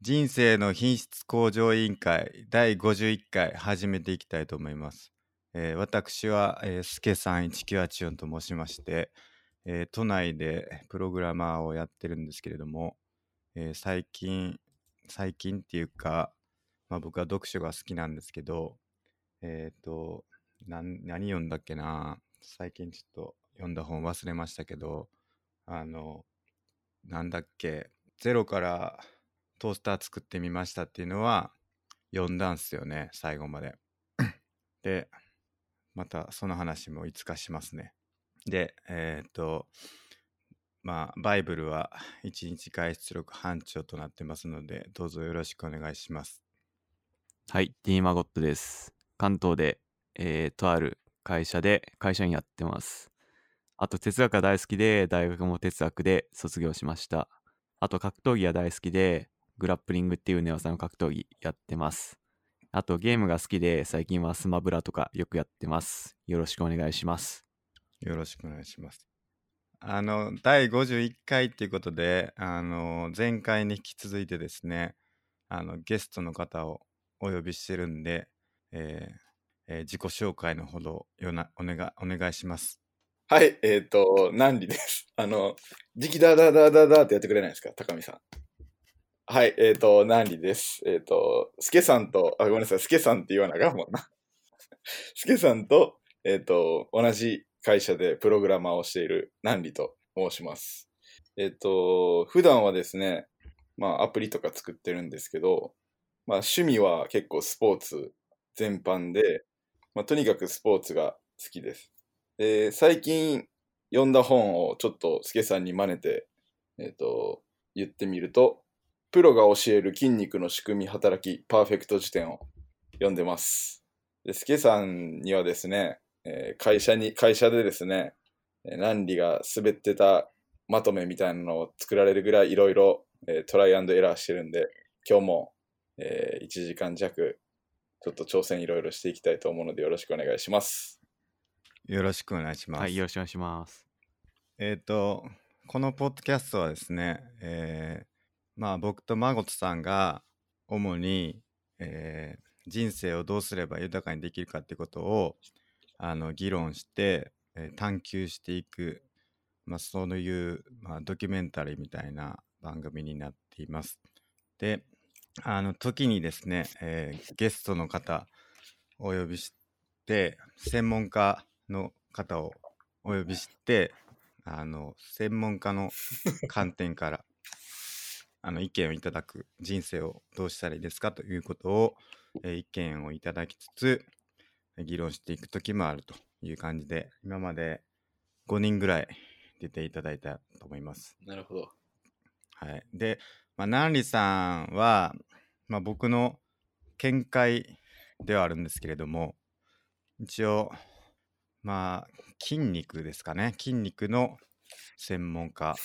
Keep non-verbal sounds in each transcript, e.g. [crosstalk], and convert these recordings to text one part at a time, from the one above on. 人生の品質向上委員会第51回始めていきたいと思います。えー私は、えー、すけさん1984と申しまして、えー都内でプログラマーをやってるんですけれども、えー最近、最近っていうか、まあ、僕は読書が好きなんですけど、えっ、と、なん何読んだっけな最近ちょっと読んだ本忘れましたけど、あの、なんだっけ、ゼロからトースター作ってみましたっていうのは読んだんすよね、最後まで。で、またその話もいつかしますね。で、えっ、と、まあ、バイブルは1日外出力班長となってますので、どうぞよろしくお願いします。はい、ティーマゴットです。関東で、えーとある会社で会社員やってます。あと、哲学が大好きで、大学も哲学で卒業しました。あと、格闘技が大好きで、グラップリングっていう寝技の格闘技やってます。あと、ゲームが好きで、最近はスマブラとかよくやってます。よろしくお願いします。よろしくお願いします。あの、第51回っていうことで、あの、前回に引き続いてですね、あの、ゲストの方をお呼びしてるんで、えーえー自己紹介のほどよなお願いお願いします。はい、えっ、と、何里です。 [laughs] あの、ジキダダダダダってやってくれないですか、高見さん。はい、えっ、と、何里です。えっ、と、スケさんと、あ、ごめんなさい、スケさんって言わなあかんもんな。 [laughs] スケさんと、えっ、と、同じ会社でプログラマーをしている何里と申します。えっ、と、普段はですね、まあ、アプリとか作ってるんですけど、まあ、趣味は結構スポーツ全般で、まあ、とにかくスポーツが好きです。で、最近読んだ本をちょっとスケさんに真似て、えっ、と、言ってみると、プロが教える筋肉の仕組み、働き、パーフェクト辞典を読んでます。で、スケさんにはですね、えー会社に、会社でですね、えー何里が滑ってたまとめみたいなのを作られるぐらいいろいろえートライアンドエラーしてるんで、今日も、えー1時間弱、ちょっと挑戦いろいろしていきたいと思うのでよろしくお願いします。よろしくお願いします。はい、よろしくお願いします。えっ、と、このポッドキャストはですね、えーまあ僕とマゴトさんが主に、えー人生をどうすれば豊かにできるかってことをあの議論して、えー探求していく、まあ、そういう、まあ、ドキュメンタリーみたいな番組になっています。で、あの時にですね、えーゲストの方お呼びして、専門家の方をお呼びして、あの専門家の観点から [laughs] あの意見をいただく人生をどうしたらいいですかということを、えー意見をいただきつつ議論していく時もあるという感じで今まで5人ぐらい出ていただいたと思います。なるほど。はい、で、まあ、南里さんは、まあ、僕の見解ではあるんですけれども一応まあ筋肉ですかね筋肉の専門家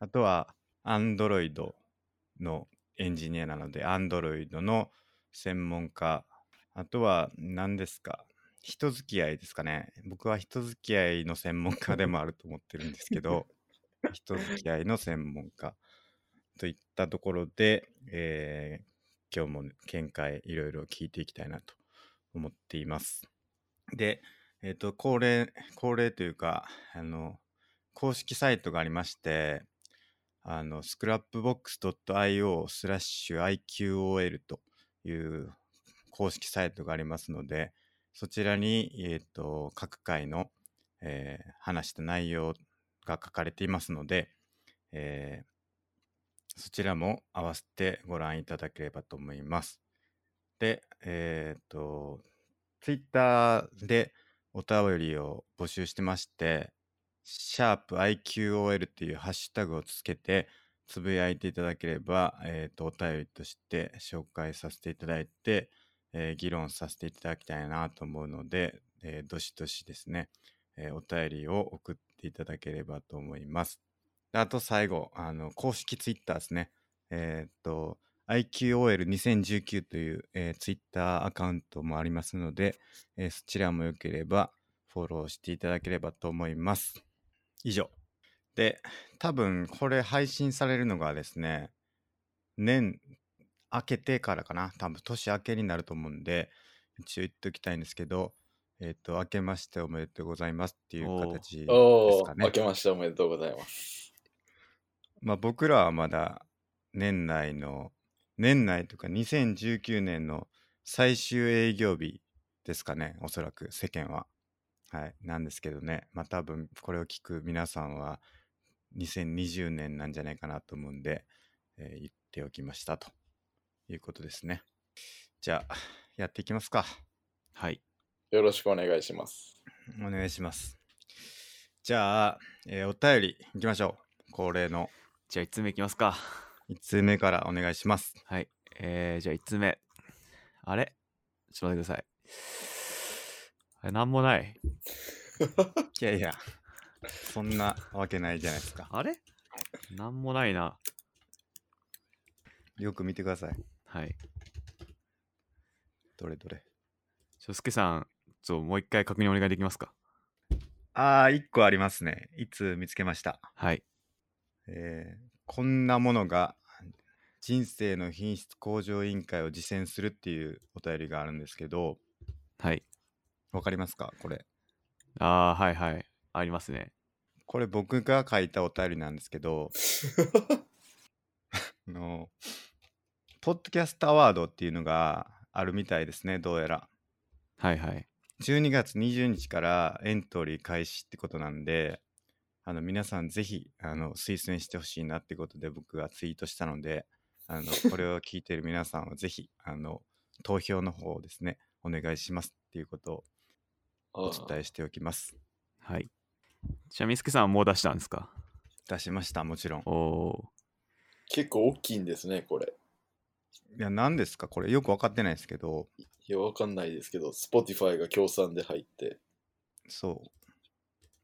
あとはアンドロイドのエンジニアなのでアンドロイドの専門家あとは何ですか人付き合いですかね僕は人付き合いの専門家でもあると思ってるんですけど人付き合いの専門家といったところで、えー今日も見解いろいろ聞いていきたいなと思っています。で、えっ、と、恒例、恒例というか、あの、公式サイトがありまして、あの、scrapbox.io スラッシュ IQOL という公式サイトがありますので、そちらに、えっ、と、各回の、えー話した内容が書かれていますので、えーそちらも合わせてご覧いただければと思います。で、えっ、と、Twitter でお便りを募集してまして、シャープ i q o l っていうハッシュタグをつけて、つぶやいていただければ、えっ、と、お便りとして紹介させていただいて、えー議論させていただきたいなと思うので、えーどしどしですね、えーお便りを送っていただければと思います。であと最後、あの、公式ツイッターですね。えっ、と、IQOL2019 という、えツイッター Twitter アカウントもありますので、えーそちらもよければフォローしていただければと思います。以上。で、多分これ配信されるのがですね、年明けてからかな多分年明けになると思うんで一応言っておきたいんですけどえっ、と明けましておめでとうございますっていうおー形でおすお、か明ねけましておめでとうございます。まあ僕らはまだ年内の年内とか2019年の最終営業日ですかねおそらく世間ははいなんですけどねまあ多分これを聞く皆さんは2020年なんじゃないかなと思うんで、えー言っておきましたということですねじゃあやっていきますかはい。よろしくお願いします。お願いしますじゃあ、えーお便りいきましょう恒例のじゃあ1つ目いきますか。 1通目からお願いしますはい。えー、じゃあ1つ目。あれちょっと待ってください。あれ、なんもない。いやいや、そんなわけないじゃないですか。あれなんもないな。よく見てください。はい。どれどれ。しょすけさん、ちょっともう一回確認お願いできますかああ、1個ありますね。いつ見つけました。はい。えーこんなものが人生の品質向上委員会を実践するっていうお便りがあるんですけど、はい。わかりますかこれ。ああ、はいはい。ありますね。これ僕が書いたお便りなんですけど、 [laughs] あの、ポッドキャストアワードっていうのがあるみたいですね、どうやら。はいはい。 12月20日からエントリー開始ってことなんで、あの皆さんぜひあの推薦してほしいなってことで僕がツイートしたので、あ [laughs] のこれを聞いてる皆さんはぜひあの投票の方をですね、お願いしますっていうことをあおー伝えしておきます。はい。ちなみにすけさんはもう出したんですか出しました、もちろん。おお結構大きいんですね、これ。いや、何ですかこれよく分かってないですけど、いや、わかんないですけど、Spotify が協賛で入 [laughs] って、そう、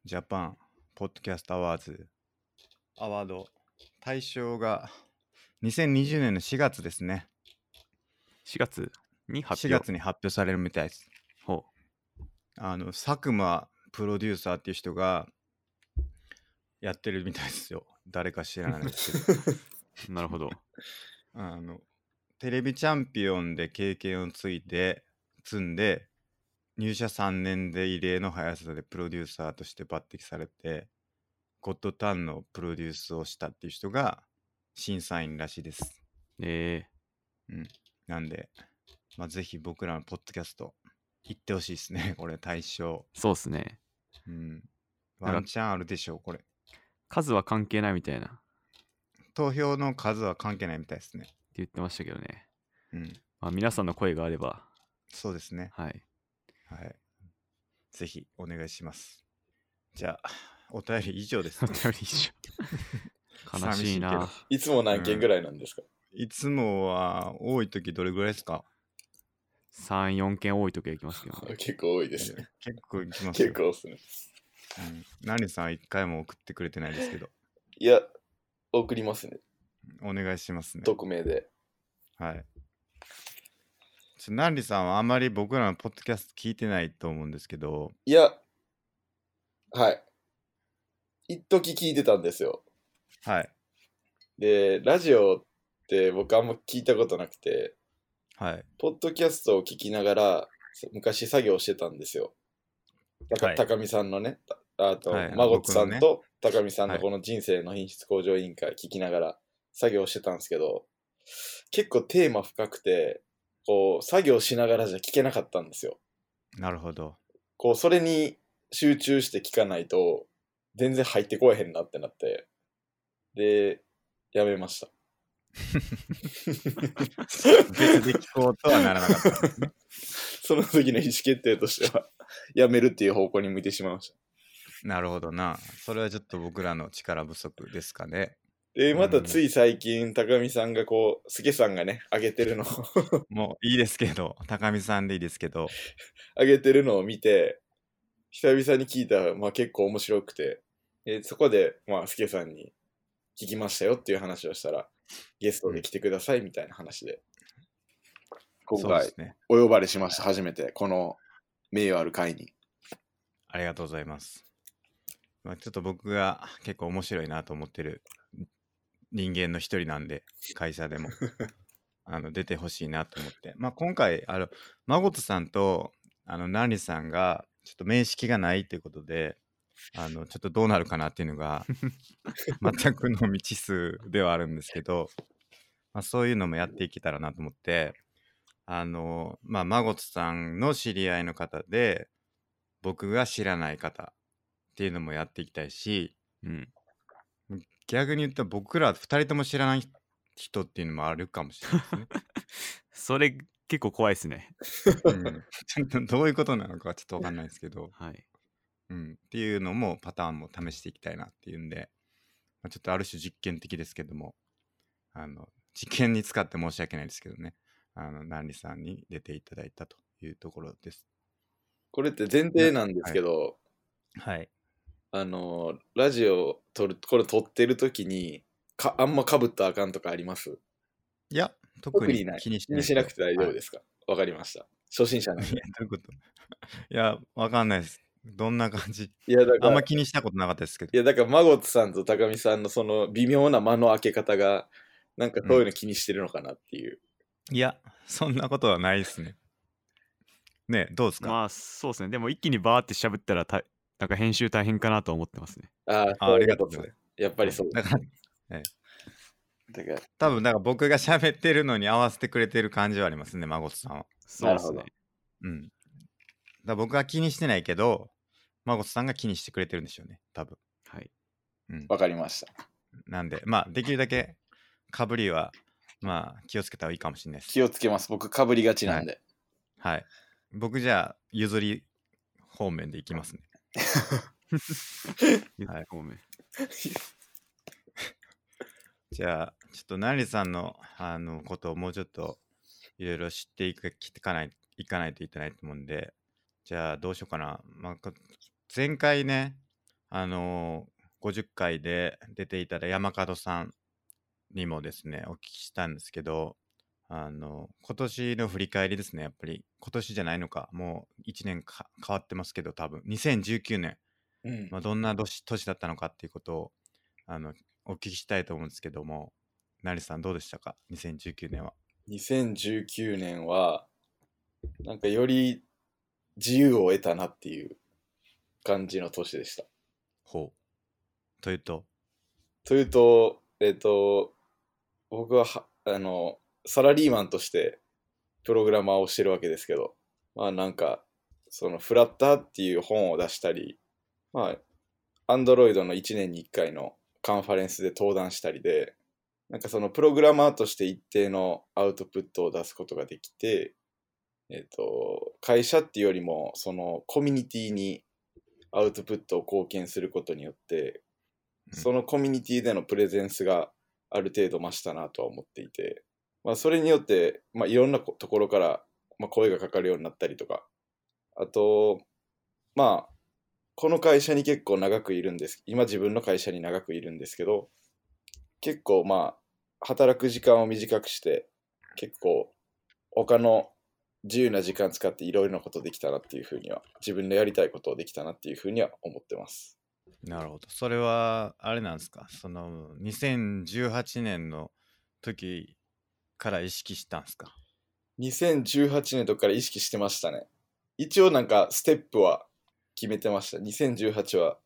ジャパンポッドキャストアワーズアワード対象が2020年の4月ですね。ー、4月に発4表。月に発表されるみたいです。ほあの佐久間プロデューサーっていう人がやってるみたいですよ。誰か知らないですけ [laughs] ど。う。なるほど。あのテレビチャンピオンで経験をついて積んで入社3年で異例の速さでプロデューサーとして抜擢されてゴッドタンのプロデュースをしたっていう人が審査員らしいです。えなんで、まあ、ぜひ僕らのポッドキャスト行ってほしいですね。これ対象。ー、そうっすね。うん。なんかワンチャンあるでしょう、これ。数は関係ないみたいな。って投票の数は関係ないみたいですね。言ってましたけどね。うん。まあ、皆さんの声があれば、そうですね。はい。 [laughs] はい。ぜひお願いします。じゃあ、お便り以上です [laughs] お。便り一緒。悲しいな。寂いつも何件ぐらいなんですか、。いつもは多い時どれぐらいですか3、4件多い時はいきま [laughs] すけど、ね結構多いですね。結構いきます結よ。構ですね。うん、何さん一回も送ってくれてないですけど、いや、送りますね、お願いしますね。匿名で。はい。ちょナンリさんはあまり僕らのポッドキャスト聞いてないと思うんですけど、いや、はい。一時聞いてたんですよ。はい。で、ラジオって僕あんま聞いたことなくて、はい。ポッドキャストを聞きながら、昔作業してたんですよ。だからはい高見さんのね、ああと、はいまごっつさん僕と高見さんはのいこの人生の品質向上委員会聞きながら作業してたんですけど、結構テーマ深くて、こう、作業しながらじゃ聞けなかったんですよ。なるほど。こう、それに集中して聞かないと、全然入ってこえへんなってなって、で、やめま [laughs] した。 [laughs] 別で聞こうとはならなかった。 [laughs] その時の意思決定としては、 [laughs] やめるっていう方向に向いてしまいました。なるほどな。それはちょっと僕らの力不足ですかね。で、まうたんつい最近、高見さんがこう、すけさんがね、上げてるのを、 [laughs] もういいですけど、高見さんでいいですけど、上げてるのを見て、久々に聞いたら、まあ結構面白くて、でそこで、まあ、すけさんに聞きましたよっていう話をしたら、ゲストで来てくださいみたいな話で、今そうで回す、ね。お呼ばれしました、初めて、この名誉ある会に。ありがとうございます。まあ、ちょっと僕が結構面白いなと思ってる人間の一人なんで、会社でも。あの出てほしいなと思って、まあ、今回あの孫とさんとあのナンリさんがちょっと面識がないということであのちょっとどうなるかなっていうのが全くの未知数ではあるんですけど、まあ、そういうのもやっていけたらなと思ってあのまあ孫とさんの知り合いの方で僕が知らない方っていうのもやっていきたいしうん。逆に言ったら僕ら2人とも知らない人っていうのもあるかもしれないですね。それ結構怖いですね。うん [laughs] ちょっ [laughs] とどういうことなのかちょっとわかんないですけど、はい。うん、っていうのもパターンも試していきたいなっていうんで、まあ、ちょっとある種実験的ですけどもあの実験に使って申し訳ないですけどねあの南里さんに出ていただいたというところですこれって前提なんですけど、はいあの、ラジオ撮る、これ撮ってる時に、かあんまかぶったらあかんとかありますいや特特ににない。気にし気ないにしなくて大丈夫すですかわ、かりました。初心者なんいで。や [laughs] どういうこといやわかんないですどんな感じいや、だかあんら、まい気にしたことなかったですけどや、だから、マゴットさんと高見さんのその微妙な間の開け方が、なんかそういうの気にしてるのかなっていう。いやそんなことはないですねねどうですか、まあそうですね。でも一気にバーって喋ったらた、なんか編集大変かなと思ってますね。あああ、そういありがとうことですね。やっぱりそう。だからだから、多分なんか僕が喋ってるのに合わせてくれてる感じはありますね、孫さんは。そうですねなる。うん。だから僕は気にしてないけど、孫さんが気にしてくれてるんでしょうね、多分。はい。うん。わかりました。なんで、まあ、できるだけかぶりは、まあ、気をつけた方がいいかもしれないです。気をつけます。僕、かぶりがちなんで。はい。僕じゃあ、譲り方面でいきますね。はいごめん。じゃあ、ちょっとナリさんのあのことをもうちょっといろいろ知っていくいかないいかないといけないと思うんで、じゃあどうしようかな。まあ、こ前回ね、あのー50回で出ていただいた山門さんにもですね、お聞きしたんですけど、あの今年の振り返りですね、やっぱり今年じゃないのか、もう1年か変わってますけど、多分2019年、うんまあ、どんな年年だったのかっていうことをあのお聞きしたいと思うんですけども、なりさんどうでしたか ?2019 年は。 2019年は、なんかより自由を得たなっていう感じの年でした。ほう。というと、というと、えっ、と、僕はは、あの、サラリーマンとしてプログラマーをしてるわけですけど、まあなんか、そのフラッターっていう本を出したり、まあ、アンドロイドの1年に1回のカンファレンスで登壇したりで、なんかそのプログラマーとして一定のアウトプットを出すことができて、えっ、と、会社っていうよりも、そのコミュニティにアウトプットを貢献することによって、その、のコミュニティでのプレゼンスがある程度増したなとは思っていて、まあ、それによって、まあ、いろんなこところから、まあ、声がかかるようになったりとか、あと、まあ、この会社に結構長くいるんです。今自分の会社に長くいるんですけど、結構まあ、働く時間を短くして、結構他の自由な時間使っていろいろなことできたなっていうふうには、自分のやりたいことをできたなっていうふうには思ってます。なるほど。それは、あれなんですかその、2018年の時から意識したんですか2018年とかから意識してましたね。一応なんかステップは決めてました。2018は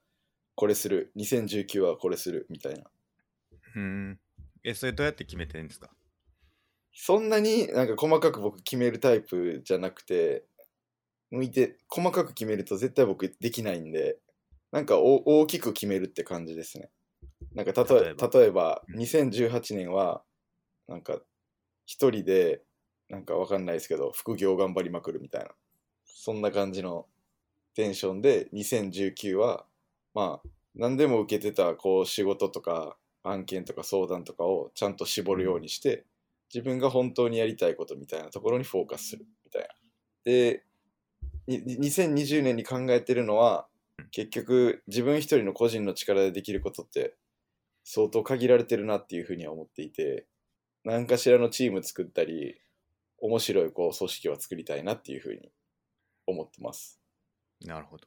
これする、2019はこれするみたいな。うん。え、それどうやって決めてるんですかそんなになんか細かく僕決めるタイプじゃなくて、向いて、細かく決めると絶対僕できないんで、なんかお大きく決めるって感じですね。なんかたと例え例えばば、2018年は、なんか一人で、なんかわかんないですけど、副業頑張りまくるみたいな。そんな感じのテンションで、2019は、まあ、何でも受けてた、こう、仕事とか、案件とか相談とかをちゃんと絞るようにして、自分が本当にやりたいことみたいなところにフォーカスするみたいな。で、にに2020年に考えてるのは、結局自分一人の個人の力でできることって相当限られてるなっていうふうには思っていて、何かしらのチーム作ったり、面白いこう組織を作りたいなっていうふうに思ってます。なるほど。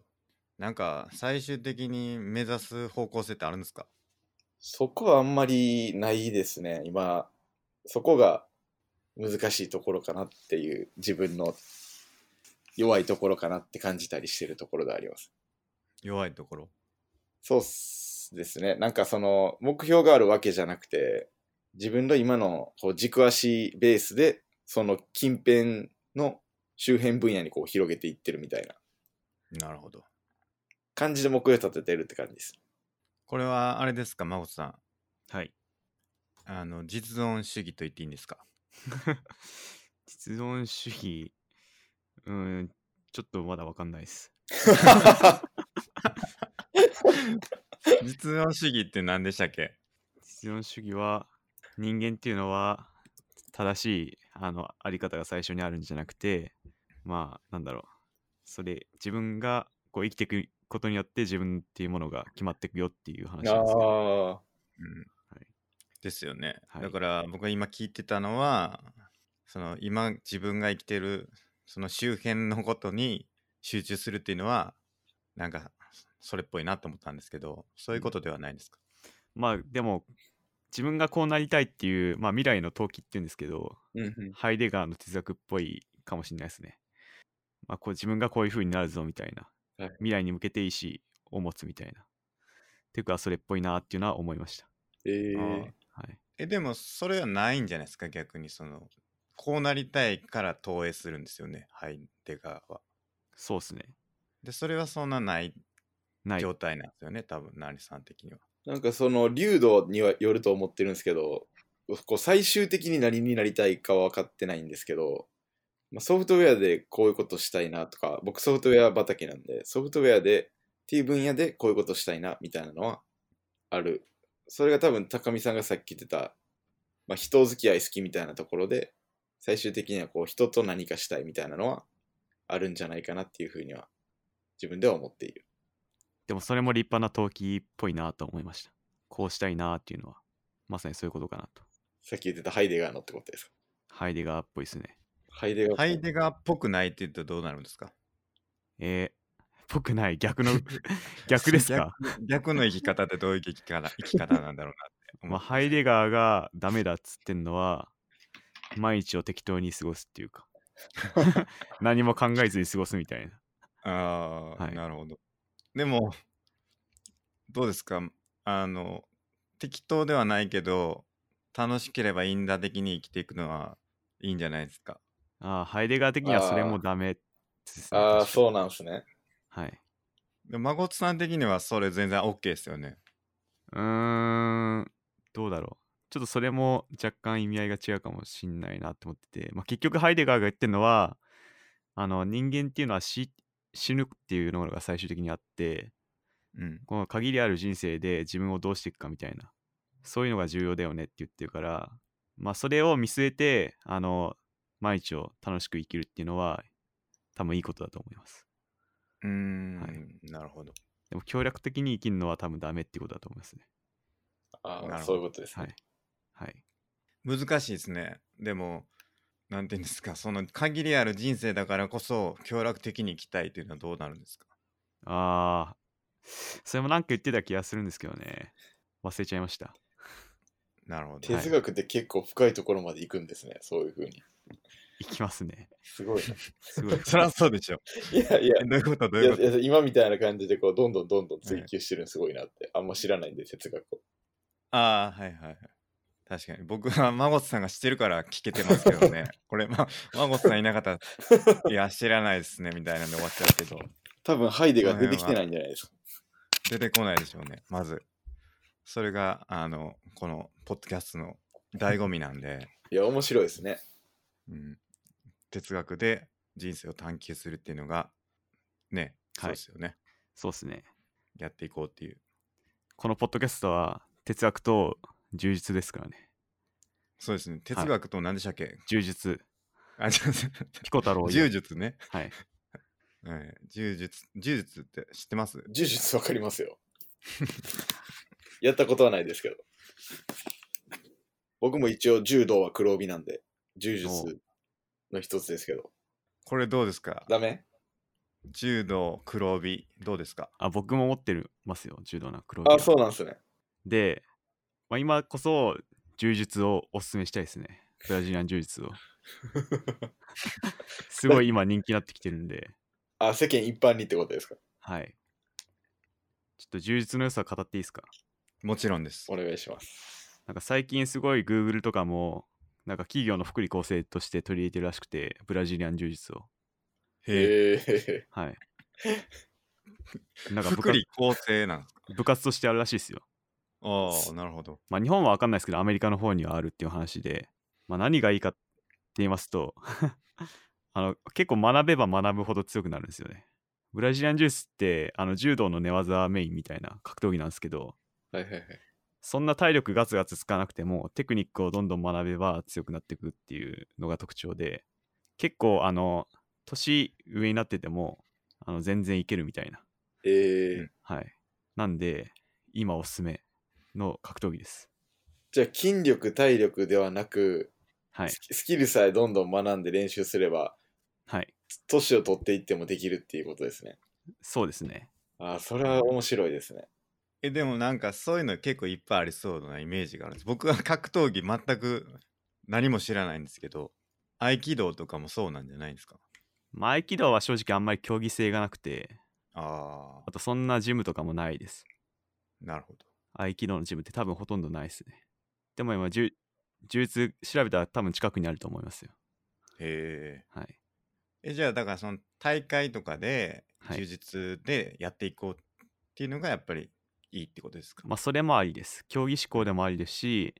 なんか、最終的に目指す方向性ってあるんですかそこはあんまりないですね。今、そこが難しいところかなっていう自分の弱いところかなって感じたりしてるところであります。弱いところそうっすですね。なんかその目標があるわけじゃなくて、自分の今のこう軸足ベースで、その近辺の周辺分野にこう広げていってるみたいななるほど感じで目標立ててるって感じです。これはあれですか真帆さんはい。あの実存主義と言っていいんですか実存主義、うん、ちょっとまだわかんないです。実存主義って何でしたっけ実存主義は、人間っていうのは、正しい、あの、あり方が最初にあるんじゃなくて、まあ、なんだろう。それ、自分が、こう、生きていくことによって自分っていうものが決まっていくよっていう話なんですね。ああ。うんはいですよね、はいだから僕が今聞いてたのはその今自分が生きてるその周辺のことに集中するっていうのはなんかそれっぽいなと思ったんですけどそういうことではないんですか、まあ、でも、自分がこうなりたいっていう、まあ、未来の投機っていうんですけど、うんうん。ハイデガーの哲学っぽいかもしれないですね。まあ、こう自分がこういう風になるぞみたいな、はい未来に向けて意思を持つみたいな。ていうか、それっぽいなっていうのは思いました。ええああはい、えでもそれはないんじゃないですか逆にそのこうなりたいから投影するんですよねハイデガーはそうですね。でそれはそんなないない。状態なんですよね、多分ナリさん的にはなんかその流動にはよると思ってるんですけど、こう最終的に何になりたいかは分かってないんですけど、まあ、ソフトウェアでこういうことしたいなとか、僕ソフトウェア畑なんで、ソフトウェアでっていう分野でこういうことしたいなみたいなのはある。それが多分高見さんがさっき言ってた、まあ、人付き合い好きみたいなところで、最終的にはこう人と何かしたいみたいなのはあるんじゃないかなっていうふうには自分では思っている。でも、それも立派な投機っぽいなと思いました。こうしたいなっていうのは、まさにそういうことかなと。さっき言ってたハイデガーのってことですか。ハイデガーっぽいですね。ハイデガーハイデガーっぽくないって言うとどうなるんですかえー、ぽくない。逆 [laughs] の、逆ですか [laughs] 逆逆の生き方ってどういう生き [laughs] 方生き方なんだろうなって思まあ、ってハイデガーがダメだっつってんのは、毎日を適当に過ごすっていうか、何も考えずに過ごすみたいな。ああ、はいなるほど。でも、どうですかあの、適当ではないけど、楽しければいいんだ的に生きていくのはいいんじゃないですか。あーハイデガー的にはそれもダメですね。ああ、確かにそうなんですね。はい。で孫さん的にはそれ全然 OK ですよね。うーん、どうだろう。ちょっとそれも若干意味合いが違うかもしんないなと思ってて、まあ、結局ハイデガーが言ってるのは、あの人間っていうのは死死ぬっていうのが最終的にあって、うん。この限りある人生で自分をどうしていくかみたいなそういうのが重要だよねって言ってるからまあそれを見据えてあの毎日を楽しく生きるっていうのは多分いいことだと思いますうーん、はいなるほど。でも協力的に生きるのは多分ダメってことだと思いますねあなるほあ、どそういうことですね。はいはい難しいですね。でも、なんていうんですか、その限りある人生だからこそ、協力的に生きたいというのはどうなるんですかあーそれもなんか言ってた気がするんですけどね忘れちゃいましたなるほど。哲学って結構深いところまで行くんですね、そういうふうに。いきますねすごいな。[laughs] すごいそりゃそうでしょ。 [laughs] いやいやえ、どういうことどういいうやこといや今みたいな感じでこうどんどんどんどん追求してるのすごいなって、あんま知らないんで哲学を。 [laughs] ああ、はいはいはい。確かに。僕は孫さんが知ってるから聞けてますけ [laughs] どね。これ、ま、孫さんいなかったら、いや、知らないですね、みたいなんで終わっちゃうけど、多分ハイデが出てきてないんじゃないですか。出てこないでしょうね、まず。それが、あの、この、ポッドキャストの醍醐味なんで、いや、面白いですね。うん、哲学で人生を探求するっていうのが、ね、そうはいですよね。そうっすねやっていこうっていう。このポッドキャストは哲学と充実ですからねそうですね。哲学と何でしたっけ、充実あ、じゃピコ太郎あ、よ柔術ね。はいはい。柔術、柔術って知ってます呪術わかりますよ。 [laughs] やったことはないですけど。僕も一応柔道は黒帯なんで、柔術の一つですけど。これどうですかダメ柔道黒帯どうですかあ僕も持ってるますよ柔道な黒帯あ、はそうなんですね。で、まあ、今こそ柔術をおすすめしたいですねブラジリアン柔 [laughs] 術を。すごい今人気になってきてるんで、あ、世間一般にってことですかはい。ちょっと柔術の良さ語っていいですかもちろんですお。願いします。なんか最近すごい Google とかも、なんか企業の福利厚生として取り入れてるらしくて、ブラジリアン柔術を。え。へえ [laughs] はい。なんか部福活利厚生なん [laughs] ですか部活としてあるらしいですよ。ああ、なるほど。まあ、日本は分かんないですけど、アメリカの方にはあるっていう話で、まあ、何がいいかって言いますと [laughs] あの、結構学べば学ぶほど強くなるんですよね。ブラジリアンジュースってあの柔道の寝技メインみたいな格闘技なんですけど、はいはいはい。そんな体力ガツガツつかなくてもテクニックをどんどん学べば強くなっていくっていうのが特徴で結構あの年上になっててもあの全然いけるみたいなええうんはいなんで今おすすめの格闘技ですじゃあ筋力、体力ではなく、はいスキスキルさえどんどん学んで練習すれば、はい年を取っていってもできるっていうことですね。そうですねあーそれは面白いですね。え、でもなんかそういうの結構いっぱいありそうなイメージがあるんです。僕は格闘技全く何も知らないんですけど、合気道とかもそうなんじゃないんですかまあ合気道は正直あんまり競技性がなくてあああ、とそんなジムとかもないですなるほど。合気道のジムって多分ほとんどないですねでも今柔柔術調べたら多分近くにあると思いますよへはいえ。え、じゃあだからその大会とかで、はい柔術でやっていこうっていうのがやっぱりいいってことですか、まあ、それもありです。競技志向でもありですし、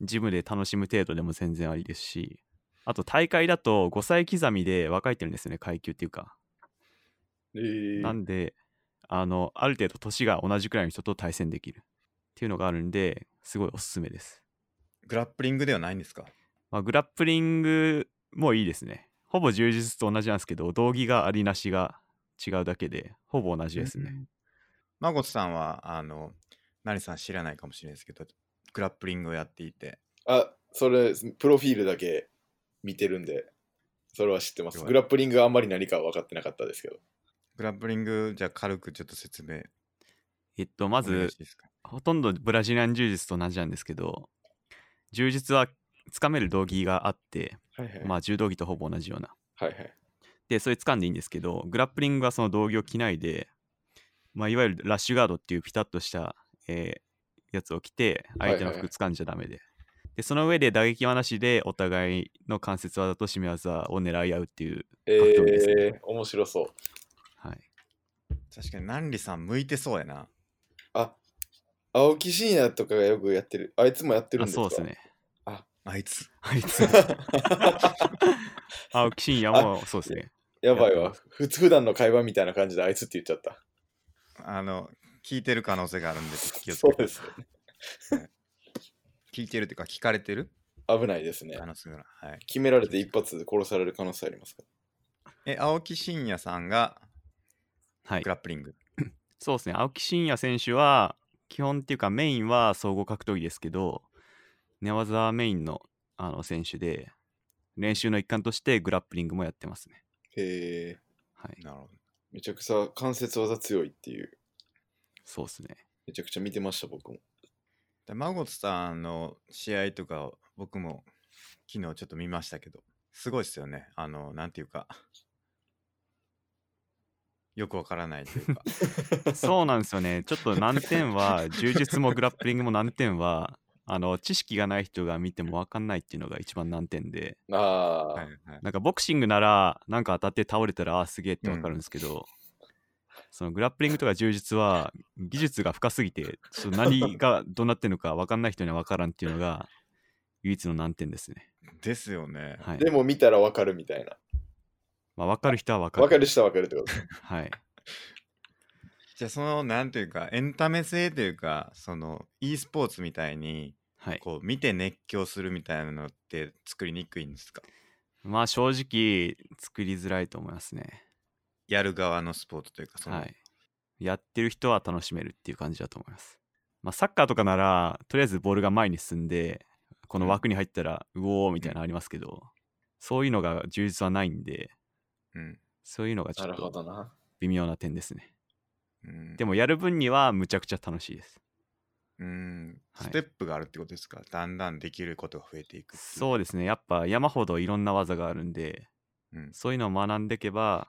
ジムで楽しむ程度でも全然ありですし、あと大会だと5歳刻みで分かれてるんですよね、階級っていうか。えなんで、あの、ある程度年が同じくらいの人と対戦できるっていうのがあるんで、すごいおすすめです。グラップリングではないんですかまあ、グラップリングもいいですね。ほぼ充実と同じなんですけど、道着がありなしが違うだけで、ほぼ同じですね。。まことさんは、あの、何さん知らないかもしれないですけど、グラップリングをやっていて、あ、それ、プロフィールだけ見てるんで、それは知ってます。了解グラップリングはあんまり何かは分かってなかったですけど。グラップリング、じゃあ軽くちょっと説明えっと、まお願ずいし、ていいですかほとんどブラジリアン柔術と同じなんですけど柔術はつかめる道着があって、はいはい。まあ、柔道着とほぼ同じようなはいはい。でそれ掴んでいいんですけどグラップリングはその道着を着ないで、まあ、いわゆるラッシュガードっていうピタッとした、えーやつを着てはい相はい手はいの服掴んじゃダメで,、でその上で打撃はなしでお互いの関節技と締め技を狙い合うっていう、え格闘技ですねー、面白そう。はい、確かに、ナンリさん向いてそうやな。あ、青木真也とかがよくやってる。あいつもやってるあんですかそうです。ね [laughs] あいつ。あいつ [laughs] 青木真也もそうですねやばいやっわてま。ふつ普段の会話みたいな感じであいつって言っちゃった。あの、聞いてる可能性があるんで、気をつそけてうくだですさ。い。聞いてるというか、聞かれてる危ないですね可。能性があるはい。決められて一発で殺される可能性ありますかえ、青木真也さんがはいグラップリング。そうですね、青木真也選手は、基本っていうかメインは総合格闘技ですけど、寝技メインのあの選手で、練習の一環としてグラップリングもやってますね。へえ、はい、なるほど。めちゃくちゃ関節技強いっていう。そうですね。めちゃくちゃ見てました、僕も。で、マゴツさんの試合とか、僕も昨日ちょっと見ましたけど、すごいですよね。あの、なんていうか、よくわからないと [laughs] いうか。そうなんですよね。ちょっと難点は、柔術もグラップリングも難点は、あの知識がない人が見ても分かんないっていうのが一番難点で、あはいー、はい。なんかボクシングなら、なんか当たって倒れたら、あーすげえって分かるんですけど、そのグラップリングとか柔術は、技術が深すぎて、ちょっと何がどうなってるのか分かんない人には分からんっていうのが、唯一の難点ですね。ですよね。はいでも見たらわかるみたいな。まあ、分かる人は分かる。わかる人はわかるってこと [laughs] です。はい、じゃあ、その、なんていうか、エンタメ性というか、その、e スポーツみたいに、はい、こう見て熱狂するみたいなのって作りにくいんですかまあ正直、作りづらいと思いますね。やる側のスポーツというかその、はい、やってる人は楽しめるっていう感じだと思います、まあ、サッカーとかならとりあえずボールが前に進んでこの枠に入ったら、うおーみたいなのありますけど、そういうのが充実はないんでうんそういうのがちなょるっほとどな。微妙な点ですねうん、でもやる分にはむちゃくちゃ楽しいですうん、はいステップがあるってことですか、だんだんできることが増えていくっていうそうですねやっぱ山ほどいろんな技があるんでうんそういうのを学んでいけば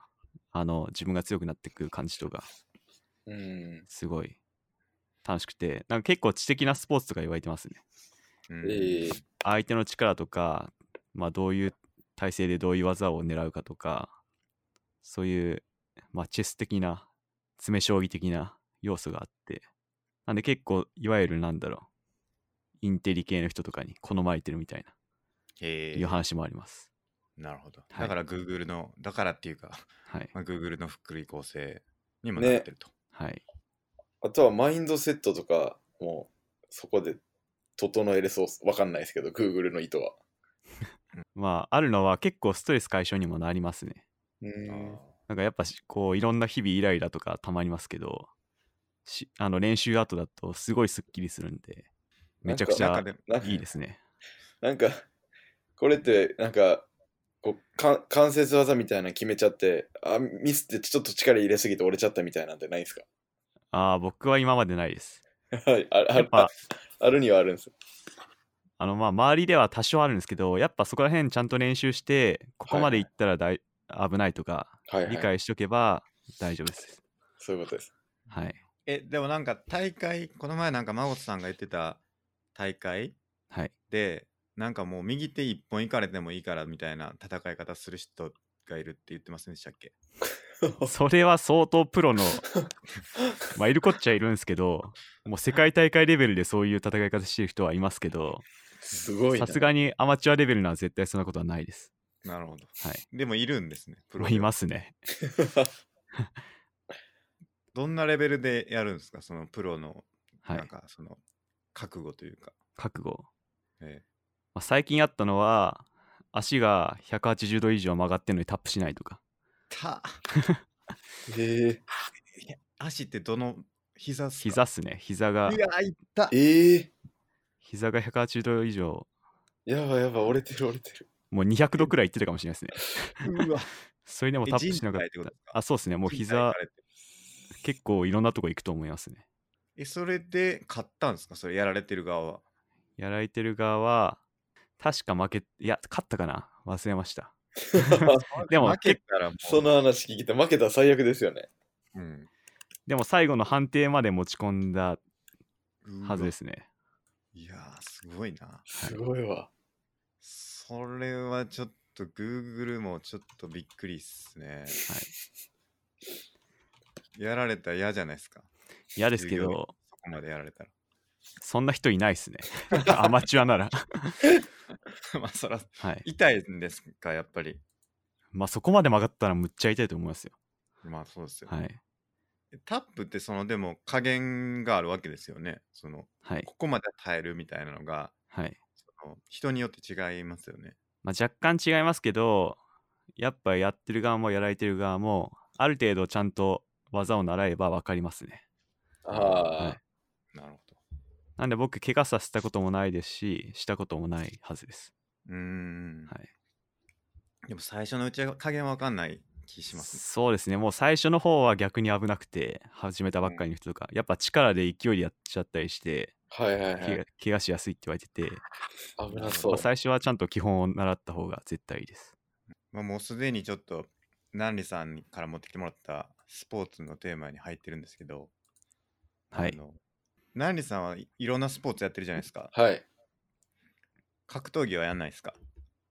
あの自分が強くなっていく感じとかうん。すごい楽しくてなんか結構知的なスポーツとか言われてますねうんええ相手の力とか、まあ、どういう体勢でどういう技を狙うかとかそういう、まあ、チェス的な詰将棋的な要素があってなんで結構いわゆるなんだろうインテリ系の人とかに好まれてるみたいな、へいえう話もありますなるほど、はだいから Google のだからっていうか、 [laughs] はいまあ、Google の福利厚生にもねなってると、はいあとはマインドセットとかもそこで整えれそうっす。わかんないですけど、Google の意図は。まああるのは結構ストレス解消にもなりますねうんあ。なんかやっぱしこういろんな日々イライラとかたまりますけどしあの練習後だとすごいスッキリするんでめちゃくちなゃんかでなんかいいですねなんか、これって、なんか、こうか関節技みたいなの決めちゃって、あ、ミスってちょっと力入れすぎて折れちゃったみたいなんてないですか [laughs] ああ、僕は今までないです。はいあやっぱあ、あるにはあるんです。あの、まあ、周りでは多少あるんですけど、やっぱそこら辺ちゃんと練習して、ここまで行ったらだい、危ないとか、はい、は理い。解しとけば大丈夫です。そういうこと [laughs] です。はい。えでもなんか大会この前なんか孫さんが言ってた大会はい。でなんかもう右手一本いかれてもいいからみたいな戦い方する人がいるって言ってませんでしたっけそれは相当プロの、まあ、いるこっちゃいるんですけど、もう世界大会レベルでそういう戦い方してる人はいますけど、すごいさな。すがにアマチュアレベルなら絶対そんなことはないです。なるほどはい。でもいるんですねプロまあでいますね。どんなレベルでやるんですかそのプロのはなんい。かその覚悟というか、覚悟。えまあ、最近あったのは、足が180度以上曲がってるのにタップしないとか。えた [laughs] え足ってどの膝っすか膝っすね。膝がう、わいったえええ膝が180度以上、やばいやばい、折れてる折れてる。もう200度くらいいってたかもしれないですね。 [laughs] うわそれでもえタップしなか人っ体ってことですかた。あ、そうですね。もう痛い膝か、らって結構いろんなとこ行くと思いますね。えそれで買ったんですかそれやられてる側はやられてる側は、確か負け、いや、勝ったかな忘れました。でも負、けたらもうその話聞いて、負けたら最悪ですよね。うんでも最後の判定まで持ち込んだうわはずですね。いやーすごいなすごいわ。それはちょっと Google もちょっとびっくりっすねはい。やられたら嫌じゃないですか嫌です従け業員ど、そこまでやられたら [laughs] そんな人いないですね。アマチュアなら。まあそらはい。痛いんですかやっぱりまあそこまで曲がったらむっちゃ痛いと思います [laughs] よ。まあそうですよ、はい。タップってそのでも加減があるわけですよねそのはい。ここまで耐えるみたいなのがはい。その人によって違いますよねまあ、若干違いますけどやっぱやってる側もやられてる側もある程度ちゃんと技を習えば分かりますねあはあい、なるほどなんで僕怪我させたこともないですししたこともないはずです、うーん、はいでも最初のうちは加減わかんない気しますねそうですねもう最初の方は逆に危なくて始めたばっかりの人とか、やっぱ力で勢いでやっちゃったりして、はいはいはい怪我怪我しやすいって言われてて、危なまそうあ、。最初はちゃんと基本を習った方が絶対いいですまあ、もうすでにちょっと、ナンリさんから持ってきてもらったスポーツのテーマに入ってるんですけど、はあいのナンリさんはいいろんなスポーツやってるじゃないですか。はい。格闘技はやんないですか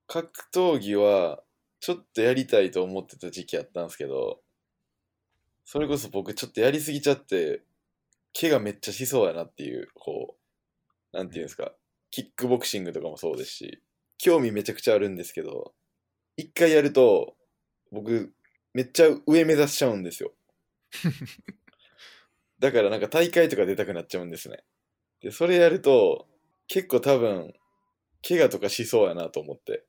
格闘技は、ちょっとやりたいと思ってた時期あったんですけど、それこそ僕ちょっとやりすぎちゃって、怪我めっちゃしそうやなっていう、こう、なんていうんですか、キックボクシングとかもそうですし、興味めちゃくちゃあるんですけど、一回やると、僕、めっちゃ上目指しちゃうんですよ。だからなんか大会とか出たくなっちゃうんですね。で、それやると、結構多分、怪我とかしそうやなと思って。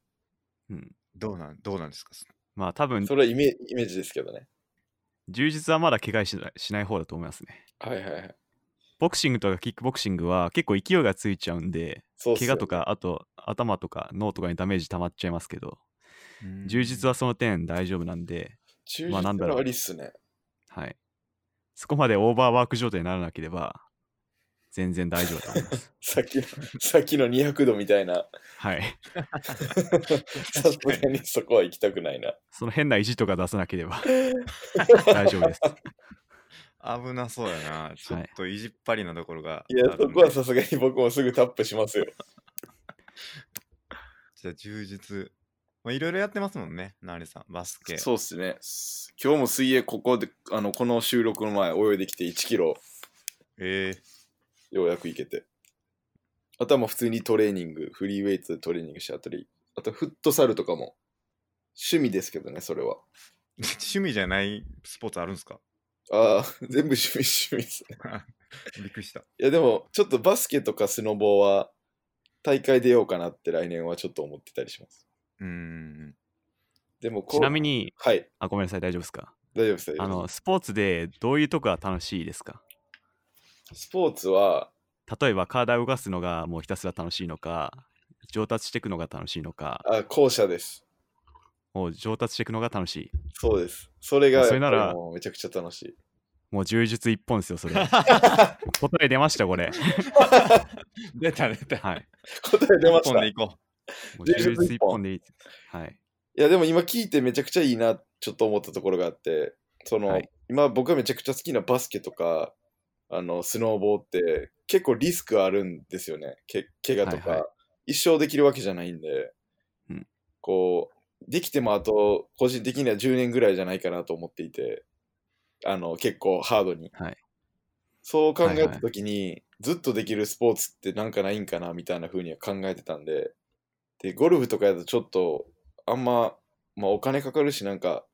うん、どうなんどうなんですかまあ多分それはイメイメージですけどね。充実はまだ怪我しないしない方だと思いますねはいはいはい。ボクシングとかキックボクシングは結構勢いがついちゃうんで、そうっす怪よ我とか、あと頭とか脳とかにダメージ溜まっちゃいますけど、充実ははその点大丈夫なんで、忠まあなん実だなろうありっすね。はい。そこまでオーバーワーク状態にならなければ、全然大丈夫だと思い [laughs] ます。さっきの、さっきの200度みたいな、はい。さすがにそこは行きたくないな。その変な意地とか出さなけれ [laughs] ば大丈夫です。危なそうやな。ちょっと意地っぱりなところがあいるんや、で。そこはさすがに僕もすぐタップしますよ。じゃあ充実。まあ、いろいろやってますもんね、ナーリさん。バスケ。そうですね。す今日も水泳、ここで、あの、この収録の前、泳いできて1キロ、ええようやく行けて。あとはもう普通にトレーニング、フリーウェイツでトレーニングしたあたり、あとフットサルとかも、趣味ですけどね、それは。 [laughs] 趣味じゃないスポーツあるんですかああ、全部趣味、趣味ですね。びっくりした。いや、でも、ちょっとバスケとかスノボーは、大会出ようかなって来年はちょっと思ってたりします。うーん。でもこちう、なみに、はい、あ、ごめんなさい、大丈夫ですか大丈夫です、大丈あ夫での、スポーツでどういうとこが楽しいですかす。スポーツは、例えば、体を動かすのがもうひたすら楽しいのか、上達していくのが楽しいのか、あ校舎です。もう上達していくのが楽しい。そうです。それが、それならやっぱりもうめちゃくちゃ楽しい。 [laughs] もう柔術一本ですよ、それ。答え出ました、これ。出た出た。はい。答え出ま一した。本いで行こもう柔術柔術一一本本でいい。はい。や、でも今聞いてめちゃくちゃいいな、ちょっと思ったところがあって、その、はい今僕がめちゃくちゃ好きなバスケとか、あの、スノーボーって、結構リスクあるんですよね。け怪我とか、はいは一生できるわけじゃないんで、うんこう、できてもあと、個人的には10年ぐらいじゃないかなと思っていて、あの、結構ハードに。はい。そう考えはいはたいときに、ずっとできるスポーツってなんかないんかなみたいな風には考えてたんで、で、ゴルフとかやとちょっと、あんま、まあお金かかるし、なんか、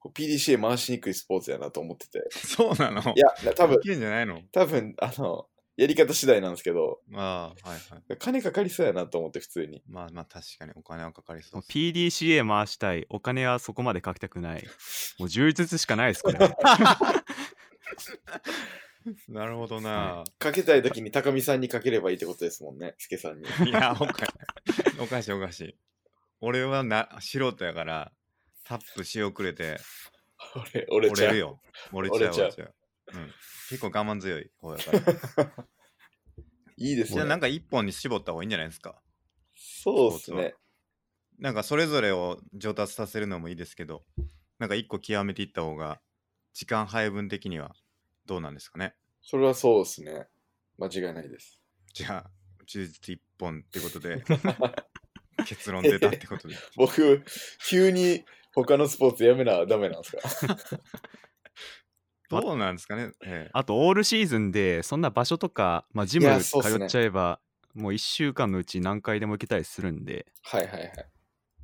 こう PDCA 回しにくいスポーツやなと思ってて。う。そうなのいや、な多分い、けんじゃないの多分、あの、やり方次第なんですけど、ああ、はいはい。金かかりそうやなと思って普通に。まあまあ確かにお金はかかりそもうう。PDCA 回したい。お金はそこまでかけたくない。もう充実しかないです、これ。 [laughs] なるほどな。かけたいときに高見さんにかければいいってことですもんね、助さ [laughs] んに。いや、おかしい。おかしいおかしい。俺はな素人やから、タップし遅れて俺、俺折ちゃれるう。よ。折れちゃう折折れれちちゃう。うん、結構我慢強い方やから。 [laughs] いいですじゃあなねん。か一本に絞った方がいいんじゃないですか。そうですね。なんかそれぞれを上達させるのもいいですけど、なんか一個極めていった方が、時間配分的にはどうなんですかね。それはそうですね。間違いないです。じゃあ、充実一本ってこと [laughs] で、結論出たってことで。僕、急に他のスポーツやめなダメなんですかどうなんですかね。ええあと、オールシーズンで、そんな場所とか、まあ、ジムいや通そうっすねっちゃえば、もう1週間のうち何回でも行けたりするんで、はいはいはい。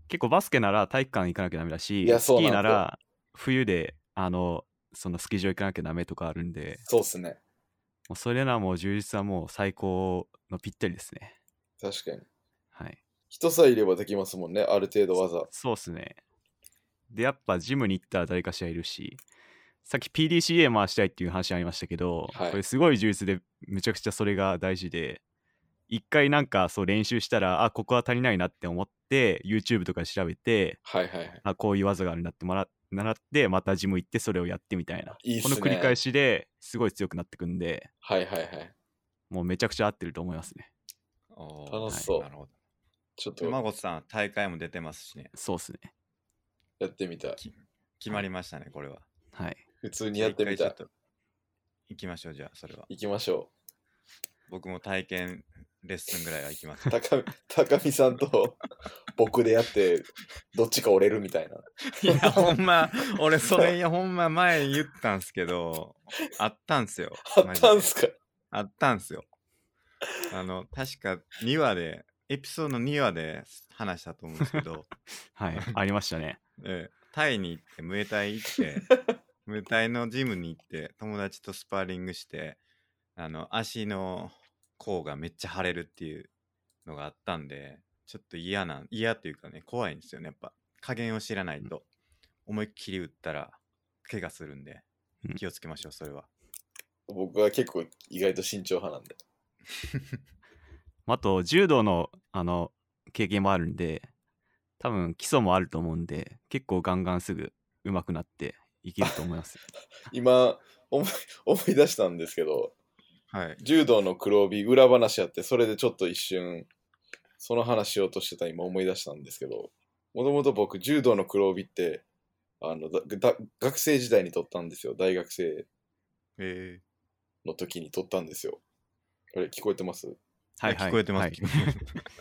結構バスケなら体育館行かなきゃダメだしいや、スそうキなんーですよなら冬で、あの、そのスキー場行かなきゃダメとかあるんで、そうっすね。もうそれならもう充実はもう最高のぴったりですね。確かに。はい。人さえいればできますもんね、ある程度技。そうっすね。で、やっぱジムに行ったら誰かしらいるし、さっき PDCA 回したいっていう話ありましたけど、はいこれすごい充実で、めちゃくちゃそれが大事で、一回なんかそう練習したら、あ、ここは足りないなって思って、YouTube とかで調べて、はいはいはい。あ、こういう技があるなってもら習って、またジム行ってそれをやってみたいな。いいっすこねの繰り返しですごい強くなってくんで、はいはいはい。もうめちゃくちゃ合ってると思いますね。おー楽しそうなるほど。ちょっとでまごさん、大会も出てますしね。そうっすね。やってみたい。決まりましたね、これは。はい。普通にやってみたじゃあい一回ちょっ。と行きましょう、じゃあ、それは。行きましょ僕も体験レッスンぐらいは行きますう。。高見高見さんと僕でやって、どっちか折れるみたいな。いや、ほんま、俺、それ、いや、ほんま、前言ったんすけど、あったんすよ。あっマジでたんすかあったんすよ。あの、確か2話で、エピソードの2話で話したと思うんですけど、 [laughs] はい。ありましたね。ええタイに行って、ムエタイ行って、ムエタイのジムに行って、友達とスパーリングして、あの、足の甲がめっちゃ腫れるっていうのがあったんで、ちょっと嫌なん、嫌というかね、怖いんですよね、やっぱ。加減を知らないと、思いっきり打ったら、怪我するんでうん、気をつけましょう、それは。僕は結構意外と慎重派なんで。あと、柔道の、あの、経験もあるんで、多分基礎もあると思うんで、結構ガンガンすぐ上手くなっていけると思います。 [laughs] 今思い、思い出したんですけど、はい。柔道の黒帯裏話あってそれでちょっと一瞬その話しようとしてた今思い出したんですけどもともと僕柔道の黒帯ってあのだだ学生時代に取ったんですよ大学生えの時に取ったんですよあれ聞こえてますー、はい、聞こえてます。はい聞こえてます [laughs]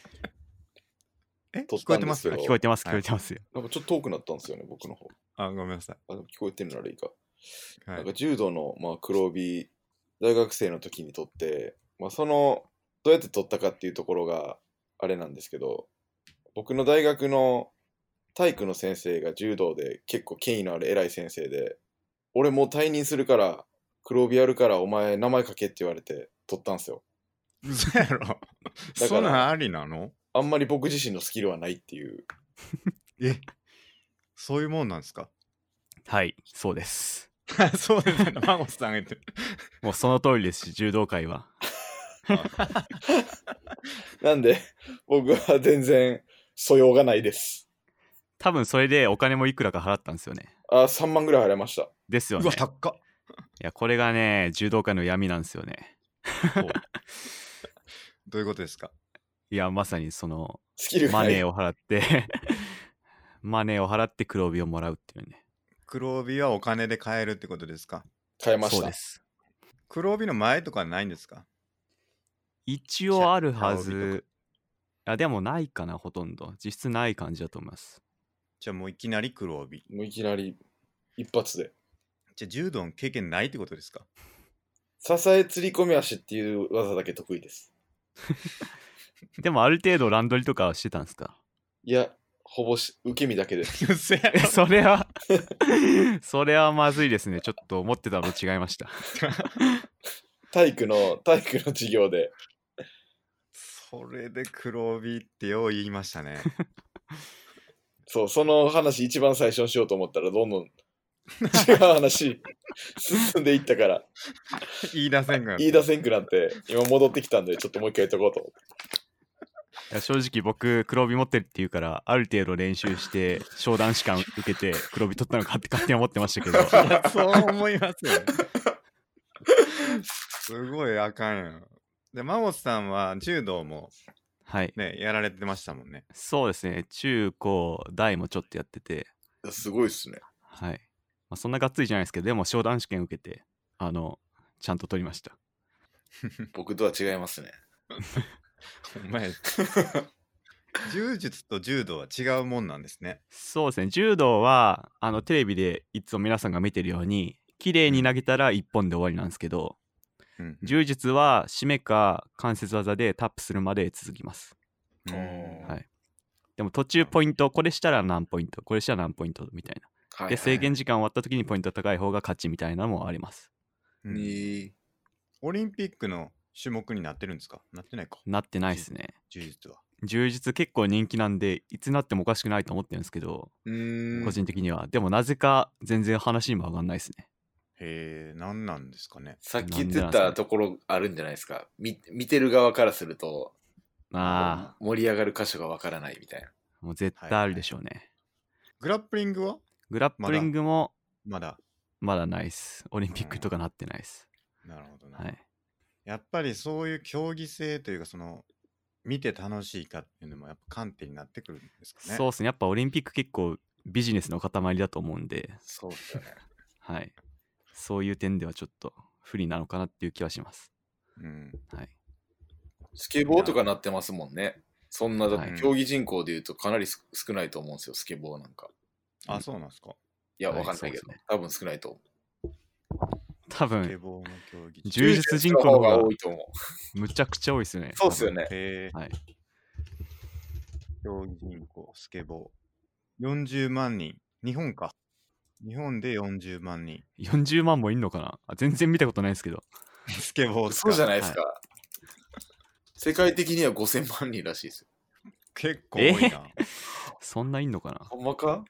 え撮聞ったこえんてでますすけどああ聞こえてます、は聞いこえてますよ。なんかちょっと遠くなったんですよね僕の方ごめんなさあでも聞こえてるならいいかい。はなんい。か柔道の、まあ、黒帯大学生の時に取って、まあ、そのどうやって取ったかっていうところがあれなんですけど僕の大学の体育の先生が柔道で結構権威のある偉い先生で俺もう退任するから黒帯やるからお前名前書けって言われて取ったんですよ嘘やろそんなんありなのあんまり僕自身のスキルはないっていうえそういうもんなんですかはい、そうです。 [laughs] そうですね。マゴスさんが言ってる。もうその通りですし、柔道界は。なんで僕は全然素養がないです多分それでお金もいくらか払ったんですよね。あ3万ぐらい払いましたですよ [laughs] うね。 [laughs] わ、い高っ。や、これがね、柔道界の闇なんですよね。ほうどういうことですかいや、まさにその、スキルがマなネいーを払って、 [laughs] マネーを払って黒帯をもらうっていうね。黒帯はお金で買えるってことですか変えましそうたです。黒帯の前とかないんですか一応あるはシャッター帯ず。あでもないかな、ほとんど。実質ない感じだと思います。 [laughs] じゃあもういきなり黒帯。もういきなり一発でじゃあ柔道の経験ないってことですか支え釣り込み足っていう技だけ得意ですでもある程度乱取りとかはしてたんですかいやほぼし受け身だけです嘘やえ [laughs] ろそれはそれはまずいですねちょっと思ってたのと違いました体育の体育の授業でそれで黒帯ってよう言いました [laughs] ね。そうその話一番最初にしようと思ったらどんどん違う話進んでいったから言い出せんが。言い出せんくなって今戻ってきたんでちょっともう一回言っとこうと思っていや正直僕黒帯持ってるって言うからある程度練習して商談士官受けて黒帯取ったのかって [laughs] 勝手に思ってましたけどいやそう思いますよね。 [laughs] すごいあかんよ。で、マゴスさんは柔道もはいね、やられてましたもんね。そうですね中高大もちょっとやってていやすごいっすねはい、まあ、そんながっつりじゃないですけどでも商談試験受けてあのちゃんと取りました僕とは違いますねお前、 [laughs] 柔術と柔道は違うもんなんですね。そうですね柔道はあのテレビでいつも皆さんが見てるように綺麗に投げたら1本で終わりなんですけどうん柔術は締めか関節技でタップするまで続きますうんうんはいでも途中ポイントこれしたら何ポイントこれしたら何ポイントみたいはなで制限時間終わった時にポイント高い方が勝ちみたいなのもありますうんオリンピックの種目になってるんですかなってないか。なってないですね柔術は。柔術結構人気なんでいつなってもおかしくないと思ってるんですけどうん個人的にはでもなぜか全然話にも上がんないですねへえ、なんなんですかね。さっき言ってたところあるんじゃないですか見てる側からするとあ盛り上がる箇所がわからないみたいな。あもう絶対あるでしょうね、グラップリングはグラップリングもまだ。まだないっす。オリンピックとかなってないっす。なるほどな。はい。やっぱりそういう競技性というか、その、見て楽しいかっていうのもやっぱ観点になってくるんですかね。そうっすね。やっぱオリンピック結構ビジネスの塊だと思うんで、そうですよね。はい。そういう点ではちょっと不利なのかなっていう気はします。うん。はい。スケボーとかなってますもんね。そんな、だっはてい競技人口で言うとかなりす少ないと思うんですよ、スケボーなんか。うんあ、そうなんですか。いや、はいわかんないけど、そうですね多分少ないと思う。多スケ分、ボーの競技柔術人口の方の方がが多いと思う。むちゃくちゃ多いっすよね。そうっすよね。へえはい。競技人口、スケボー。40万人。日本か。日本で40万人。 [laughs] 多分。40万もいんのかなあ全然見たことないですけど。スケボーっすかそうじゃないですか。世界的には5000万人らしいですよ。結構多いな。そんないんのかなほんまか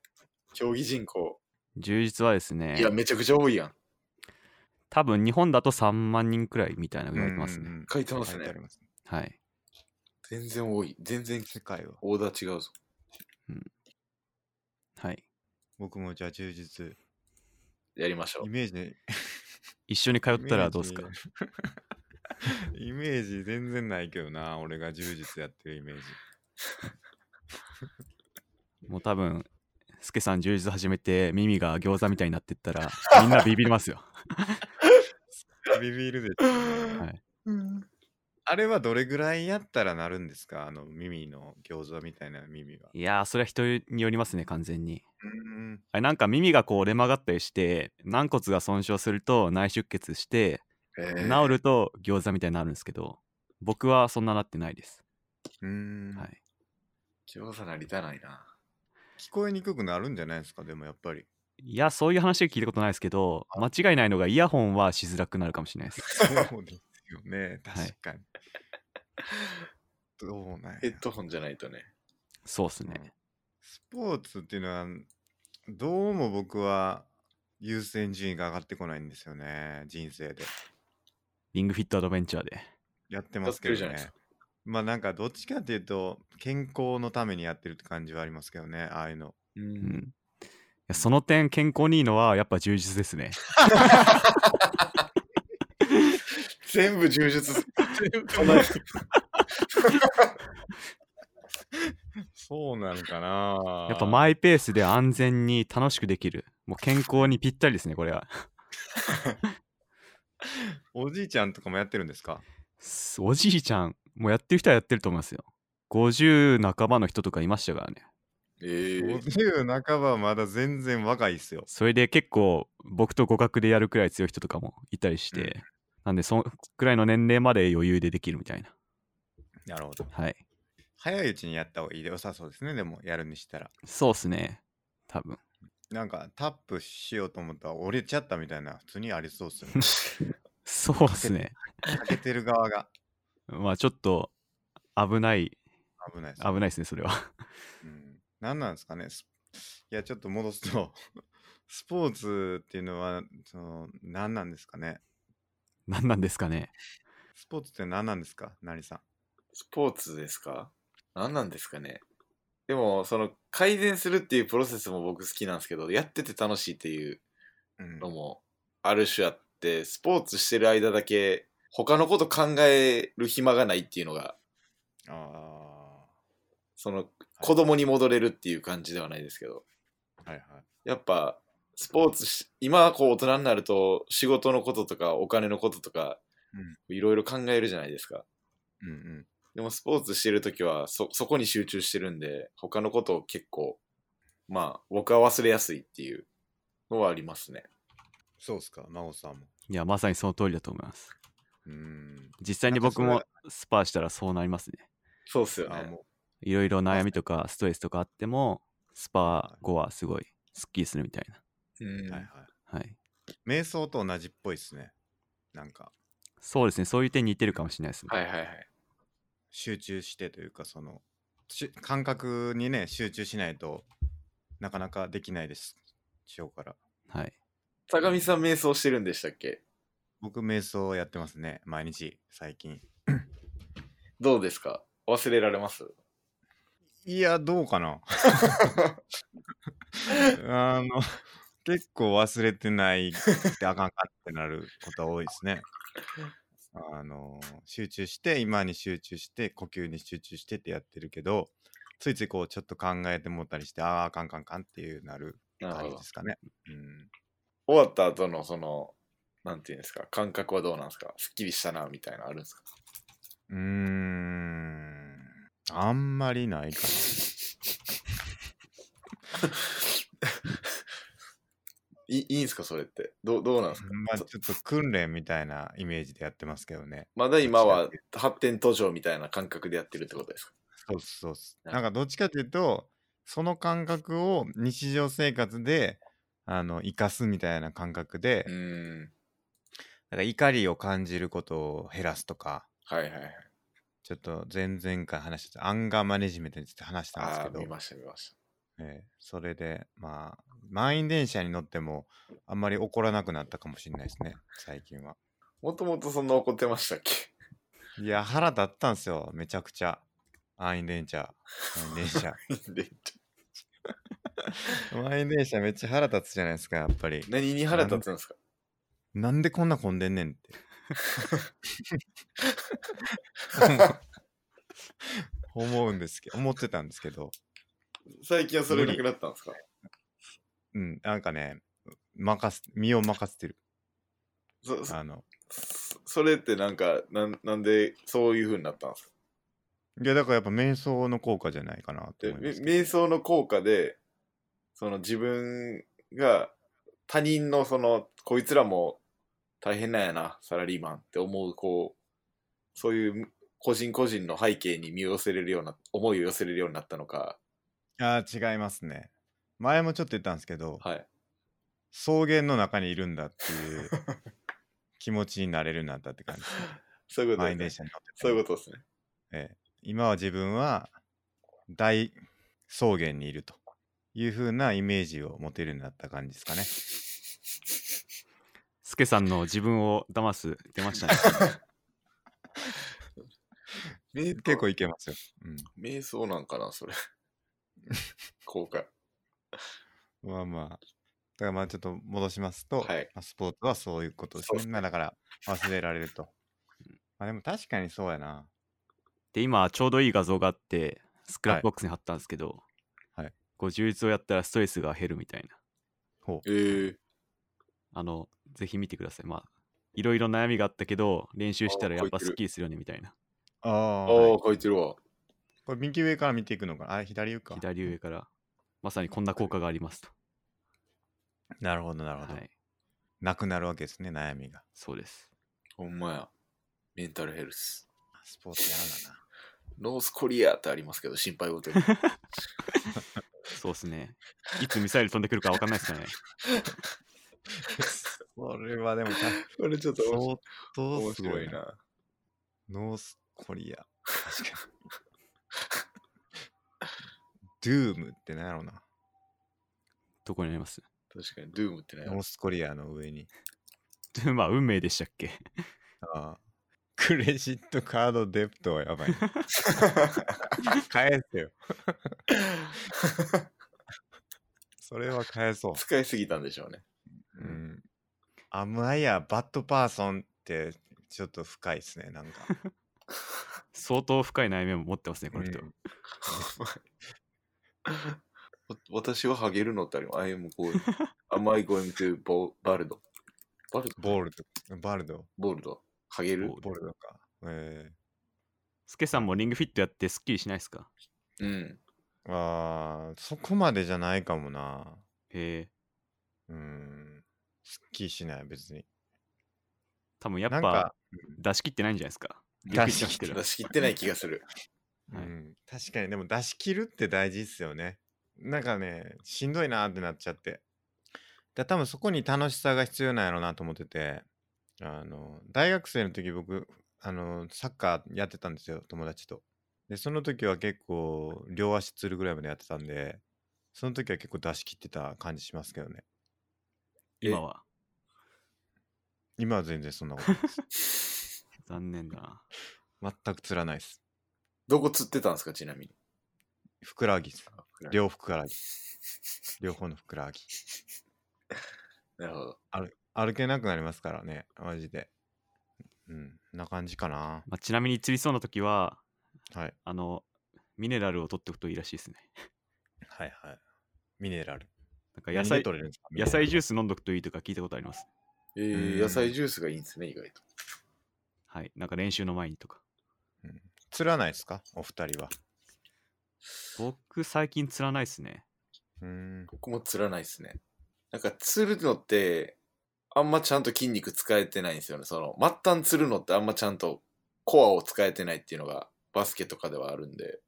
競技人口。充実はですねい、や、めちゃくちゃ多いやん。多分日本だと3万人くらいみたいな言われてますうんうね。ん書いてます書いてあねり。ますね。はい。全然多い。全然世界は。オーダー違うぞ。はい。僕もじゃあ柔術。やりましょイう。メージで。一緒に通ったらどうっすかイメージ [laughs] イメージ全然ないけどな、俺が柔術やってるイメージ。もう多分、スケさん充実始めて耳が餃子みたいになってったら、みんなビビりますよ。ビビるでしょうね、はいあれはどれぐらいやったらなるんですかあの耳の餃子みたいな耳が。いやー、それは人によりますね、完全に。うんあれなんか耳がこう折れ曲がったりして、軟骨が損傷すると内出血して、え治ーると餃子みたいになるんですけど、僕はそんななってないです。うん、うんはい。餃子なりたないな。聞こえにくくなるんじゃないですかでもやっ [laughs] ぱり。いや、そういう話は聞いたことないですけど、間違いないのがイヤホンはしづらくなるかもしれないです。そうですよね、はい確かに。どうなんやヘッドホンじゃないとね。そうっすね。スポーツっていうのは、どうも僕は優先順位が上がってこないんですよね、人生で。リングフィットアドベンチャーで。やってますけやってどるじゃないですねか。まあなんかどっちかっていうと、健康のためにやってるって感じはありますけどね、ああいうの。ううん。いやその点、健康にいいのはやっぱ充実ですね。全部充実。 [laughs] そうなのかなやっぱマイペースで安全に楽しくできる。もう健康にぴったりですね、これは。おじいちゃんとかもやってるんですかすおじいちゃん、もうやってる人はやってると思いますよ。50半ばの人とかいましたからね。えー、 ?50 半ばはまだ全然若いっすよ。それで結構僕と互角でやるくらい強い人とかもいたりして、うんなんでそのくらいの年齢まで余裕でできるみたいな。なるほど。はい。早いうちにやった方がいいで良さそうですね、でもやるにしたら。そうっすね。多分。なんかタップしようと思ったら折れちゃったみたいな普通にありそうっ [laughs] すよね。そうっすね。かけてる側がまあちょっと危ない、危ないです危ないですね、それは。 [laughs] うん。何なんですかねスいやちょっと戻すとスポーツっていうのはその何なんですかね何なんですかね。スポーツって何なんですか何さん。スポーツですか何なんですかねでも、その改善するっていうプロセスも僕好きなんですけど、やってて楽しいっていううんのもある種あって、スポーツしてる間だけ他のこと考える暇がないっていうのが、あその子供に戻れるっていう感じではないですけど、あ。はいはい。やっぱスポーツし、今こう大人になると仕事のこととかお金のこととか、いろいろ考えるじゃないですか。うんうん。でもスポーツしてるときはそ、そこに集中してるんで、他のことを結構、まあ、僕は忘れやすいっていうのはありますね。そうっすか、真央さんも。いや、まさにその通りだと思います。うん。実際に僕もスパーしたらそうなりますね。そうっすよあーね。もいろいろ悩みとかストレスとかあっても、スパ後はすごいスッキリするみたいうう、んはいはい。な。はい。瞑想と同じっぽいっすね。なんかそうですね、そういう点似てるかもしれないですね。はいはいはい。集中してというかそのし感覚にね集中しないとなかなかできないですしようからはい。坂見さん瞑想してるんでしたっけ僕瞑想をやってますね毎日最近どうですか忘れられますいやどうか [laughs] なあの結構忘れてないってあかんかってなることは多いですねあの集中して今に集中して呼吸に集中してってやってるけどついついこうちょっと考えてもったりしてあああかんかんかんっていうなるなるほ感じどで。すかねうん終わった後のその、なんていうんですか、感覚はどうなんですかすっきりしたな、みたいなのあるんですかうーんあんまりないかな。いいいんですかそれって。どうどうなんですかまあちょっと訓練みたいなイメージでやってますけどね。まだ今は発展途上みたいな感覚でやってるってことですかそうっすそうっす。ななんるかどっちかというと、その感覚を日常生活で、あの、生かすみたいな感覚で、うだーん。から怒りを感じることを減らすとか、はいはいはい。ちょっと前々回話したアンガーマネジメントについて話したんですあけあー、見ど、ました見ました。ええそれで、まあ、満員電車に乗っても、あんまり怒らなくなったかもしれないですね、最近は。もともとそんな怒ってました [laughs] っけいや、腹立ったんすよ、めちゃくちゃ。満員電車。満員電 [laughs] 車。で満員電車めっちゃ腹立つじゃないですか、やっぱり。何に腹立つんですか [laughs] なんでこんな混んでんねんって。思うんですけど思ってたんですけど最近はそれなくなったんですかうんなんかね任す身を任せてるそそあのそそれってなんかなんなんでそういう風になったんですかいやだからやっぱ瞑想の効果じゃないかなとで思いめますけど瞑想の効果でその自分が他人のそのこいつらも大変なんやなサラリーマンって思うこうそういう個人個人の背景に身を寄せれるような思いを寄せれるようになったのかあー違いますね前もちょっと言ったんですけどはい草原の中にいるんだって [laughs] いう気持ちになれるようになったって感じですねそういうこと満で員す電車ねに乗っててそういうことですねええ今は自分は大草原にいるというふうなイメージを持てるようになった感じですかね。スケさんの自分を騙す出ましたね。瞑結構いけますよ。瞑想なんかな [laughs] それ効果うん、まあまあ。だからまあちょっと戻しますと、はいまあスポーツはそういうことですそうね。ですねまあだから忘れられると。まあでも確かにそうやな。で今ちょうどいい画像があってスクラップボックスに貼ったんですけど、はいこう充実をやったらストレスが減るみたいなほう。えー、あのぜひ見てくださいまあいろいろ悩みがあったけど練習したらあーやっぱ書いてするっきりするよねみたいなあああ、あはい書いてるわこれ右上から見ていくのかなあれ左上か。左上からまさにこんな効果がありますとなるほどなるほど。はいなくなるわけですね、悩みが。そうですほんまやメンタルヘルススポーツやるんだな。ノースコリアってありますけど心配 [laughs] 事にそうですねいつミサイル飛んでくるか分かんないですからねそれはでもたこれちょっと面白い相当面すご白いいな。な。ノースコリア。確かに。ドゥームって何やろうな。どこにあります [laughs] 確かに、ドゥームってね。ノースコリアの上に。でまあ運命でしたっけああクレジットカードデプトはやばい [laughs] な。返せよ。それは返そう。使いすぎたんでしょうね。 [laughs] うん。アムアイアバッドパーソンってちょっと深いですね、なんか。相当深い悩みを持ってますねこの [laughs] 人、うんわ私はハゲるのってあります。I am [laughs] going. Am I going to bo- バルドバルドボールド。バルド。ボールドハゲるボールボールドか。えスケさんもリングフィットやってすっきりしないですかうん。えああ、そこまでじゃないかもな。へえうん。すっきりしない、別に。多分やなっんぱか、出し切ってないんじゃないですか出し切ってる出し切ってない気がする。うはいん、確かに、でも出し切るって大事っすよね。なんかね、しんどいなーってなっちゃって。だ多分そこに楽しさが必要なんやろうなと思ってて、あの、大学生の時僕、あの、サッカーやってたんですよ、友達と。で、その時は結構、両足つるぐらいまでやってたんで、その時は結構出し切ってた感じしますけどね。今は今は全然そんな [laughs] ことないです。残念だな全くつらないです。どこ釣ってたんですか、ちなみに。ふくらはぎです。両ふくらはぎ。両方のふくらはぎ。なるほど。歩けなくなりますからね、マジで。うん、な感じかな。まあ、ちなみに釣りそうな時ははい。あのミネラルを取っておくといいらしいですねはいはい。ミネラル。なんか野菜何で取れるんですか野菜ジュース。ス飲んどくといいとか聞いたことありますえーうん野菜ジュースがいいんですね、意外と。はいなんか練習の前にとか釣らないですかお二人は。僕最近釣らないっすねうーん。僕も釣らないですね。なんか釣るのって、あんまちゃんと筋肉使えてないんですよね。その、末端釣るのってあんまちゃんとコアを使えてないっていうのがバスケとかではあるんで。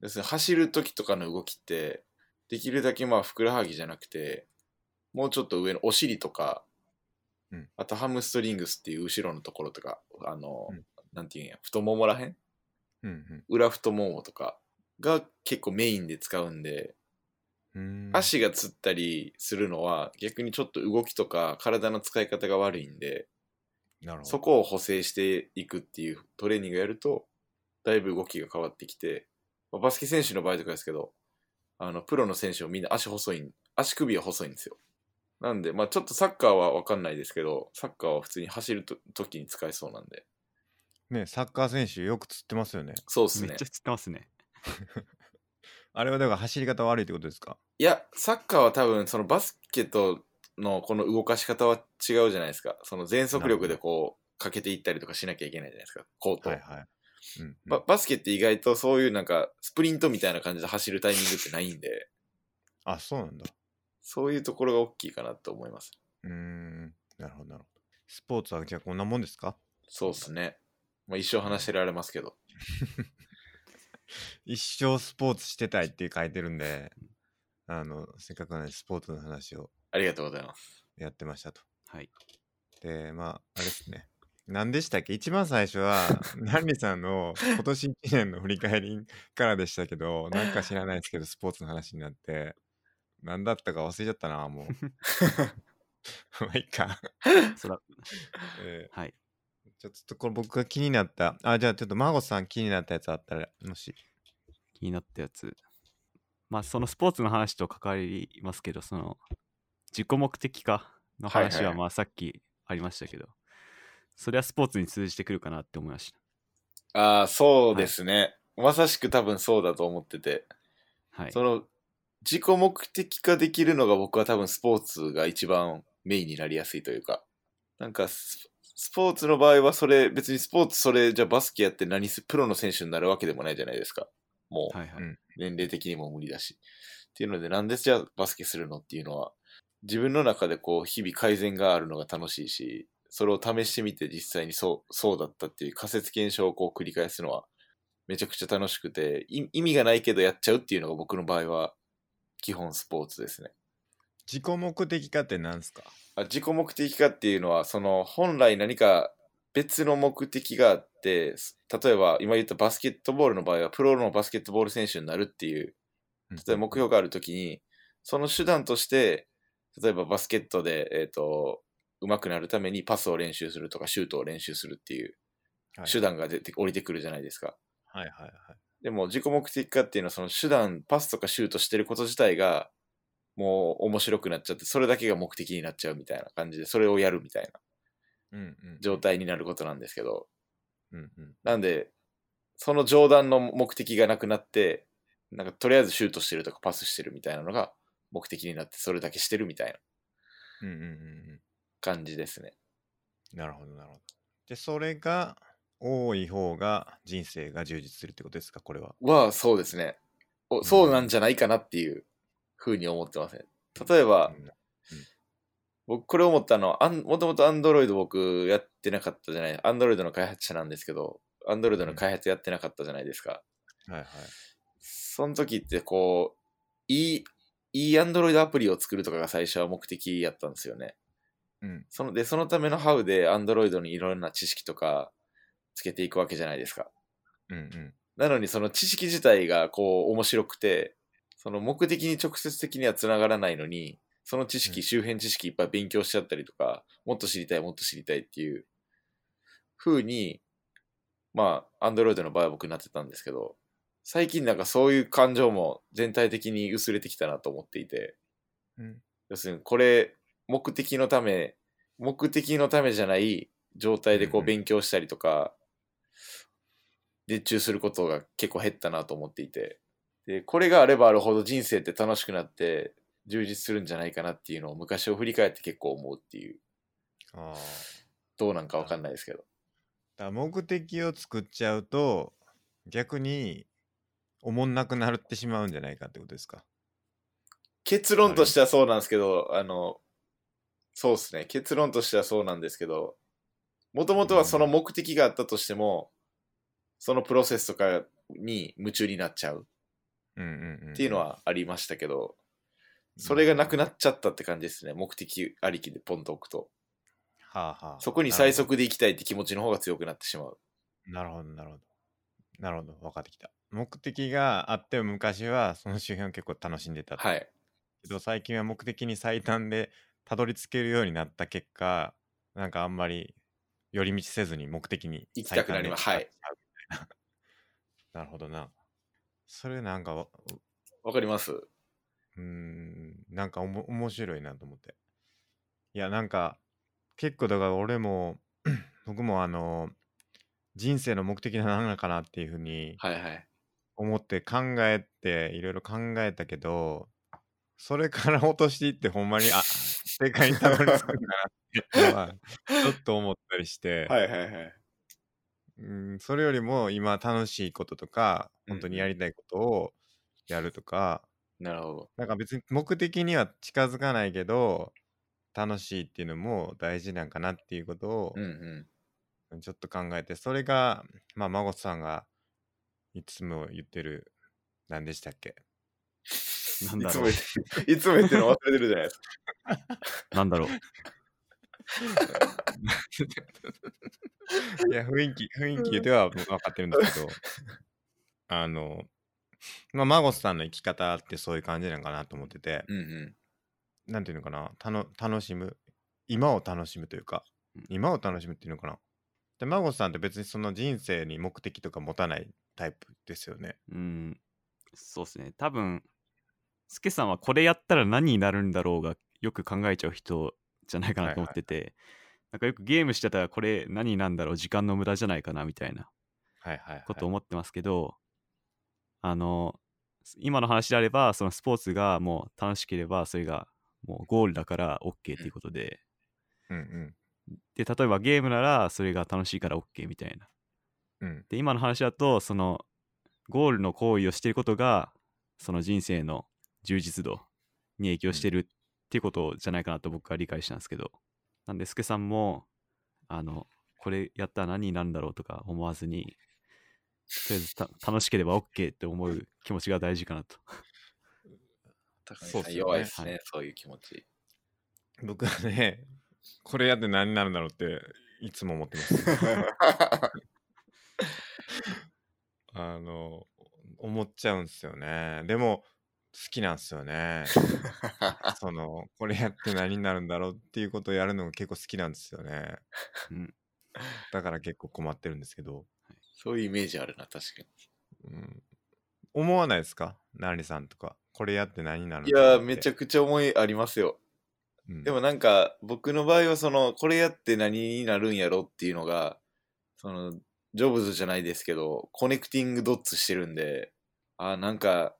要するに走る時とかの動きって、できるだけまあふくらはぎじゃなくて、もうちょっと上のお尻とか、うんあとハムストリングスっていう後ろのところとか、あの、うんなんていうんや、太ももらへんうん裏太ももとかが結構メインで使うんで、うん。うーん。足がつったりするのは逆にちょっと動きとか体の使い方が悪いんでなるほど。そこを補正していくっていうトレーニングをやるとだいぶ動きが変わってきて、まあバスケ選手の場合とかですけどあのプロの選手もみんな足細いん足首は細いんですよなんで、まあちょっとサッカーは分かんないですけど、サッカーは普通に走ると時に使えそうなんで。ね、サッカー選手よく釣ってますよね。そうですめねっちゃ。釣ってますね。あれはだから走り方悪いってことですかいや、サッカーは多分、そのバスケとのこの動かし方は違うじゃないですか。その全速力でこう、かけていったりとかしなきゃいけないじゃないですか、コートを。はいはい。うんうんババスケって意外とそういうなんか、スプリントみたいな感じで走るタイミングってないんで、あ、そうなんだ。そういうところが大きいかなと思います。うーん、なるほど、なるほど。スポーツはじゃあこんなもんですかそうですね。まあ一生話してられますけど。一生スポーツしてたいって書いてるんで、あの、せっかくなんでスポーツの話をありがとうございます。やってましたと。はい。で、まあ、あれですね。何でしたっけ一番最初 [laughs] は、ナンリさんの今年1年の振り返りからでしたけど、なんか知らないです [laughs] けど、スポーツの話になって、何だったか忘れちゃった [laughs] な、もう。まあ、いいか。そら、えーはい。じゃあちょっとこれ僕が気になった。あ、じゃあちょっと孫さん気になったやつあったら、もし。気になったやつ。まあ、そのスポーツの話と関わりますけど、その、自己目的化のはいはい話は、まあ、さっきありましたけど、それはスポーツに通じてくるかなって思いましああ、そうですね。まさしく多分そうだと思ってて、た。はい。その、自己目的化できるのが僕は多分スポーツが一番メインになりやすいというか、なんかス、スポーツの場合はそれ、別にスポーツそれじゃあバスケやって何す、プロの選手になるわけでもないじゃないですか。もう、はいはい。うん年齢的にも無理だし。っていうので、なんでじゃあバスケするのっていうのは、自分の中でこう、日々改善があるのが楽しいし、それを試してみて実際にそう、そうだったっていう仮説検証をこう繰り返すのは、めちゃくちゃ楽しくて、い意味がないけどやっちゃうっていうのが僕の場合は、基本スポーツですね。自己目的化って何すかあ自己目的化っていうのは、その本来何か別の目的があって、す例えば今言ったバスケットボールの場合は、プロのバスケットボール選手になるっていう例えば目標があるときに、その手段として、例えばバスケットで、えっ、と、上手くなるためにパスを練習するとか、シュートを練習するっていうはい手段が出て、降りてくるじゃないですか。はいはいはい。でも自己目的化っていうのは、その手段、パスとかシュートしてること自体が、もう面白くなっちゃって、それだけが目的になっちゃうみたいな感じで、それをやるみたいなうんうん。状態になることなんですけど、うんうん。なんで、その上段の目的がなくなって、なんかとりあえずシュートしてるとかパスしてるみたいなのが目的になって、それだけしてるみたいなうんうんうんうん。感じですね。なるほどなるほど。で、それが多い方が人生が充実するってことですかこれは。は、そうですね。おそうなんじゃないかなっていうふうに思ってますね。例えば、うん僕これ思ったのは、もともと Android 僕やってなかったじゃない、Android の開発者なんですけど、Android の開発やってなかったじゃないですか。はいはい。その時ってこう、いい、いい Android アプリを作るとかが最初は目的やったんですよね。うん。そので、そのためのハウで Android にいろんな知識とかつけていくわけじゃないですか。うんうん。なのにその知識自体がこう面白くて、その目的に直接的にはつながらないのに、その知う識、ん周辺知識いっぱい勉強しちゃったりとか、もっと知りたい、もっと知りたいっていう風に、まあ、Android の場合は僕になってたんですけど、最近なんかそういう感情も全体的に薄れてきたなと思っていて、うん要するにこれ目的のため目的のためじゃない状態でこうんううん勉強したりとか、熱中することが結構減ったなと思っていてでこれがあればあるほど人生って楽しくなって充実するんじゃないかなっていうのを昔を振り返って結構思うっていうああ。どうなんかわかんないですけどだから目的を作っちゃうと逆におもんなくなってしまうんじゃないかってことですか。結論としてはそうなんですけどあのそうですね結論としてはそうなんですけどもともとはその目的があったとしてもそのプロセスとかに夢中になっちゃううんうんうん。っっていうのはありましたけど、それがなくなっちゃったって感じですね。目的ありきでポンと置くと。はあはあ、そこに最速で行きたいって気持ちの方が強くなってしまう。なるほどなるほどなるほど分かってきた目的があっても昔はその周辺を結構楽しんでたはいい。けど最近は目的に最短でたどり着けるようになった結果なんかあんまり寄り道せずに目的に行きたくなります最短で向かっちゃうみたいな [laughs] なるほどなそれなんかわわかりますうーんなんかおも面白いなと思っていやなんか結構だから俺も [clears throat] 僕もあの人生の目的は何なのかなっていうふうにはいはい。思って考えていろいろ考えたけどそれから落としていってほんまにあ世界にたどり着くんだなって、まあ、ちょっと思ったり [laughs] して、はいはいはい。うん、それよりも今楽しいこととかうん本当にやりたいことをやるとか、なるほど。なんか別に目的には近づかないけど楽しいっていうのも大事なんかなっていうことをうんうん。ちょっと考えて、それがまあ孫さんがいつも言ってる何でしたっけなんだいつろもう言って、いつも言ってるの忘れてるじゃないですか。なんだろう。 [laughs] いや、雰囲気、雰囲気では分かってるん [laughs] ですけど、あの、まあ、マゴスさんの生き方ってそういう感じなんかなと思ってて、うんうん。なんていうのかな、たの楽しむ、今を楽しむというかうん、今を楽しむっていうのかな。で、マゴスさんって別にその人生に目的とか持たないタイプですよね。うん。そうですね。多分、スケさんはこれやったら何になるんだろうがよく考えちゃう人じゃないかなと思ってて、なんかよくゲームしてたらこれ何なんだろう時間の無駄じゃないかなみたいなはいはい、はい。こと思ってますけど、あの今の話であればそのスポーツがもう楽しければそれがもうゴールだから OK っていうことで、うんで例えばゲームならそれが楽しいから OK みたいなうん。うん。で今の話だとそのゴールの行為をしていることがその人生の充実度に影響してるっていうことじゃないかなと僕は理解したんですけどなんでスケさんもあのこれやったら何になるんだろうとか思わずにとりあえずた楽しければ OK って思う気持ちが大事かなと高そうっすよ橋さんね弱いですね、はそういう気持 [laughs] ち。僕はね、これやって何になるんだろうっていつも思ってます。あの、思っちゃうんすよね。でも、好きなんすよ [laughs] ね。その、これやって何になるんだろうっていうことをやるのが結構好きなんですよね。うんだから結構困ってるんですけど。そういうイメージあるな、確かうん、思わないですかナリさんとか。これやって何になるんに。いだろやうー、めちゃ、ゃくちゃ思いありますよ。うんでもなんか、僕の場合は、その、これやって何になるんやろっていうのが、その、ジョブズじゃないですけど、コネクティングドッツしてるんで、あーなんか、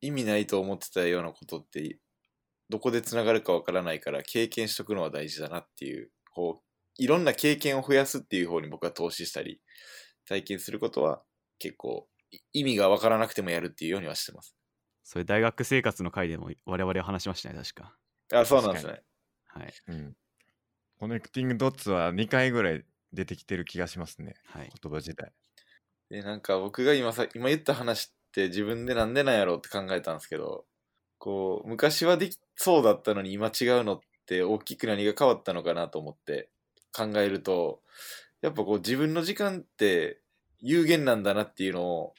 意味ないと思ってたようなことって、どこでつながるかわからないから、経験しとくのは大事だなっていう、こう、いろんな経験を増やすっていう方に僕は投資したり、体験することは結構、い意味がわからなくてもやるっていうようにはしてます。それ大学生活の回でも我々は話しましたね確かあ、そうなんですね。はいうんコネクティングドッツは2回ぐらい出てきてる気がしますね。はい言葉自体。で、なんか僕が今さ、今言った話って自分でなんでなんやろうって考えたんですけど、こう、昔はできそうだったのに今違うのって大きく何が変わったのかなと思って考えると、やっぱこう自分の時間って有限なんだなっていうのを、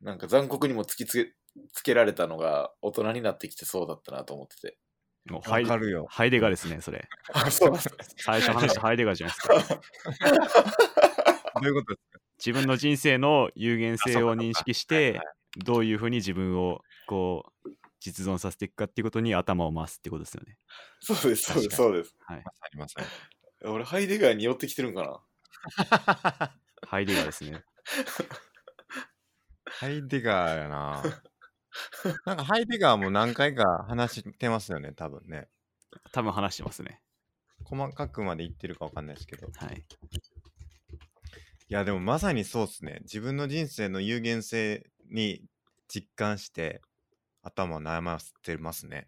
なんか残酷にも突きつけ、つけられたのが大人になってきてそうだったなと思ってて。もうハわイかるよ。ハイデガーですねそれ [laughs] あ、そうなんです最初話したハイデガーじゃないですか [laughs] どういうこと [laughs] です自分の人生の有限性を認識しはいてはどういうふうに自分をこう実存させていくかっていうことに頭を回すってことですよね。 [laughs] そうです、そうです、そうです。かありません。俺、ハイデガーに寄ってきてるんかなハイデガーですね。ハイデガーやな。なんかハイデガーも何回か話してますよね、多分ね。多分話してますね。細かくまで言ってるかわかんないですけど。いはい。や、でもまさにそうっすね。自分の人生の有限性に実感して、頭を悩ませてますね。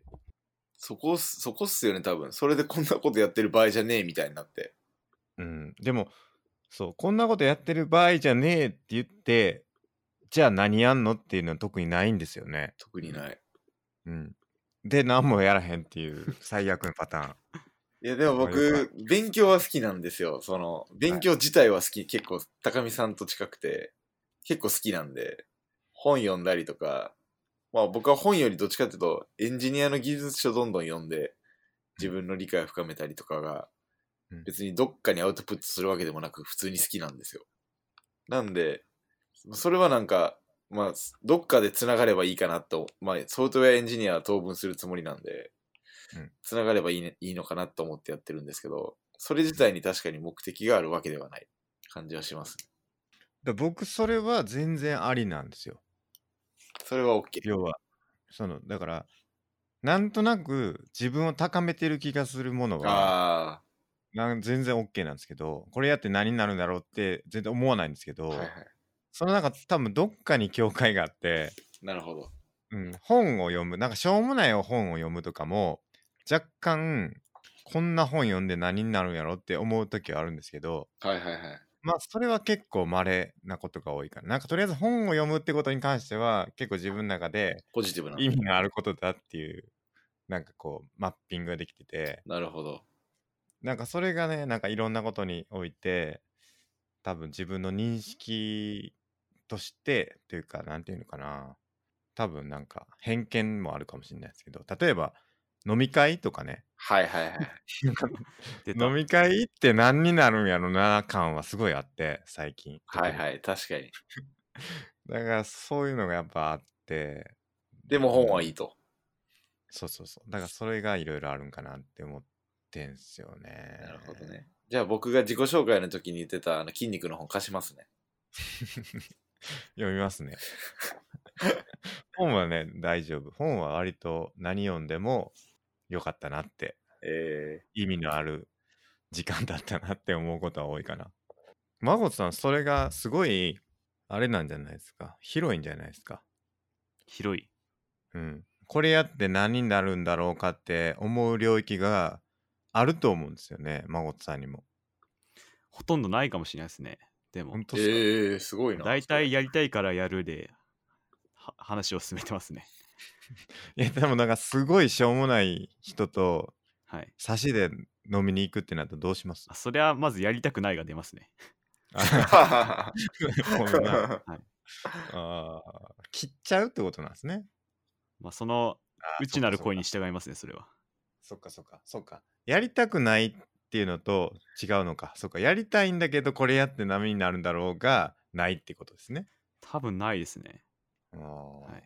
そこっす、そこっすよね、多分。それでこんなことやってる場合じゃねえみたいになって。うん。でも、そう、こんなことやってる場合じゃねえって言って、じゃあ何やんのっていうのは特にないんですよね。特にない。うん。で、何もやらへんっていう最悪のパターン。いや、でもよ僕、勉強は好きなんですよ。その、勉強自体は好き。結構、高見さんと近くて、結構好きなんで、本読んだりとか、まあ僕は本よりどっちかっていうと、エンジニアの技術書どんどん読んで、自分の理解を深めたりとかがうん、別にどっかにアウトプットするわけでもなく、普通に好きなんですよ。なんで、それはなんか、まあ、どっかで繋がればいいかなと、まあ、ソフトウェアエンジニアは当分するつもりなんで、うんつながればいい,、ねいいのかなと思ってやってるんですけど、それ自体に確かに目的があるわけではない感じはしますね。だ僕それは全然ありなんですよそれは OK。要はそのだからなんとなく自分を高めてる気がするものはあなん全然 OK なんですけどこれやって何になるんだろうって全然思わないんですけあ、ど、はいはい。その中多分どっかに境界があって、なるほど。うん、本を読むなんかしょうもない本を読むとかも若干こんな本読んで何になるんやろって思う時はあるんですけどはいはいはい。まあそれは結構稀なことが多いかななんかとりあえず本を読むってことに関しては結構自分の中でポジティブな。意味があることだっていうなんかこうマッピングができててなるほど。なんかそれがねなんかいろんなことにおいて多分自分の認識としてというかなんていうのかな多分なんか偏見もあるかもしれないですけど例えば飲み会とかねはいはい [laughs] はい。出た飲み会行って何になるんやろな感はすごいあって最近はいはい。確かに。だからそういうのがやっぱあってでも本はいいいと。そうそうそうだからそれがいろいろあるんかなって思ってんすよねなるほどね。じゃあ僕が自己紹介の時に言ってたあの筋肉の本貸しますね。読みますね。 [laughs] 本はね、大丈夫。本は割と何読んでも良かったなって、え意味のある時間だったなって思うことは多いかな。まごさん、それがすごい、あれなんじゃないですか。広いんじゃないですか。広い。うん。これやって何になるんだろうかって思う領域があると思うんですよね。まごさんにも。ほとんどないかもしれないですね。でも本、当えっすか、ー、すごいな。大 [laughs] 体やりたいからやるで、は話を進めてますね。いや、でもなんかすごいしょうもない人と、はい。差しで飲みに行くってなったらどうします [laughs] あそれはまずやりたくないが出ますね。 [laughs] こんなはいああ、切っちゃうってことなんですね。まあ、その内なる声にし従いますね、それは。そっかそっか、そっか。やりたくないっていうのと違うのか。そっか、やりたいんだけど、これやって波になるんだろうが、ないってことですね。多分ないですね。あはあ。い、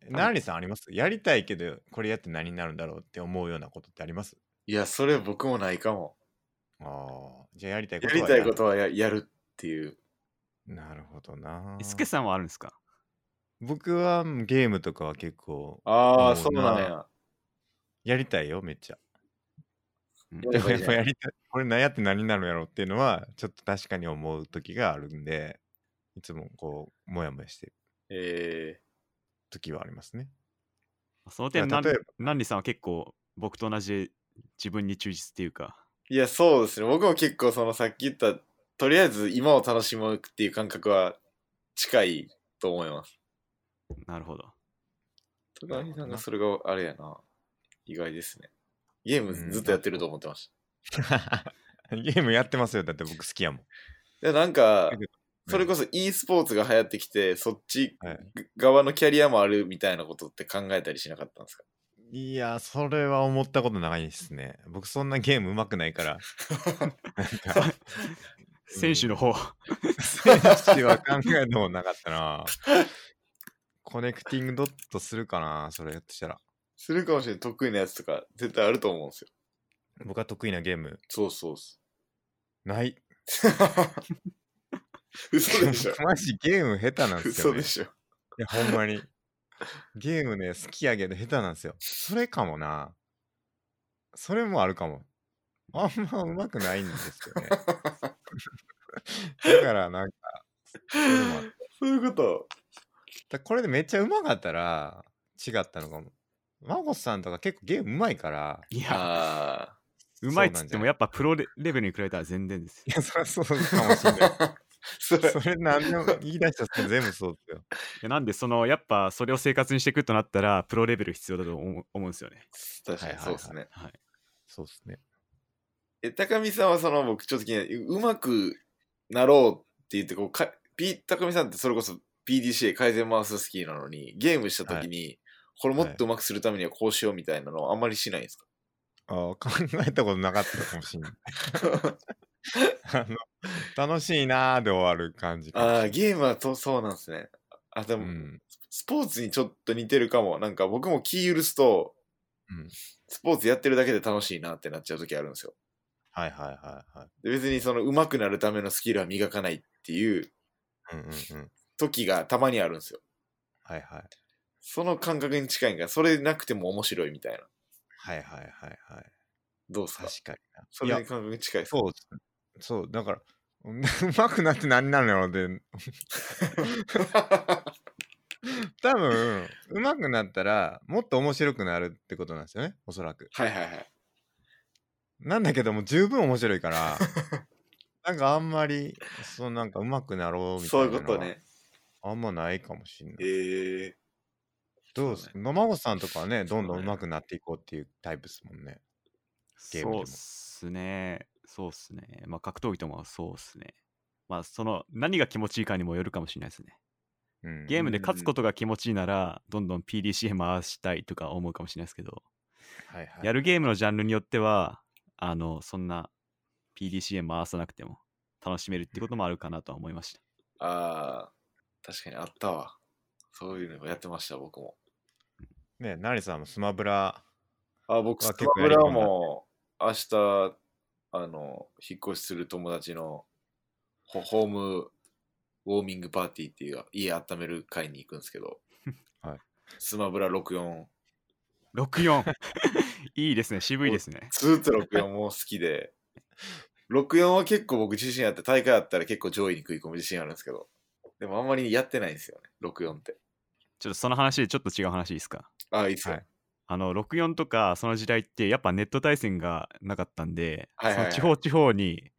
えナーリさんありますやりたいけど、これやって何になるんだろうって思うようなことってありますいや、それ僕もないかも。ああ。じゃあやりたいこやとはりたいことはややるっていう。なるほどなえ。すけさんはあるんですか僕はうんゲームとかは結構、ああそうなんや。やりたいよ、めっちゃ。うんやでれもばいやっぱやいじゃんりたい [laughs] これ何やって何になるんやろうっていうのはちょっと確かに思う時があるんでいつもこうモヤモヤしてるえ時はありますね [laughs] その点、いや例なえばんりさんは結構僕と同じ自分に忠実っていうか、ーいや、そうですね。僕も結構そのさっき言った、とりあえず今を楽しむっていう感覚は近いと思います。なるほど。戸上さんがそれがあれやな。意外ですね。ゲームずっとやってると思ってましゲームやってますよだって僕好きやもんた。で、なんかだけど、それこそ e スポーツが流行ってきて、そっちはい側のキャリアもあるみたいなことって考えたりしなかったんですかいやそれは思ったことないですね僕そんなゲームうまくないからなんか選手の [laughs] 方、選手は考えたもなかったなコネクティングドットするかなそれやってしたらするかもしれない。得意なやつとか絶対あると思うんですよ。僕は得意なゲームそうそうそう。ない [laughs] 嘘でしょマジゲーム下手 [laughs] なんですよ、嘘ねで、しょいや、ほんまに。ゲームね、好きやけど下手なんですよ。それかもな。それもあるかも。あんま上手くないんですよ [laughs] ね。だから、なんか、それもあるそういうことだこれでめっちゃ上手かったら、違ったのかも。マゴさんとか結構ゲーム上手いから、いや、あうまいっつってもやっっぱプロレレベルに比べたら全然です。ぱ。いや、そりゃそうかもしれない。 [laughs] あ [laughs] それそれ何でも言い出したら全部そうですよ。いやなんで、その、やっぱそれを生活にしていくとなったら、プロレベル必要だと思う思うんですよね。確かにそうですね、はい。そうですね。え高見さんはその僕ちょっと気になるうまくなろうって言ってこうか、P、高見さんってそれこそ PDCA 改善マウススキーなのにゲームした時に、これもっとうまくするためにはこうしようみたいなのはあんまりしないんですか、あー考えたことなかったかもしれない。あの楽しいなーで終わる感じかもしれあなあいゲームはとそうなんですねあでも、うんスポーツにちょっと似てるかもなんか僕も気許すとうんスポーツやってるだけで楽しいなってなっちゃう時あるんですよ。はいはいはいはい。で別にその上手くなるためのスキルは磨かないっていううんうんうん。時がたまにあるんですよ。はいはい。その感覚に近いんが、それなくても面白いみたいな。はいはいはいはい。どうですか確かにな。それに感覚に近いですかそう、そう、だから、うまくなって何なのよって、多分、うまくなったら、もっと面白くなるってことなんですよね、おそらく。 [laughs] はいはいはい。なんだけども、十分面白いから、なんかあんまり、そのなんかうまくなろうみたそういいうなこのとは、ね。あんまないかもしんない。ええどうですか、まごさんとかはね、どんどんそううねまくなっていこうっていうタイプですもんね。ゲームでそうもっすね。そうっすね。まあ、格闘技ともそうっすね。まあ、その、何が気持ちいいかにもよるかもしれないですね。うん、ゲームでうん勝つことが気持ちいいなら、どんどん PDCA 回したいとか思うかもしれないですけど、はいはい、やるゲームのジャンルによっては、あの、そんな PDCA 回さなくても楽しめるってこともあるかなとは思いました。ああ、確かにあったわ。そういうのやってました、僕も。ね、ナリさんもスマブラ、あ、僕、まあス結マ構ブやりラ込んだ、も明日、あの、引っ越しする友達のホホームウォーミングパーティーっていう家温める会に行くんですけど [laughs] はいスマブラ64、 64! [laughs] いいですね。渋いですね。ずーっと64も好きで、64は結構僕自信あって、大会あったら結構上位に食い込む自信あるんですけど、でもあんまりやってないんですよね、64って。ちょっとその話でちょっと違う話いいですかあ、いいっすよ。はいあの64とかその時代ってやっぱネット対戦がなかったんで、はいはいはいその地方地方に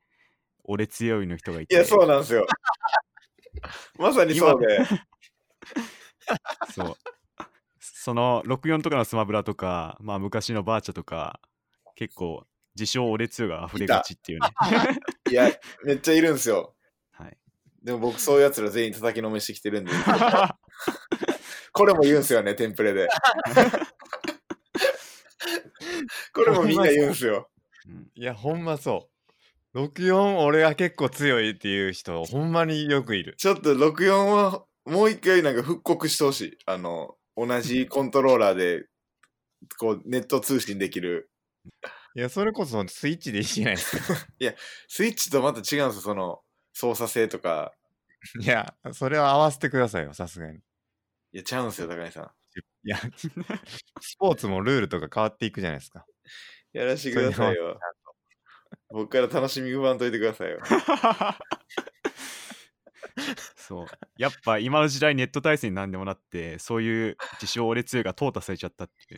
俺強いの人がいいてや、そうなん [laughs] ですよ。まさにそうで。そうその64とかのスマブラとか、まあ、昔のバーチャとか結構自称俺強いが溢れがちっていうね、いや、めっちゃいるんですよ。はい、でも僕、そういうやつら全員叩きのめしてきてるんで、これも言うんすよね、テン [laughs] プレで。これもみんな言うんすよ。うんいや、ほんまそう。64、俺は結構強いっていう人、ほんまによくいる。ちょっと64はもう一回なんか復刻してほしい。あの、同じコントローラーで、こう、ネット通信できる。いや、それこそスイッチでいいじゃない [laughs] ですか。スイッチとまた違うんですよ、その、操作性とか。いや、それは合わせてくださいよ、さすがに。いや、ちゃうんすよ、高井さん。 [laughs] いや、スポーツもルールとか変わっていくじゃないですか。やらしてくださいよ。僕から楽しみ不安といてくださいよ。 [laughs] そうやっぱ今の時代ネット対戦なんでもなってそういう自称俺強いが淘汰されちゃったってい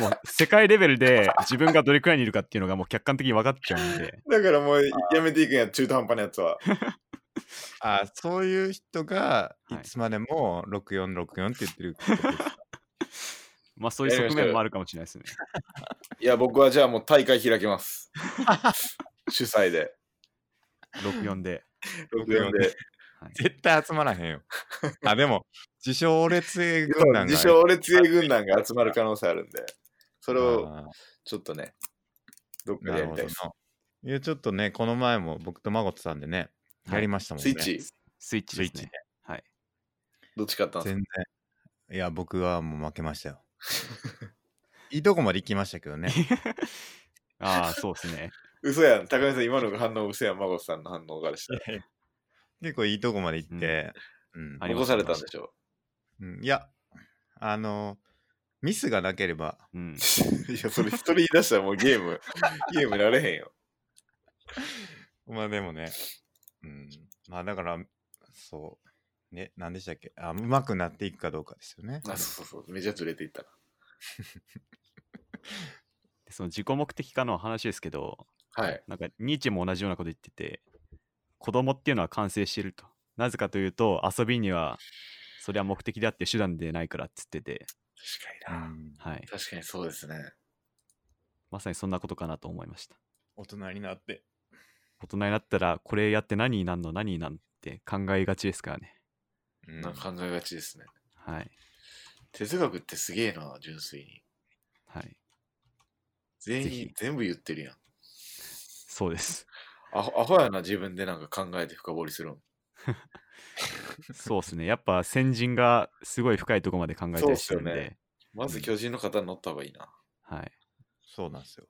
[laughs] もう世界レベルで自分がどれくらいにいるかっていうのがもう客観的に分かっちゃうんで [laughs] だからもうやめていくんや、中途半端なやつは。あそういう人が、はいいつまでも64、64って言ってることです。まあそういう側面もあるかもしれないですね。いや、僕はじゃあもう大会開け [laughs] ます。主催で、 64で。 64で。はい、絶対集まらへんよ。あ、でも、自称俺強い軍団が。自称俺強い軍団が集まる可能性あるんで、それをあちょっとね、どっーかなでやるほどりたいなです。。いや、ちょっとね、この前も僕とマゴットさんでね、やりましたもんスね。イッチ、スイッチスイでッチすね。はい。どっち勝ったんですか全然。いや、僕はもう負けました [laughs] よ。いいとこまで行きましたけどね。ああ、そうですね。嘘やん。高見さん、今のが反応嘘やん。孫さんの反応からしたら。結構いいとこまで行って、うんあり起まこしさたれたんでしょうんいや、あの、ミスがなければ、うん。 [laughs] いや、それ一人言い出したらもうゲーム、 [laughs] ゲームなれへんよ。まあでもね、うん、まあだから、そう、ね、何でしたっけ、あうまくなっていくかどうかですよね。あ、そうそうそう。めちゃずれていったな。でその自己目的化の話ですけど、はい。なんかニーチェも同じようなこと言ってて、子供っていうのは完成してると。なぜかというと、遊びにはそれは目的であって手段でないからっつってて、確うかにな。ん、はい。確かにそうですね。まさにそんなことかなと思いました。大人になって。大人になったら、これやって何になんの何になんって考えがちですからね。うんなんか考えがちですね。はい。哲学ってすげえな、純粋に。はい。全ぜ員ひ全部言ってるやん。そうです。アホアホやな、自分でなんか考えて深掘りするん。そうですね。やっぱ先人がすごい深いとこまで考えたりしてるんで、そうっすよねまず巨人の方に乗った方がいいな。 [laughs] はい。そうなんですよ。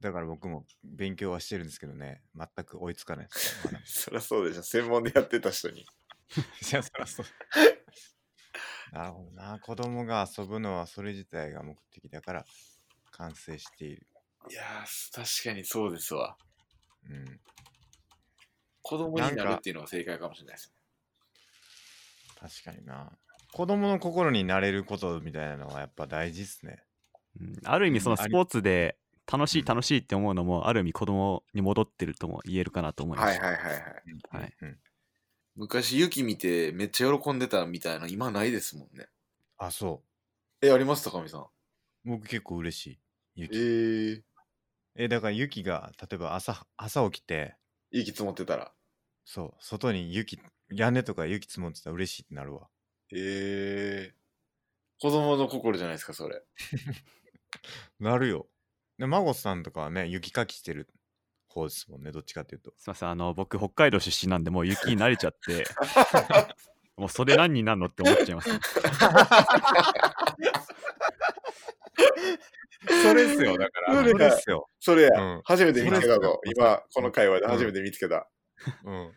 だから僕も勉強はしてるんですけどね、全く追いつかないです。まだそりゃそうでしょ。専門でやってた人 [laughs] に。いやそらそう [laughs] なるほどな。子供が遊ぶのはそれ自体が目的だから完成している。いやー、確かにそうですわ。うん。子供になるっていうのが正解かもしれないですね。確かにな。子供の心になれることみたいなのはやっぱ大事っすね。うんある意味そのスポーツで楽しい楽しいって思うのもある意味子供に戻ってるとも言えるかなと思いまはいした。はいはいはい。はいうん。昔、雪見てめっちゃ喜んでたみたいな、今ないですもんね。あ、そえ、あります高見さん。う。僕結構嬉しい。ゆえき。ー、え、だからゆきが例えば朝、朝起きて、雪積もってたら。そう、外に雪、屋根とか雪積もってたら嬉しいってなるわ。えー、子供の心じゃないですか、それ。なるよ。で、孫さんとかはね、雪かきしてる方ですもんね、どっちかっていうと。すいません、あの、僕、北海道出身なんで、もう雪に慣れちゃって、もうそれ何になるのって思っちゃいます、ね。それっすよ、だから。 [laughs] それだっすよ。それや、うん初めて見つけたそれぞ。今、この会話で初めて見つけた。うん。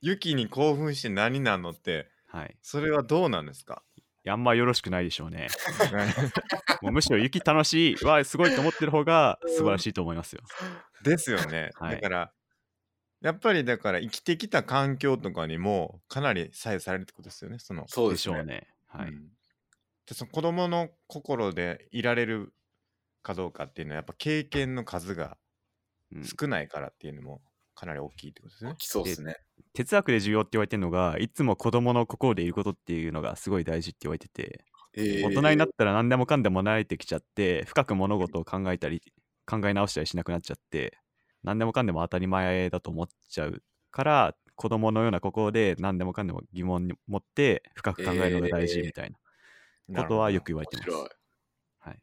雪に興奮して何なんのって、はい。それはどうなんですか [laughs] いやあんまよろしくないでしょうねね。もうむしろ雪楽しいはすごいと思ってる方が素晴らしいと思いますよ。ですよね。はいだから、やっぱりだから生きてきた環境とかにもかなり左右されるってことですよね、その。そうででししょょううね。ね。はい。うんでその子供の心でいられるかどうかっていうのはやっぱ経験の数がうん少ないからっていうのもかなり大きいってことですね。来そうですね。哲学で重要って言われてるのが、いつも子供の心でいることっていうのがすごい大事って言われてて、え大人になったら何でもかんでも慣れてきちゃって、深く物事を考えたり、考え直したりしなくなっちゃって、何でもかんでも当たり前だと思っちゃうから、子供のような心で何でもかんでも疑問に持って深く考えるのが大事みたいなことはよく言われて面ます。白い。はい、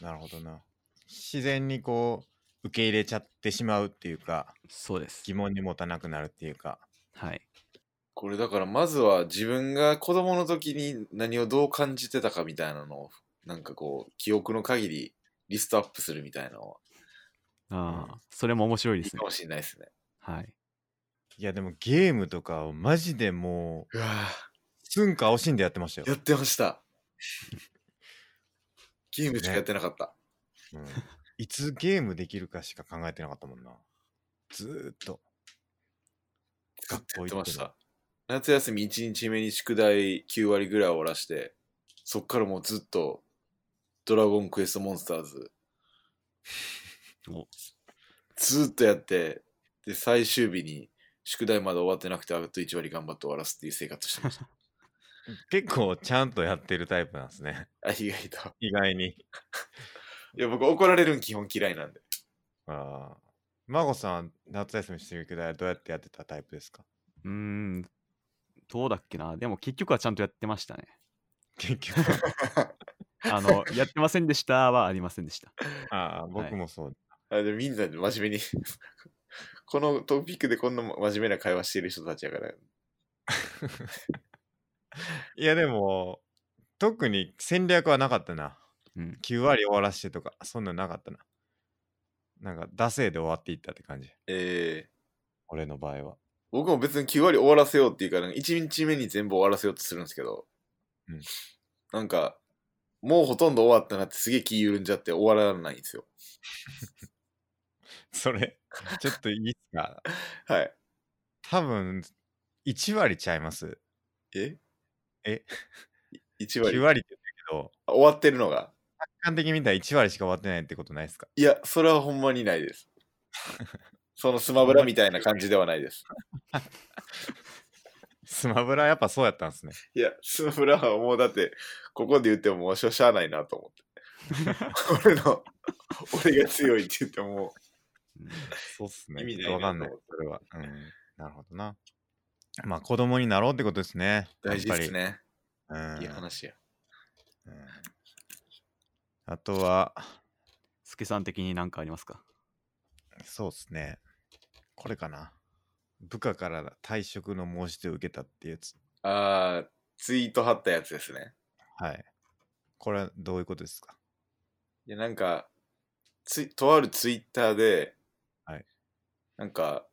なるほどな。自然にこう受け入れちゃってしまうっていうかそうです疑。問に持たなくなるっていうか。はい。これだからまずは自分が子供の時に何をどう感じてたかみたいなのをなんかこう記憶の限りリストアップするみたいなのはああ、それも面白いいでいすねか。もしれないですね。はい。いやでもゲームとかをマジでもううわ寸か惜しんでやってましたぁやよっ。てました。ゲームしかやってなかった。うん、いつゲームできるかしか考えてなかったもんな。ずーっと。ずっとやってまし学た。夏休み1日目に宿題9割ぐらい終わらして、そっからもうずっとドラゴンクエストモンスターズおずっとやって、で、最終日に宿題まだ終わってなくて、あと1割頑張って終わらすっていう生活してました。結構ちゃんとやってるタイプなんですね。 [laughs] あ、意外と。意外に。いや、僕怒られるん基本嫌いなんで。ああ。孫さんは夏休みしてる宿題はどうやってやってたタイプですかうーん、どうだっけな。でも結局はちゃんとやってま [laughs] したね。結局。 [laughs] あの、やってませんでしたはありませんでした。ああ、僕もそう。あでもみんなで真面目に。 [laughs] このトピックでこんな真面目な会話してる人たちやから。いやでも、特に戦略はなかったな。うん。 9割終わらしてとか、そんなんなかったな。なんか、惰性で終わっていったって感じ。えー、俺の場合は。僕も別に9割終わらせようっていうから、1日目に全部終わらせようとするんですけど、うんなんか、もうほとんど終わったなってすげえ気緩んじゃって終わらないんですよ。そ [laughs] れ、ちょっといいっすかはい。多分、1割ちゃいます。ええ ?1 割9。割って言うんだけど、あ終わってるのが客観的に見たら1割しか終わってないってことないですかいや、それはほんまにないです。そのスマブラみたいな感じではないです。スマブラやっぱそうやったんですね。いや、 [laughs] スマブラはもうだって、ここで言ってももうしょしゃあないなと [laughs] 思って。俺の、俺が強いって言っても、うんそうっすね。意味なちょっとわいなかんないと思っ。それは。うん。なるほどな。まあ、子供になろうってことですね。大事ですね。やっぱいり。いうん。話や。うんあとは、スケさん的に何かありますかそうですね。これかな。部下から退職の申し出を受けたってやつ。あー、ツイート貼ったやつですね。はい。これはどういうことですかいや、なんか、ついとあるツイッターで、はいなんか、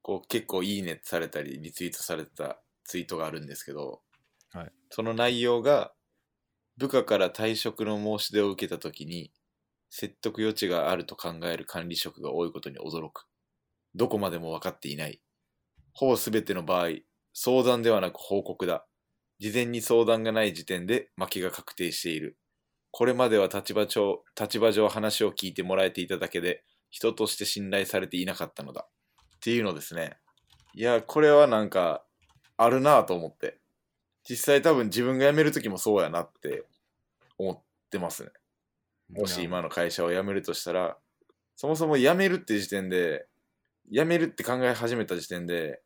こう結構いいねされたり、リツイートされたツイートがあるんですけど、はいその内容が、部下から退職の申し出を受けたときに、説得余地があると考える管理職が多いことに驚く。どこまでも分かっていない。ほぼすべての場合、相談ではなく報告だ。事前に相談がない時点で負けが確定している。これまでは立場上、立場上話を聞いてもらえていただけで、人として信頼されていなかったのだ。っていうのですね。いや、これはなんか、あるなぁと思って。実際多分自分が辞めるときもそうやなって思ってますね。もし今の会社を辞めるとしたら、そもそも辞めるって時点で、辞めるって考え始めた時点で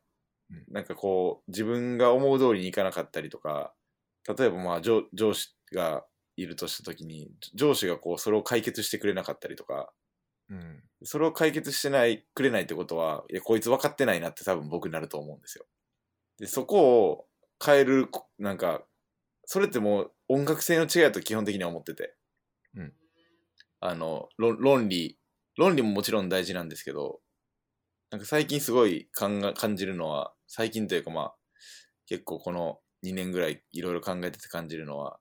うん、なんかこう、自分が思う通りにいかなかったりとか、例えばまあ上上司がいるとした時に、上司がこう、それを解決してくれなかったりとか、うんそれを解決してない、くれないってことは、いや、こいつ分かってないなって多分僕になると思うんですよ。で、そこを変える、こなんか、それってもう音楽性の違いだと基本的には思ってて。うん。あの、論論理、論理ももちろん大事なんですけど、なんか最近すごい感が感じるのは、最近というかまあ、結構この2年ぐらいいろいろ考えてて感じるのは、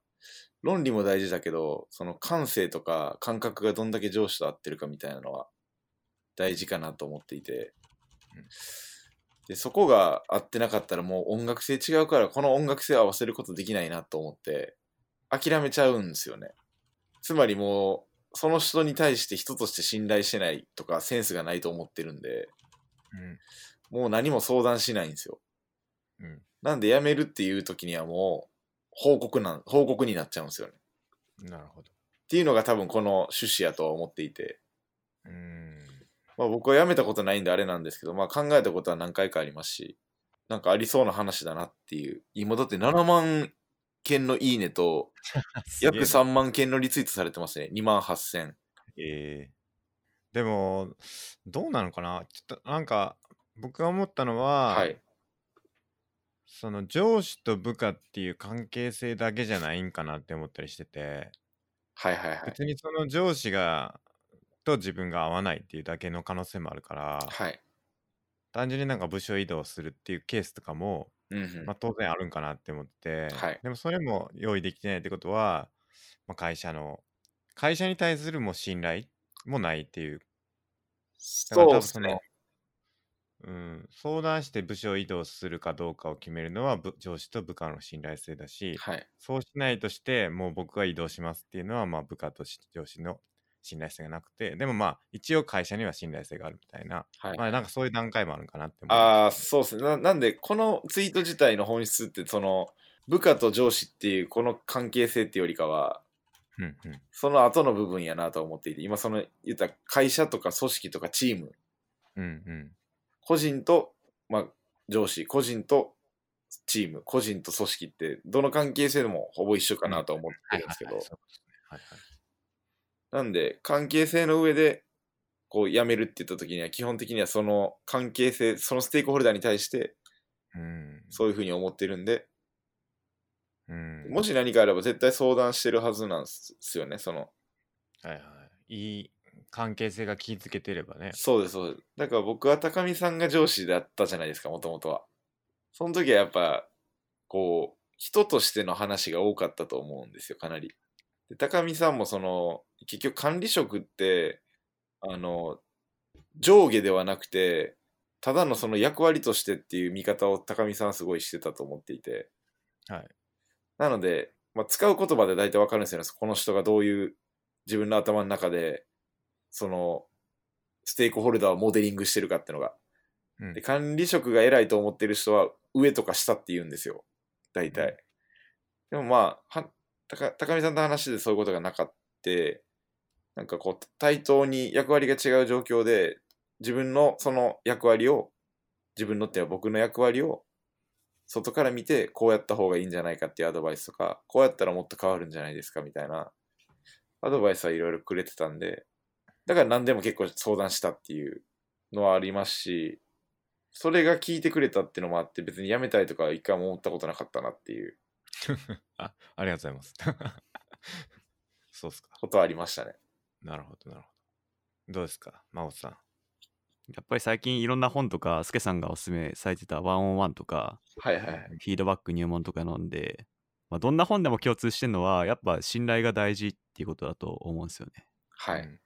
論理も大事だけど、その感性とか感覚がどんだけ上司と合ってるかみたいなのは、大事かなと思っていて、でそこが合ってなかったらもう音楽性違うからこの音楽性を合わせることできないなと思って諦めちゃうんですよねつまりもうその人に対して人として信頼してないとかセンスがないと思ってるんでもう何も相談しないんですようんうんなんで辞めるっていう時にはもう報告なん報告になっちゃうんですよねっなるほどていうのが多分この趣旨やとは思っていてうんまあ、僕は辞めたことないんであれなんですけど、まあ、考えたことは何回かありますし、なんかありそうな話だなっていう。今だって7万件のいいねと、約 [laughs] すげ3万件のリツイートされてますね。2万8000。えなえーでもどうなのかなちょっとなんか僕が思ったのは、はい。その上司と部下っていう関係性だけじゃないんかなって思ったりしててはいはいはい。別にその上司がと自分が合わないっていうだけの可能性もあるからはい。単純になんか部署移動するっていうケースとかも、うんうんまあ、当然あるんかなって思ってて、はいでもそれも用意できてないってことは、まあ、会社の会社に対するもう信頼もないっていうだからそ多う分ですね。その、うん、相談して部署移動するかどうかを決めるのは部上司と部下の信頼性だしはい。そうしないとしてもう僕が移動しますっていうのはまあ部下とし上司の信頼性がなくてでもまあ一応会社には信頼性があるみたいな、はいまあなんかそういう段階もあるんかなって思いまああ、そうですねな。なんで、このツイート自体の本質って、その、部下と上司っていうこの関係性っていうよりかは、すうんうんその後の部分やなと思っていて、今その言ったら会社とか組織とかチームうんうん個人と、まあ、上司、個人とチーム、個人と組織って、どの関係性でもほぼ一緒かなとは思ってるんですけど、なんで、関係性の上で、こう、辞めるって言った時には、基本的にはその関係性、そのステークホルダーに対して、うんそういうふうに思ってるんで、うんもし何かあれば絶対相談してるはずなんですよね、その。はいはい、いい関係性が気づけてればね。そうです、そうです。だから僕は高見さんが上司だったじゃないですか、もともとは。その時はやっぱ、こう、人としての話が多かったと思うんですよ、かなり。で高見さんもその、結局管理職って、あの、上下ではなくて、ただのその役割としてっていう見方を高見さんはすごいしてたと思っていて。はい。なので、まあ、使う言葉で大体わかるんですよね。この人がどういう自分の頭の中で、その、ステークホルダーをモデリングしてるかってのが。うんで、管理職が偉いと思ってる人は上とか下って言うんですよ。大体。でもまあ、は高高見さんの話でそういうことがなかって、なんかこう、対等に役割が違う状況で、自分のその役割を、自分のっていうのは僕の役割を、外から見て、こうやった方がいいんじゃないかっていうアドバイスとか、こうやったらもっと変わるんじゃないですかみたいな、アドバイスはいろいろくれてたんで、だから何でも結構相談したっていうのはありますし、それが聞いてくれたってのもあって、別に辞めたいとかは一回も思ったことなかったなっていう。あありがとうございます。 [laughs] そうっすか。ことはありましたね。なるほど、なるほど。どうですか、真央さん。やっぱり最近いろんな本とか、スケさんがおすすめされてたワンオンワンとか、はいはいはい。フィードバック入門とか飲んで、まあ、どんな本でも共通してるのは、やっぱ信頼が大事っていうことだと思うんですよね。はうい。ん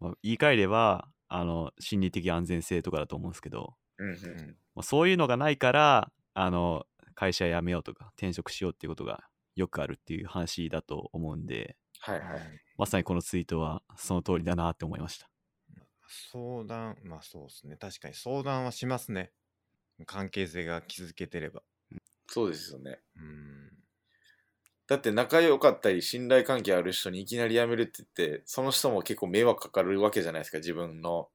まあ、言い換えれば、あの、心理的安全性とかだと思うんですけど、うんうんううんん。まあ、そういうのがないから、あの、会社辞めようとか、転職しようっていうことがよくあるっていう話だと思うんで、はいははいい。まさにこのツイートはその通りだなって思いました。相談、まあそうですね。確かに相談はしますね。関係性が築けてれば。そうですよね。うん。だって仲良かったり信頼関係ある人にいきなり辞めるって言って、その人も結構迷惑かかるわけじゃないですか、自分の。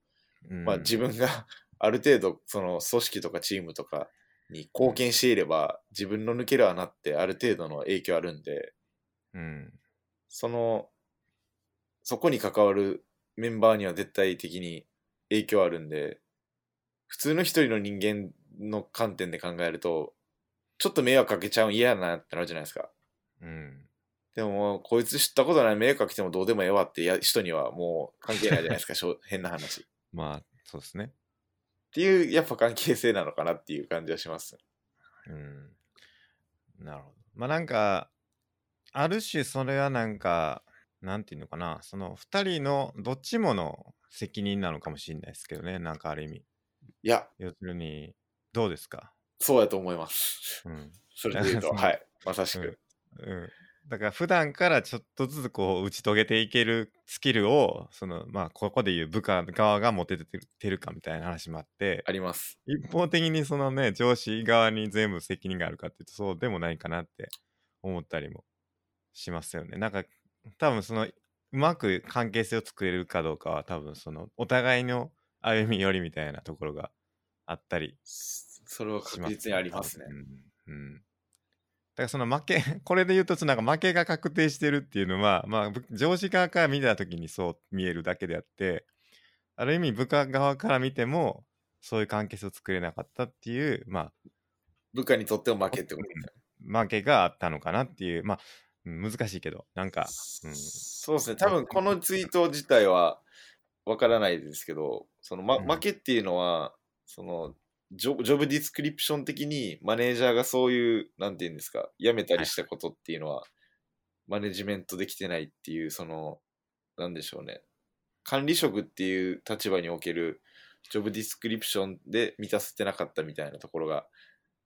うんまあ自分が [laughs] ある程度、その組織とかチームとかに貢献していれば、自分の抜ける穴ってある程度の影響あるんで、うん。その、そこに関わるメンバーには絶対的に影響あるんで、普通の一人の人間の観点で考えると、ちょっと迷惑かけちゃうん嫌やなってなるじゃないですか。うん。でももう、こいつ知ったことない迷惑かけてもどうでもええわってや人にはもう関係ないじゃない [laughs] ですか、しょ変な話。っまあ、そうですね。ていう、やっぱ関係性なのかなっていう感じはします。うん。なるほど。まあなんか、ある種それはなんか、なんていうのかな、その二人のどっちもの責任なのかもしれないですけどね、なんかある意味。いや、要するに、どうですかそうやと思います。うん。それで [laughs] 言うと、そうはい、まさしうんく。うん、だから普段からちょっとずつこう打ち解けていけるスキルをそのまあここでいう部下側が持ててるてるかみたいな話もあってあります。一方的にそのね上司側に全部責任があるかっていうとそうでもないかなって思ったりもしますよねなんか多分そのうまく関係性を作れるかどうかは多分そのお互いの歩み寄りみたいなところがあったりそれはし確実にありますね。うん。うんだからその負け、 [laughs] これで言うと、そのなんか負けが確定してるっていうのは、まあ、ぶ上司側から見たときにそう見えるだけであって、ある意味部下側から見ても、そういう関係性を作れなかったっていう、ま部下にとっても負けってことですね。あ、負けがあったのかなっていう、まあ、うん難しいけど、なんか、うんそうですね。多分このツイート自体はわからないですけど、その、まうん負けっていうのは、そのジョ、ジョブディスクリプション的にマネージャーがそういう、なんていうんですか、辞めたりしたことっていうのは、マネジメントできてないっていう、その、なんでしょうね。管理職っていう立場におけるジョブディスクリプションで満たせてなかったみたいなところが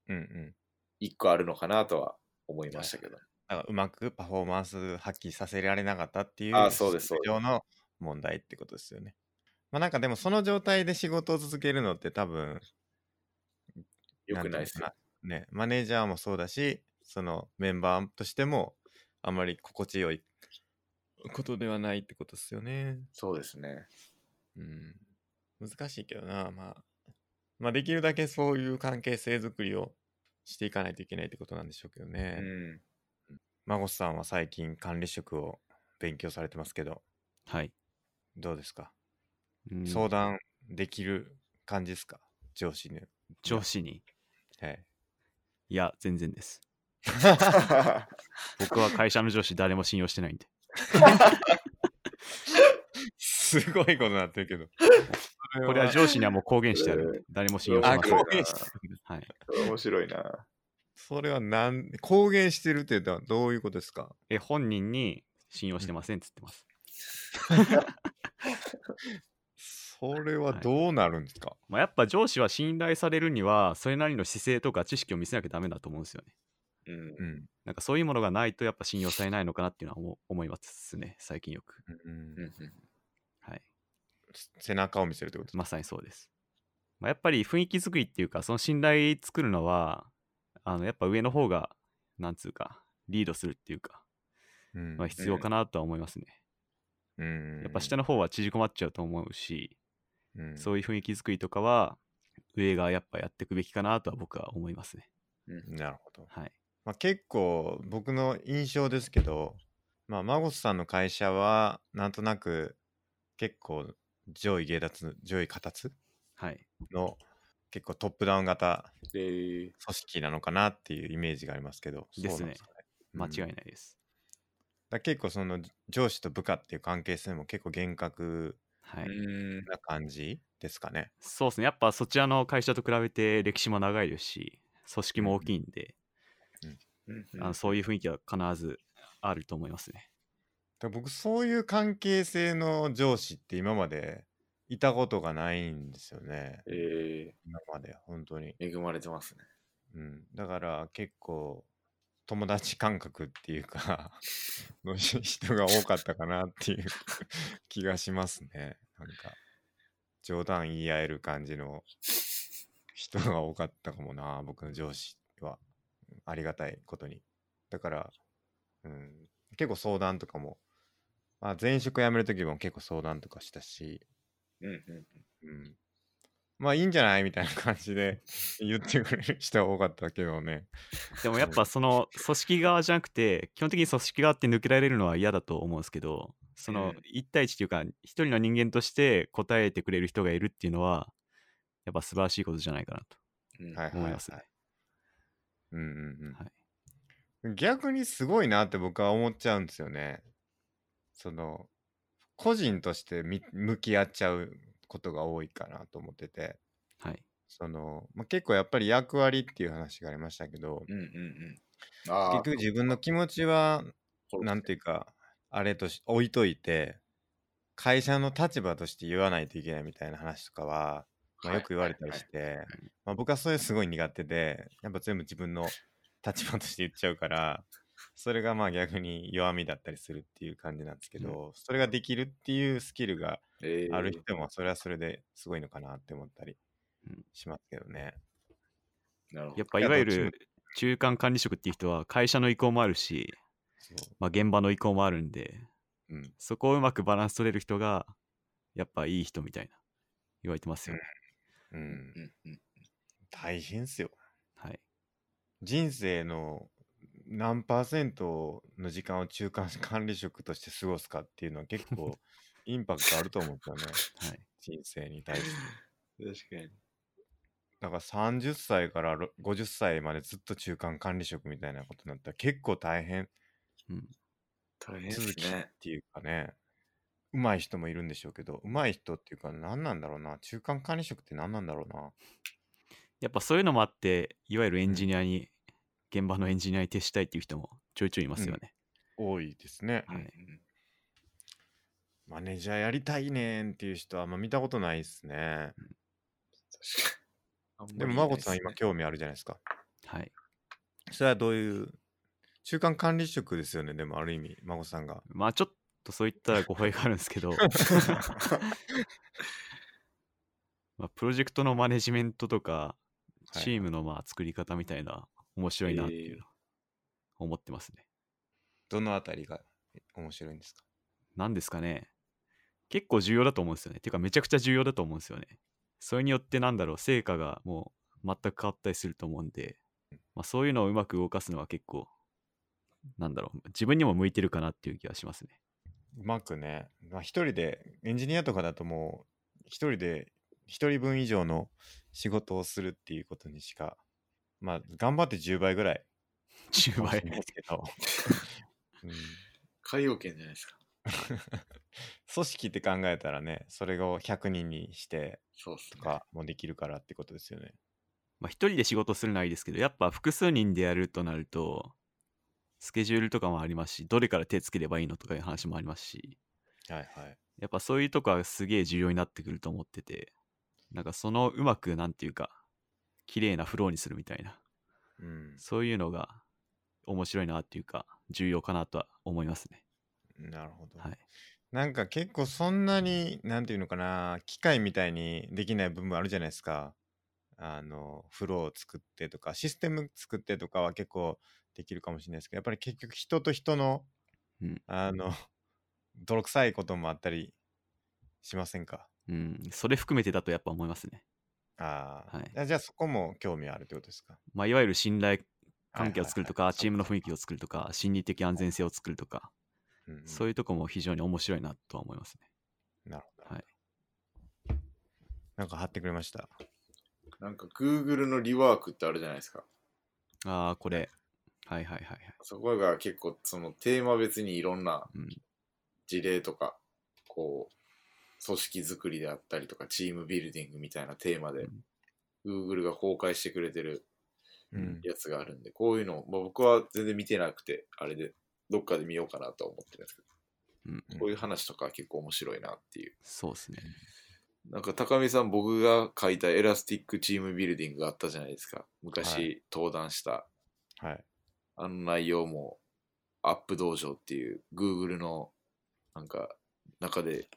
うんうん。一個あるのかなとは思いましたけど。だからうまくパフォーマンス発揮させられなかったっていう、あそうですそうです上の問題ってことですよね。まあなんかでもその状態で仕事を続けるのって多分、よくないですん。ていうねのかなね。マネージャーもそうだし、そのメンバーとしても、あまり心地よいことではないってことですよね。そうですね。うん。難しいけどな、まあ。まあ、できるだけそういう関係性づくりをしていかないといけないってことなんでしょうけどね。うん。孫さんは最近管理職を勉強されてますけど、はい。どうですか、うん相談できる感じですか上司に。上司に。はい。 [laughs] いや、全然です。僕は会社の上司誰も信用してないんで。すごいことになってるけど。 [laughs] これは上司にはもう公言してあるんで、誰も信用してあ、ませ公ん。言してはい。 [laughs] 面白いな。それはなん公言してるっていうのはどういうことですかえ、本人に信用してませんって言ってます。それはどうなるんですか、まあ、やっぱ上司は信頼されるには、それなりの姿勢とか知識を見せなきゃダメだと思うんですよね。うん。うん、なんかそういうものがないとやっぱ信用されないのかなっていうのは思思いますね、最近よく。うんうんはい。背中を見せるってことまさにそうです。まあ、やっぱり雰囲気作りっていうか、その信頼作るのは、あのやっぱ上の方が、なんつうか、リードするっていうか、うんまあ、必要かなとは思いますね。うんやっぱ下の方は縮こまっちゃうと思うし、うんそういう雰囲気作りとかは、上がやっぱやっていくべきかなとは僕は思いますね。なるほど。はい。まあ、結構僕の印象ですけど、まあ、孫さんの会社はなんとなく結構上位下脱上位下達はい。の結構トップダウン型で、組織なのかなっていうイメージがありますけど。ですねそうなんか間違いい。ないです。だ結構そのじ上司と部下っていう関係性も結構厳格はい。うん。な感じですかね。そうですね。やっぱそちらの会社と比べて歴史も長いですし、組織も大きいんで、あのそういう雰囲気は必ずあると思いますね。だ僕そういう関係性の上司って今までいたことがないんですよね。え今まで本当に。ー、恵まれてますね。うん、だから結構友達感覚っていうか [laughs] の [laughs] 人が多かったかなっていう [laughs] 気がしますねなんか冗談言い合える感じの人が多かったかもな僕の上司はうんありがたいことにだから、うん、結構相談とかも、まあ、前職辞める時も結構相談とかしたし、うんうん。うん、まあいいんじゃないみたいな感じで言ってくれる人が多かったけどねでもやっぱその組織側じゃなくて、基本的に組織側って抜けられるのは嫌だと思うんですけど、そのうん1対1というか、一人の人間として答えてくれる人がいるっていうのは、やっぱ素晴らしいことじゃないかなうんはいと思いますね。うんうんうん、逆にすごいなって僕は思っちゃうんですよね。その個人としてみ向き合っちゃうことが多いかなと思っててはい。その、まあ、結構やっぱり役割っていう話がありましたけどうんうんうん。ああ、結局自分の気持ちはそうなんていうかあれとし置いといて会社の立場として言わないといけないみたいな話とかは、まあ、よく言われたりし。て、まあ、僕はそれすごい苦手でやっぱ全部自分の立場として言っちゃうからそれがまあ逆に弱みだったりするっていう感じなんですけど、それができるっていうスキルがえーある人もそれはそれですごいのかなって思ったりうんしますけどね。なるほどやっぱいいやわゆどっる中間管理職っていう人は会社の意向もあるし、そうまあ、現場の意向もあるんで、うん、そこをうまくバランス取れる人が、やっぱいい人みたいな、言われてますよね。ううんん、うん大変っすよ。はい。人生の何パーセントの時間を中間管理職として過ごすかっていうのは結構インパクトあると思うんですよねはい。人生に対して。うん。確かに。だから30歳からろ50歳までずっと中間管理職みたいなことになったら結構大変っうん。大変続できすっね。ていうかね上手い人もいるんでしょうけど上手い人っていうか何なんだろうな中間管理職って何なんだろうなやっぱそういうのもあって、いわゆるエンジニアに、現場のエンジニアに徹したいっていう人もちょいちょいいますよね。多いですねはいうんマネージャーやりたいねんっていう人はあんま見たことないですね確かに。でも孫孫さん今興味あるじゃないですかはい。それはどういう中間管理職ですよねでもある意味孫さんがまあちょっとそういったら語弊があるんですけ [laughs] ど、まあ、プロジェクトのマネジメントとか、はいチームのまあ作り方みたいな、面白いなっていうのは思ってますね。どのあたりが面白いんですかなんですかね。結構重要だと思うんですよね。てか、めちゃくちゃ重要だと思うんですよね。それによってなんだろう、成果がもう全く変わったりすると思うんで、まあ、そういうのをうまく動かすのは結構、なんだろう、自分にも向いてるかなっていう気がしますね。うまくね、まあ、一人でエンジニアとかだともう一人で一人分以上の仕事をするっていうことにしかまあ頑張って10倍ぐらい10かもしれ倍。ないですけど、うん、海洋圏じゃないですか。 [laughs] 組織って考えたらねそれを100人にしてそうっすとね。かもできるからってことですよね。まあ、一人で仕事するのはいいですけど、やっぱ複数人でやるとなると、スケジュールとかもありますし、どれから手つければいいのとかいう話もありますし、はいはい。やっぱそういうとこはすげえ重要になってくると思ってて、なんかそのうまくなんていうか、綺麗なフローにするみたいな、うん、そういうのが面白いなっていうか、重要かなとは思いますね。なるほど。はい。なんか結構そんなに、なんていうのかな、機械みたいにできない部分あるじゃないですか。あの、フローを作ってとか、システム作ってとかは結構できるかもしれないですけど、やっぱり結局人と人の、うんあの、 [laughs] 泥臭いこともあったりしませんか。うん、それ含めてだとやっぱ思いますね。あー、はいあじゃあそこも興味あるってことですか。まあ、いわゆる信頼関係を作るとか、はいはいはいチームの雰囲気を作るとか、心理的安全性を作るとか、うんうんそういうとこも非常に面白いなとは思いますね。なるほど。はいなんか貼ってくれました。なんか Google のリワークってあるじゃないですか。ああ、これ。はいはいはいはい。そこが結構、そのテーマ別にいろんなうん事例とか、こう、組織作りであったりとか、チームビルディングみたいなテーマで、Google が公開してくれてるうんやつがあるんで、こういうの、まあ、僕は全然見てなくて、あれで、どっかで見ようかなとは思ってるんですけうん、ど、こういう話とか結構面白いなっていう。そうですね。なんか高見さん、僕が書いたエラスティックチームビルディングがあったじゃないですか。昔、は登壇した。はい。あの内容も、アップ道場っていう Google のなんか中で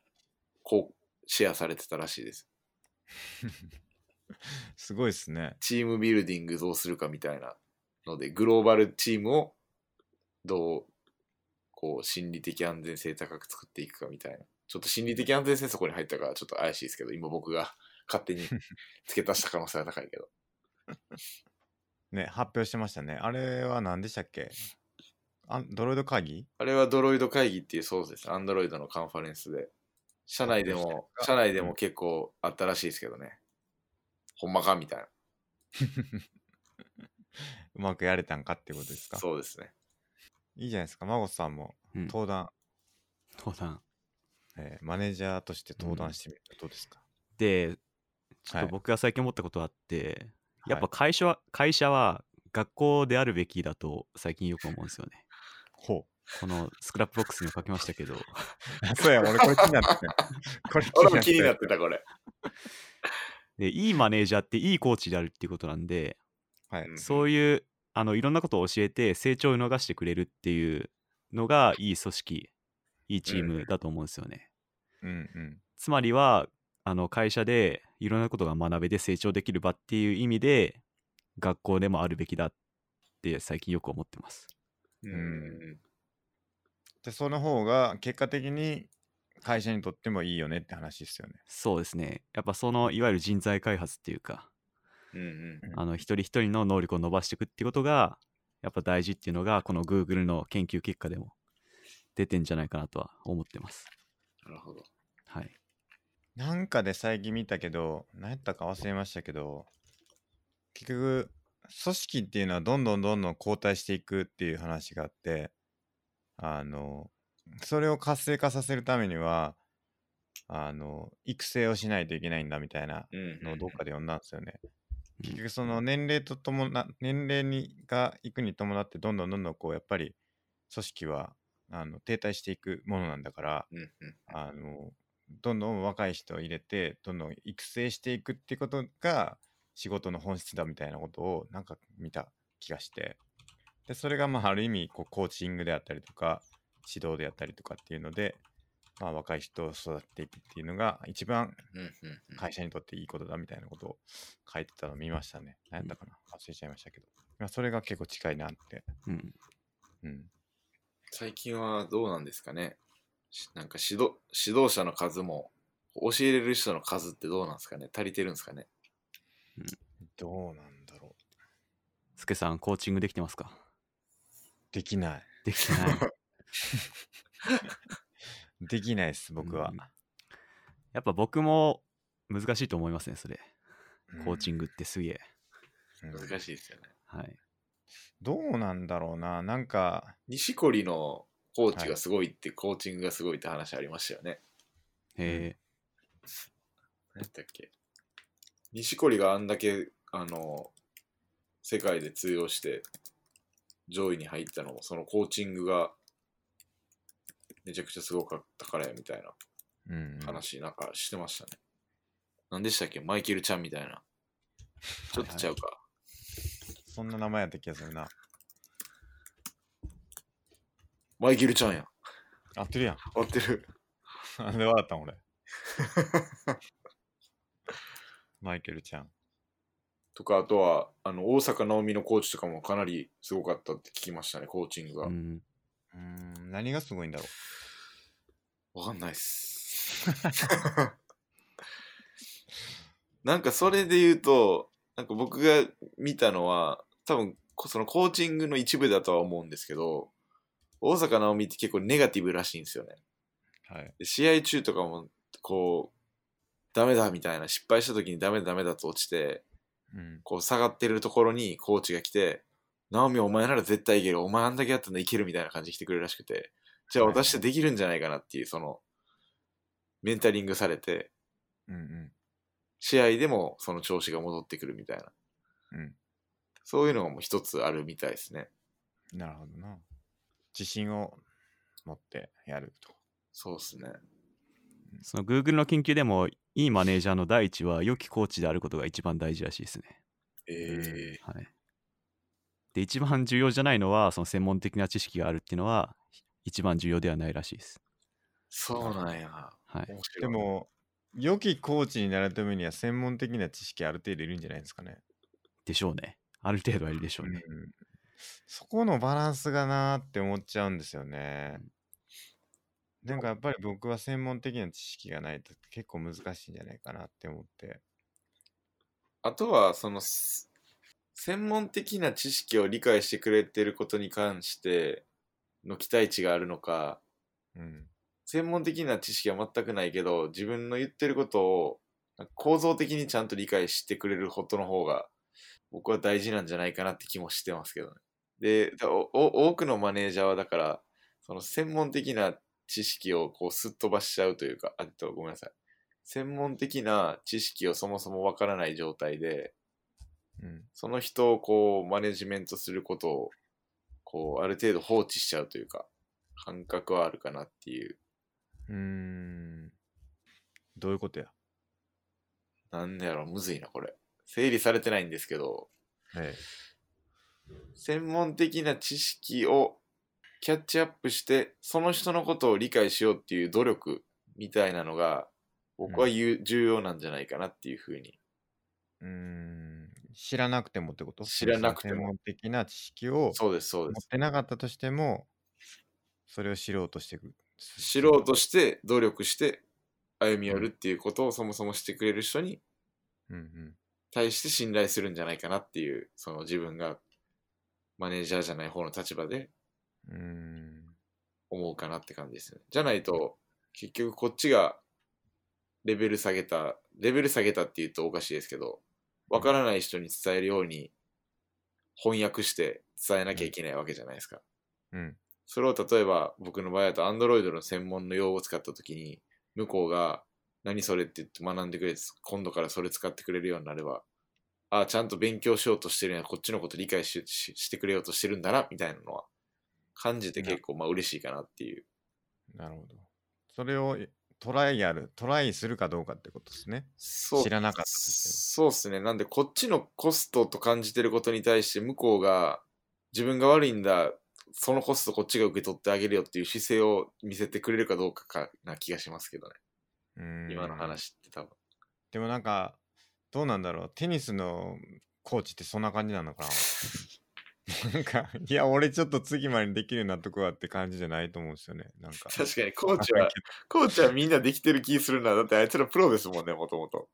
こうシェアされてたらしいです。すごいですね。チームビルディングどうするかみたいなので、グローバルチームをどう、こう、心理的安全性高く作っていくかみたいな。ちょっと心理的安全性そこに入ったからちょっと怪しいですけど、今僕が勝手に付け足した可能性は高いけど。ね、発表してましたね。あれは何でしたっ [laughs] けあドロイド会議あれはドロイド会議っていうそうです。アンドロイドのカンファレンスで。社内でも、社内でも結構あったらしいですけどね。ほんまかみたいな。うまくやれたんかってことですかそうですね。いいじゃないですか。孫さんもうん、登壇、登壇。えーマネージャーとして登壇してみるとどうですか、で、ちょっはいと僕が最近思ったことあって、やっはぱい会社は、会社は学校であるべきだと最近よく思うんですよね。ほこのスクラップボックスにも書きましたけ [laughs] ど、う。 [laughs] そうや、俺これ気にな [laughs] ってた。これ俺も気になたってた、これ。で、いいマネージャーっていいコーチであるっていうことなんで、はい。そういう、あの、いろんなことを教えて成長を促してくれるっていうのがいい組織、いいチームだと思うんですよね。うんうん。つまりはあの会社でいろんなことが学べて成長できる場っていう意味で学校でもあるべきだって最近よく思ってます。うんで、その方が結果的に会社にとってもいいよねって話ですよね。そうですね。やっぱそのいわゆる人材開発っていうか、うんうん。うんあの一人一人の能力を伸ばしていくってことがやっぱ大事っていうのがこの Google の研究結果でも出てんじゃないかなとは思ってます。なるほど。はい。なんかで最近見たけど、何やったか忘れましたけど、結局、組織っていうのはどんどんどんどん後退していくっていう話があって、あの、それを活性化させるためには、あの、育成をしないといけないんだみたいなうんうんのをどっかで読んだんですよね。うん結局その年齢とともな、年齢にがいくに伴ってどんどんどんどんこう、やっぱり組織はあの停滞していくものなんだから、うんうんあのどんどん若い人を入れてどんどん育成していくってことが仕事の本質だみたいなことをなんか見た気がしてでそれがまあある意味こうコーチングであったりとか指導であったりとかっていうので、まあ、若い人を育てていくっていうのが一番うんうんうん会社にとっていいことだみたいなことを書いてたのを見ましたね何やったかな忘れちゃいましたけど、まあ、それが結構近いなって、うん。うん、最近はどうなんですかねしなんか指導指導者の数も教えれる人の数ってどうなんですかね足りてるんですかねどうなんだろうスケさん、コーチングできてますか [laughs] できないできて [laughs] ない。できないです僕はうん、やっぱ僕も難しいと思いますね、それ。コーチング、グってすげうんえ。難しいですよねはい。どうなんだろうな、なんか、錦織のコーチはがいすごいって、コーチングがすごいって話ありましたよねえ何やったっけ錦織があんだけあの世界で通用して上位に入ったのもそのコーチングがめちゃくちゃすごかったからやみたいなうんうん、話なんかしてましたね。何でしたっけマイケルちゃんみたいな。ちょっとちゃうか。そんな名前やった気がするな。マイケルちゃんやん。合ってるやん。合ってる。なん [laughs] で笑ったん俺。マイケルちゃん。とか、あとは、あの、大阪直美のコーチとかもかなりすごかったって聞きましたね、コーチングえが。わ、うん。うーん、何がすごいんだろかんないっす。なんかそれで言うと、なんか僕が見たのは、多分、こそのコーチングの一部だとは思うんですけど、大阪直美って結構ネガティブらしいんですよね。う。はい。で試合中とかもこうダメだみたいな失敗した時にダメだダメだと落ちてうん。こう下がってるところにコーチが来て「直美お前なら絶対いける。お前あんだけやったんだいけるみたいな感じで来てくれるらしくて。じゃあはいはい私できるんじゃないかなっていう、その、メンタリングされて、うんうん。試合でもその調子が戻ってくるみたいな。うんそういうのがもう一つあるみたいですね。なるほどな。自信を持ってやると。そうですね。その Google の研究でも、いいマネージャーの第一は、良きコーチであることが一番大事らしいですね。ええはい、で一番重要じゃないのはその専門的な知識があるっていうのは一番重要ではないらしいです。そうなんや。はい、面白いで、も、良きコーチになるためには専門的な知識ある程度いるんじゃないですかね。でしょうね。ある程度はいるでしょうね。うんそこのバランスがなーって思っちゃうんですよね。なんかやっぱり僕は専門的な知識がないと結構難しいんじゃないかなって思って。あとは、その、す専門的な知識を理解してくれてることに関しての期待値があるのか、うん。専門的な知識は全くないけど、自分の言ってることをなんか構造的にちゃんと理解してくれることの方が、僕は大事なんじゃないかなって気もしてますけどね。で、だおお多くのマネージャーはだから、その専門的な知識をこうすっ飛ばしちゃうというか、あえっと、ごめんなさい。専門的な知識をそもそもわからない状態で、うん。その人をこうマネジメントすることをこうある程度放置しちゃうというか感覚はあるかなっていううーん。どういうことやなんだろうむずいなこれ整理されてないんですけどえ専門的な知識をキャッチアップしてその人のことを理解しようっていう努力みたいなのが僕はゆ重要なんじゃないかなっていうふうにえ。うーん。知らなくてもってこと知らなくてもその専門的な知識を持そうですそうでっすてなかったとしても、それを知ろうとしてく。知ろうとして努力して歩み寄るっていうことをそもそもしてくれる人にうんうん。対して信頼するんじゃないかなっていう、その自分がマネージャーじゃない方の立場でうーん。思うかなって感じですね。じゃないと、結局こっちがレベル下げた、レベル下げたって言うとおかしいですけど、わからない人に伝えるように翻訳して伝えなきゃいけないわけじゃないですか。うん。それを例えば僕の場合だと Android の専門の用語を使った時に向こうが何それって言って学んでくれて今度からそれ使ってくれるようになればああちゃんと勉強しようとしてるんやこっちのこと理解しししてくれようとしてるんだなみたいなのは感じて結構まあ嬉しいかなっていうなるほど。それをえトライアル、トライするかどうかってことですね。そう知らなかったとしてもそうですねなんでこっちのコストと感じてることに対して向こうが自分が悪いんだそのコストこっちが受け取ってあげるよっていう姿勢を見せてくれるかどうかかな気がしますけどねうーん今の。話って多分でもなんか、どうなんだろう。テニスのコーチってそんな感じなのかな [laughs] なんか、いや、俺ちょっと次までできるようになっとくわって感じじゃないと思うんですよね。なんか。 [laughs] 確かにコーチあは [laughs] コーチはみんなできてる気するなだってあいつらプロですもんねもともと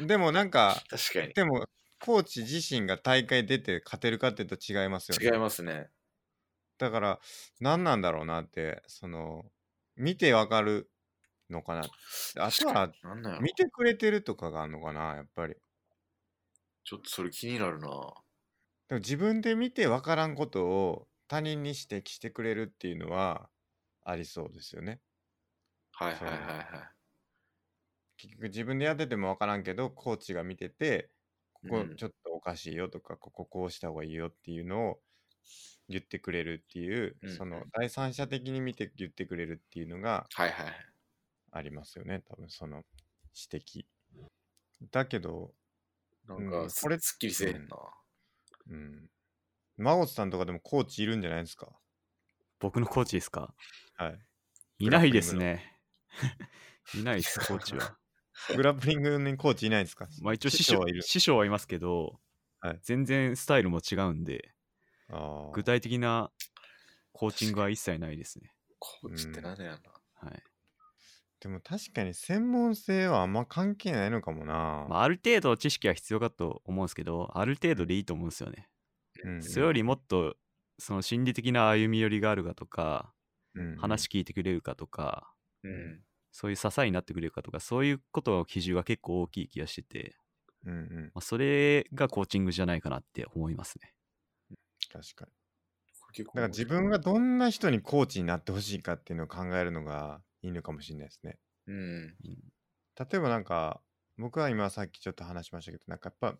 でもなんか、確かにでも、コーチ自身が大会出て勝てるかっていうと違いますよね。違いますねだから、何なんだろうなって、その、見てわかるのかな。あとは、なんなんやろ見てくれてるとかがあるのかな、やっぱり。ちょっとそれ気になるなでも自分で見て分からんことを他人に指摘してくれるっていうのはありそうですよね。はいはいそはういはい結局自分でやってても分からんけどコーチが見ててここうんちょっとおかしいよとか、こここうした方がいいよっていうのを言ってくれるっていう、うんその第三者的に見て言ってくれるっていうのがはいはいはいありますよね多分その指摘。だけど、なんか、うんすこれすっきりせえへんな、うん、真帆さんとかでもコーチいるんじゃないですか僕のコーチですかはい。いないですね。 [laughs] いないです、コーチは。グラップリングにコーチいないですか [laughs] まあ一応師師匠匠はいる師匠はいますけど、はい全然スタイルも違うんで、あー具体的なコーチングは一切ないですね。コーチってなんやろな、はいでも確かに専門性はあんま関係ないのかもな。まあ、ある程度知識は必要かと思うんですけど、ある程度でいいと思うんですよね。うんそれよりもっとその心理的な歩み寄りがあるかとか、うん話聞いてくれるかとか、うんそういう支えになってくれるかとか、そういうことの比重が結構大きい気がしてて、うんうんまあ、それがコーチングじゃないかなって思いますね。確かに。これ結構だから自分がどんな人にコーチになってほしいかっていうのを考えるのがいいのかもしれないですね。うん。例えばなんか、僕は今さっきちょっと話しましたけど、なんかやっぱ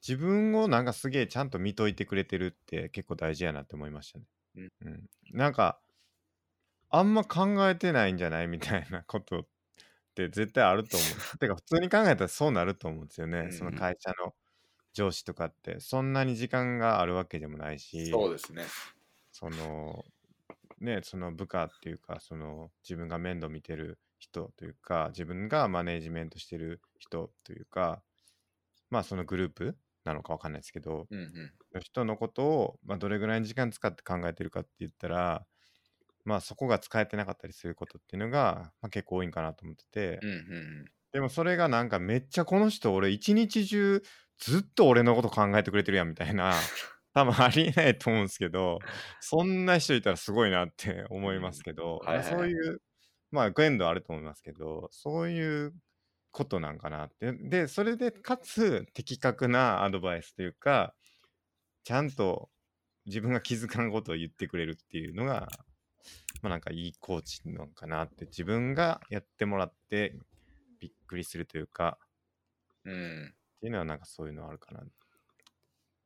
自分をなんかすげえちゃんと見といてくれてるって結構大事やなって思いましたね。うんうん、なんか、あんま考えてないんじゃないみたいなことって絶対あると思う。てか普通に考えたらそうなると思うんですよね。うんその会社の上司とかって、そんなに時間があるわけでもないし。そうですね。そのねその部下っていうかその自分が面倒見てる人というか自分がマネージメントしてる人というかまあそのグループなのかわかんないですけどうんうん。の人のことを、まあ、どれぐらいの時間使って考えてるかって言ったらまあそこが使えてなかったりすることっていうのが、まあ、結構多いんかなと思ってて、うんうんでもそれがなんかめっちゃこの人俺一日中ずっと俺のこと考えてくれてるやんみたいな多分ありえないと思うんですけどそんな人いたらすごいなって思いますけど、はいはいはいそういうまあ限度あると思いますけどそういうことなんかなってでそれでかつ的確なアドバイスというかちゃんと自分が気づかんことを言ってくれるっていうのがまあなんかいいコーチなのかなって自分がやってもらってびっくりするというかうん。うっん。ていうのはなんかそういうのあるかな。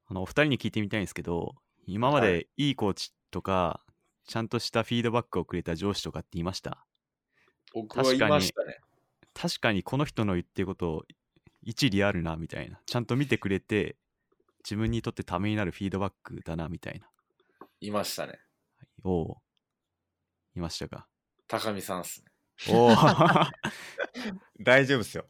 あのお二人に聞いてみたいんですけど今まはでいいコーチとかちゃんとしたフィードバックをくれた上司とかっていました僕は言いましたね。確かにこの人の言ってることを一理あるなみたいなちゃんと見てくれて自分にとってためになるフィードバックだなみたいな言いましたね。おういましたか高見さんっすね。お [laughs] お大丈夫っすよ。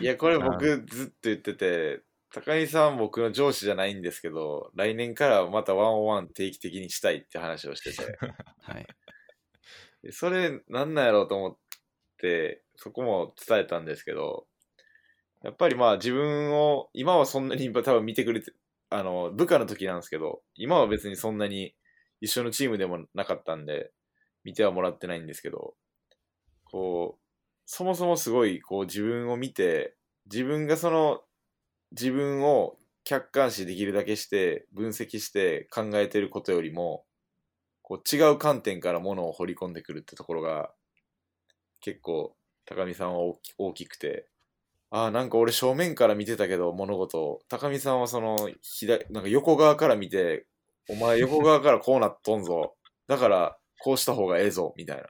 いや、これう僕ずっと言ってて、高見さん僕の上司じゃないんですけど、来年からまたワンオンワン定期的にしたいって話をしてて、はいでそれなんなんやろうと思って、そこも伝えたんですけど、やっぱりまあ自分を、今はそんなに [laughs] 多分見てくれて、あの、部下の時なんですけど、今は別にそんなに一緒のチームでもなかったんで、見てはもらってないんですけど、こう、そもそもすごいこう自分を見て、自分がその自分を客観視できるだけして、分析して考えてることよりも、こう違う観点からものを掘り込んでくるってところが、結構高見さんは大き大きくて、ああ、なんか俺正面から見てたけど物事を、高見さんはその左、なんか横側から見て、お前横側からこうなっとんぞ。だからこうした方がええぞ、みたいな。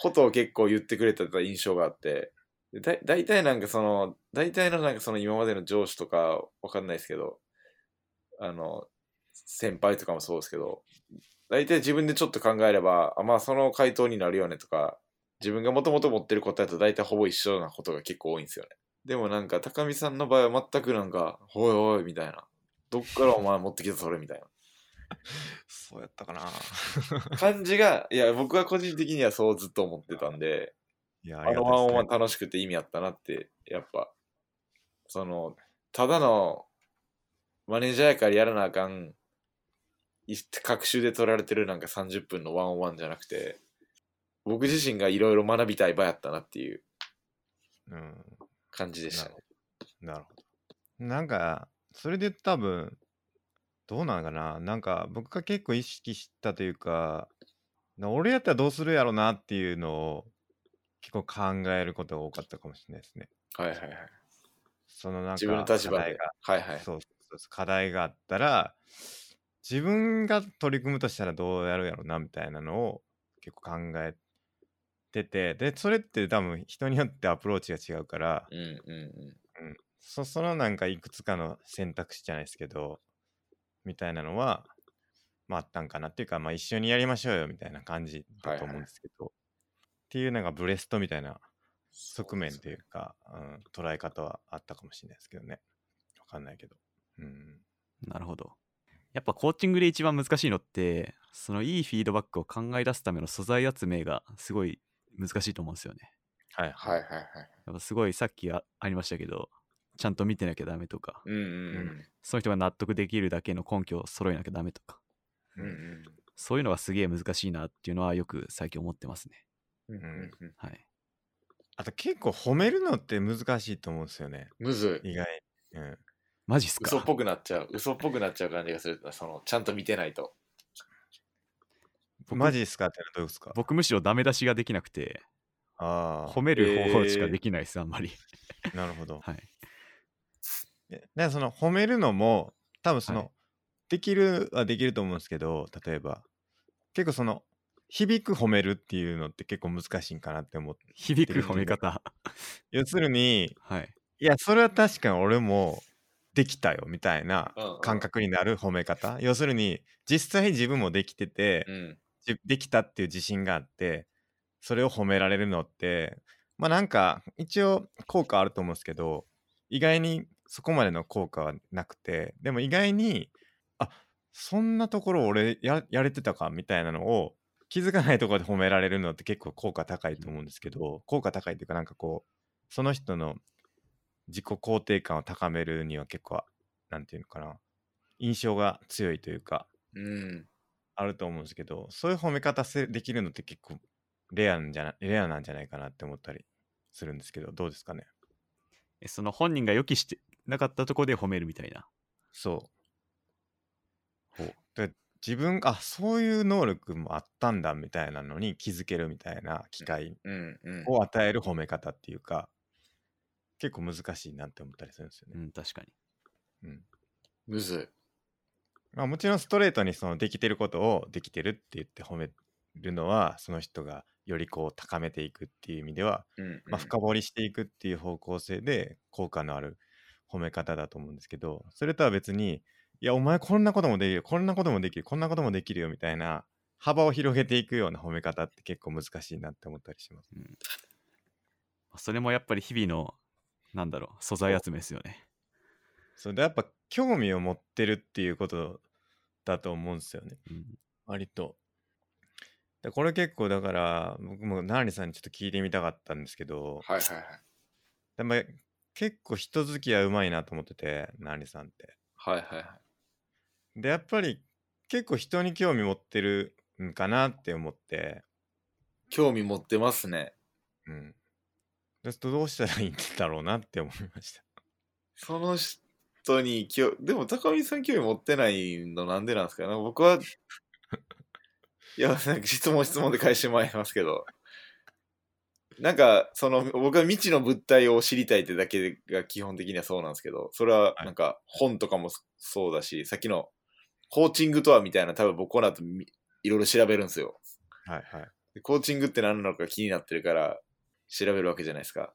ことを結構言ってくれてた印象があって、でだ大体なんかその、大体のなんかその今までの上司とかわかんないですけど、あの、先輩とかもそうですけど、大体自分でちょっと考えれば、あまあその回答になるよねとか、自分がもともと持ってる答えと大体ほぼ一緒なことが結構多いんですよね。でもなんか高見さんの場合は全くなんか、おいおいみたいな。どっからお前持ってきたそれみたいそうやったかな。な感じが、いや僕は個人的にはそうずっと思ってたんで、いや、あありがのたいワンオンワっンすね楽しくて意味あったなって、やっぱ、その、ただの、マネージャーやからやらなあかん、い各週で取られてるなんか30分のワンオンワンじゃなくて、僕自身がいろいろ学びたい場やったなっていううん。感じでしたね。なるほど。なんか、それで多分、どうなのかななんか、僕が結構意識したというか、な俺やったらどうするやろなっていうのを結構考えることが多かったかもしれないですね。はいはいはい。そのなんか、自分の立場課題でが。はいはい。そうそうそう課題があったら、自分が取り組むとしたらどうやるやろなみたいなのを結構考えてて、で、それって多分人によってアプローチが違うから、うんうんうん。そそのなんかいくつかの選択肢じゃないですけどみたいなのはまああったんかなっていうかまあ一緒にやりましょうよみたいな感じだと思うんですけど、っていうなんかブレストみたいな側面というかうん、捉え方はあったかもしれないですけどねわかんないけどうんなるほどやっぱコーチングで一番難しいのってそのいいフィードバックを考え出すための素材集めがすごい難しいと思うんですよねはいはいはいはい。やっぱすごいさっきあありましたけどちゃんと見てなきゃダメとかうんうんうん。その人が納得できるだけの根拠を揃えなきゃダメとかうんうんそういうのがすげえ難しいなっていうのはよく最近思ってますねうんうんうん。はいあと結構褒めるのって難しいと思うんですよねむずい。意外に、うん、マジっす嘘っかぽくなっちゃう。嘘っぽくなっちゃう感じがする。その、ちゃんと見てないと。僕マジっすかってのはどうですか僕むしろダメ出しができなくて、あ褒める方法しかできないです、あんまり。あ、なるほど。はい。ででその褒めるのも、多分その、はいできるはできると思うんですけど、例えば、結構その、響く褒めるっていうのって結構難しいんかなって思って。響く褒め方。要するに、はい。いや、それは確かに俺もできたよみたいなうんうん感覚になる褒め方。要するに、実際自分もできてて、うん。じできたっていう自信があってそれを褒められるのってまあなんか一応効果あると思うんですけど意外にそこまでの効果はなくてでも意外にあそんなところ俺ややれてたかみたいなのを気づかないところで褒められるのって結構効果高いと思うんですけど効果高いっていうかなんかこうその人の自己肯定感を高めるには結構なんていうのかな印象が強いというかうん。あると思うんですけどそういう褒め方せできるのって結構レアなんじゃなレアなんじゃないかなって思ったりするんですけどどうですかねえその本人が予期してなかったとこで褒めるみたいな。そうで自分あそういう能力もあったんだみたいなのに気づけるみたいな機会うん。うん。を与える褒め方っていうか結構難しいなって思ったりするんですようね、ん、確かに。うんむず。まあ、もちろんストレートにそのできてることをできてるって言って褒めるのはその人がよりこう高めていくっていう意味ではいうん。まあ、深掘りしていくっていう方向性で効果のある褒め方だと思うんですけどそれとは別にいやお前こんなこともできるよこんなこともできるこんなこともできるよみたいな幅を広げていくような褒め方って結構難しいなって思ったりしますそれもやっぱり日々の、なんだろう、素材集めですよね。それでやっぱ興味を持ってるっていうことだと思うんですよねうん、割とでこれ結構だから僕もナーニさんにちょっと聞いてみたかったんですけどはいはいはい。でも結構人付き合いうまいなと思っててナーニさんってはいはいはい。でやっぱり結構人に興味持ってるんかなって思って、興味持ってますね。うん、でどうしたらいいんだろうなって思いました。その人にきょ、でも高見さん興味持ってないのなんでなんですかね僕は、いや、なんか質問質問で返してもらいますけど、なんか、その、僕は未知の物体を知りたいってだけが基本的にはそうなんですけど、それはなんか本とかもそそうだし、さっきのコーチングとはみたいな多分僕この後みいろいろ調べるんですよ。 [laughs] はいはい。でコーチングって何なのか気になってるから調べるわけじゃないですか。うん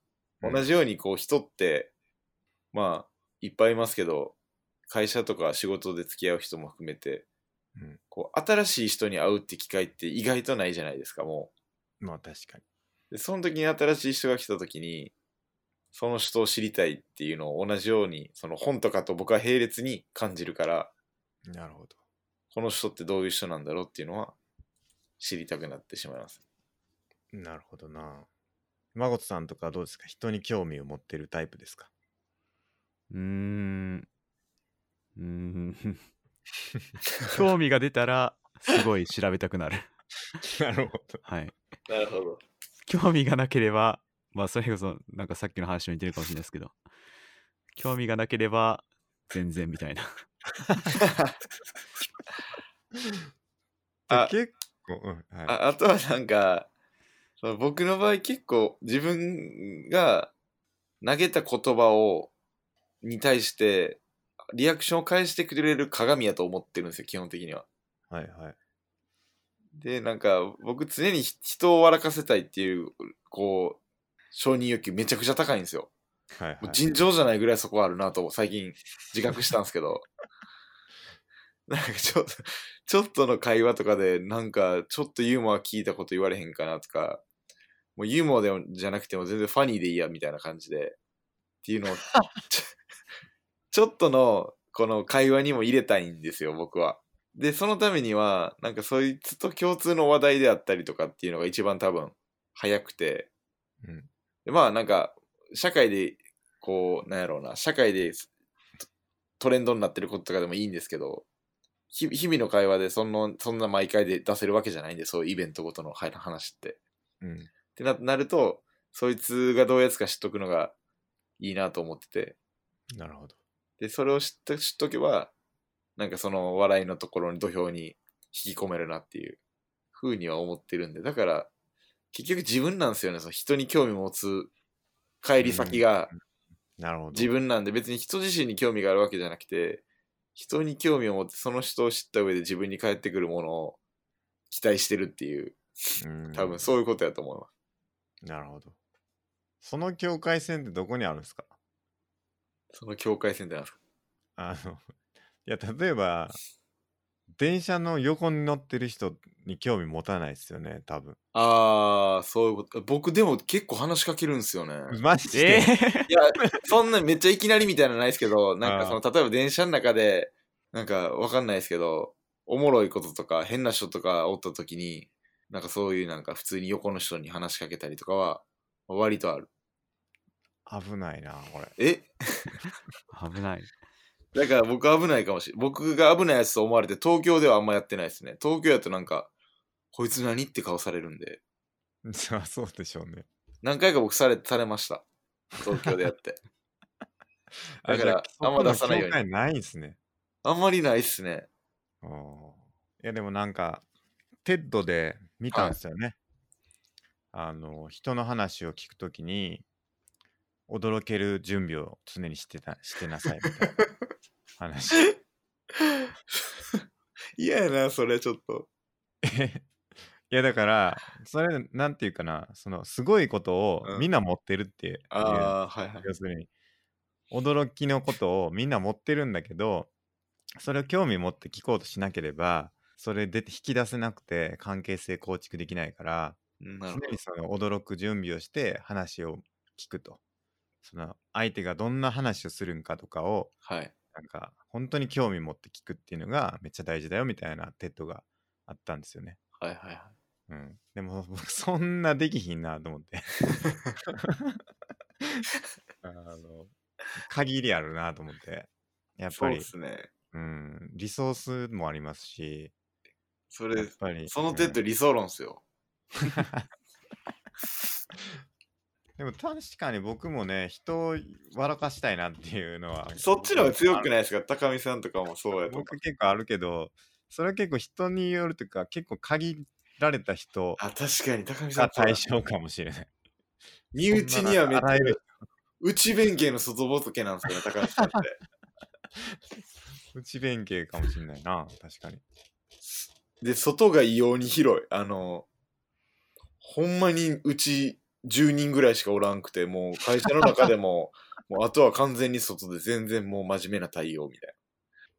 同じようにこう人って、まあ、いっぱいいますけど、会社とか仕事で付き合う人も含めて、うんこう新しい人に会うって機会って意外とないじゃないですか、もまあ確かに。う。でその時に新しい人が来た時に、その人を知りたいっていうのを同じように、その本とかと僕は並列に感じるから、なるほど。この人ってどういう人なんだろうっていうのは知りたくなってしまいます。なるほどな。まごとさんとかどうですか人に興味を持ってるタイプ [laughs] ですかうーん。うーん。興味が出たら、すごい調べたくなる。なるほど。はい。なるほど。興味がなければ、まあ、それこそ、なんかさっきの話に似てるかもしれないですけど、興味がなければ、全然みたいな。あで結構、うん、はい。ああ [laughs] とはなんかその僕の場合結構自分が投げた言葉をに対してリアクションを返してくれる鏡やと思ってるんですよ基本的には。はいはい。でなんか僕常にひ人を笑かせたいっていうこう承認欲求めちゃくちゃ高いんですよ。はいもうはい。尋常じゃないぐらいそこはあるなと最近自覚したんですけど [laughs] なんかちょっとちょっとの会話とかでなんかちょっとユーモア聞いたこと言われへんかなとかもうユーモアでもじゃなくても全然ファニーでいいやみたいな感じでっていう [laughs] のをちょちょっとのこの会話にも入れたいんですよ僕は。でそのためにはなんかそいつと共通の話題であったりとかっていうのが一番多分早くてうんでまあなんか社会でこうなんやろうな社会ですトトレンドになってることとかでもいいんですけどひ日々の会話でそのそんな毎回で出せるわけじゃないんでそういうイベントごとのはい話って。うん。ってななるとそいつがどういうやつか知っとくのがいいなと思っててなるほど。で、それを知って知っとけば、なんかその笑いのところに土俵に引き込めるなっていうふうには思ってるんで、だから、結局自分なんですよね。その人に興味持つ帰り先がなるほど。自分なんで、別に人自身に興味があるわけじゃなくて、人に興味を持って、その人を知った上で自分に返ってくるものを期待してるっていう、うん多分そういうことやと思います。なるほど。その境界線ってどこにあるんですかその境界線ってなんですかあの、いや、例えば、電車の横に乗ってる人に興味持たないですよね、多分。ああ、そういうこと。僕でも結構話しかけるんですよね。マジで、 [laughs] えー、いや、そんなめっちゃいきなりみたいなのないですけど、なんかその、例えば電車の中で、なんかわかんないですけど、おもろいこととか変な人とかおった時に、なんかそういうなんか普通に横の人に話しかけたりとかは、割とある。危ないな、これ。え危ない。だから僕危ないかもしれ僕が危ないやつと思われて、東京ではあんまやってないですね。東京やとなんか、こいつ何って顔されるんで。じゃあ、 [laughs] そうでしょうね。何回か僕され、されました。東京で [laughs] やって。あだかじゃらあんま出さないようそこの境に界ないですね。あんまりないっすね。あーいやでもなんかテッドで見たんですよね、あの人の話を聞くときに驚ける準備を常にしてたしてなさいみたいな [laughs] 話嫌やな、それちょっと。いやだからそれなんていうかなそのすごいことをうんみんな持ってるっていう、ああ、はいはい。要するに驚きのことをみんな持ってるんだけどそれを興味持って聞こうとしなければそれで引き出せなくて関係性構築できないからうんなる常ほど。にその驚く準備をして話を聞くとその相手がどんな話をするんかとかをはい。なんか本当に興味持って聞くっていうのがめっちゃ大事だよみたいなテッドがあったんですよね。はいはいはい。うん、でも [laughs] 僕そんなできひんなと思って [laughs] あの限りあるなと思ってやっぱりそうですね。うん、リソースもありますしそやっれ、ぱりそのテッドうん理想論っすよ。でも確かに僕もね人を笑かしたいなっていうのは [laughs] そっちの方が強くないですか高見さんとかもそうやと思う。僕結構あるけどそれは結構人によるというか結構限られた人あ、確かに高見さがんそうだ対象かもしれない。身内にはめっそんなあらゆちゃる、内弁慶の外仏なんですよね、高見さんって。内弁慶かもしれないな確かに。で、外が異様に広い。あの、ほんまにうち10人ぐらいしかおらんくて、もう会社の中でも、もうあとは完全に外で全然もう真面目な対応みたいな。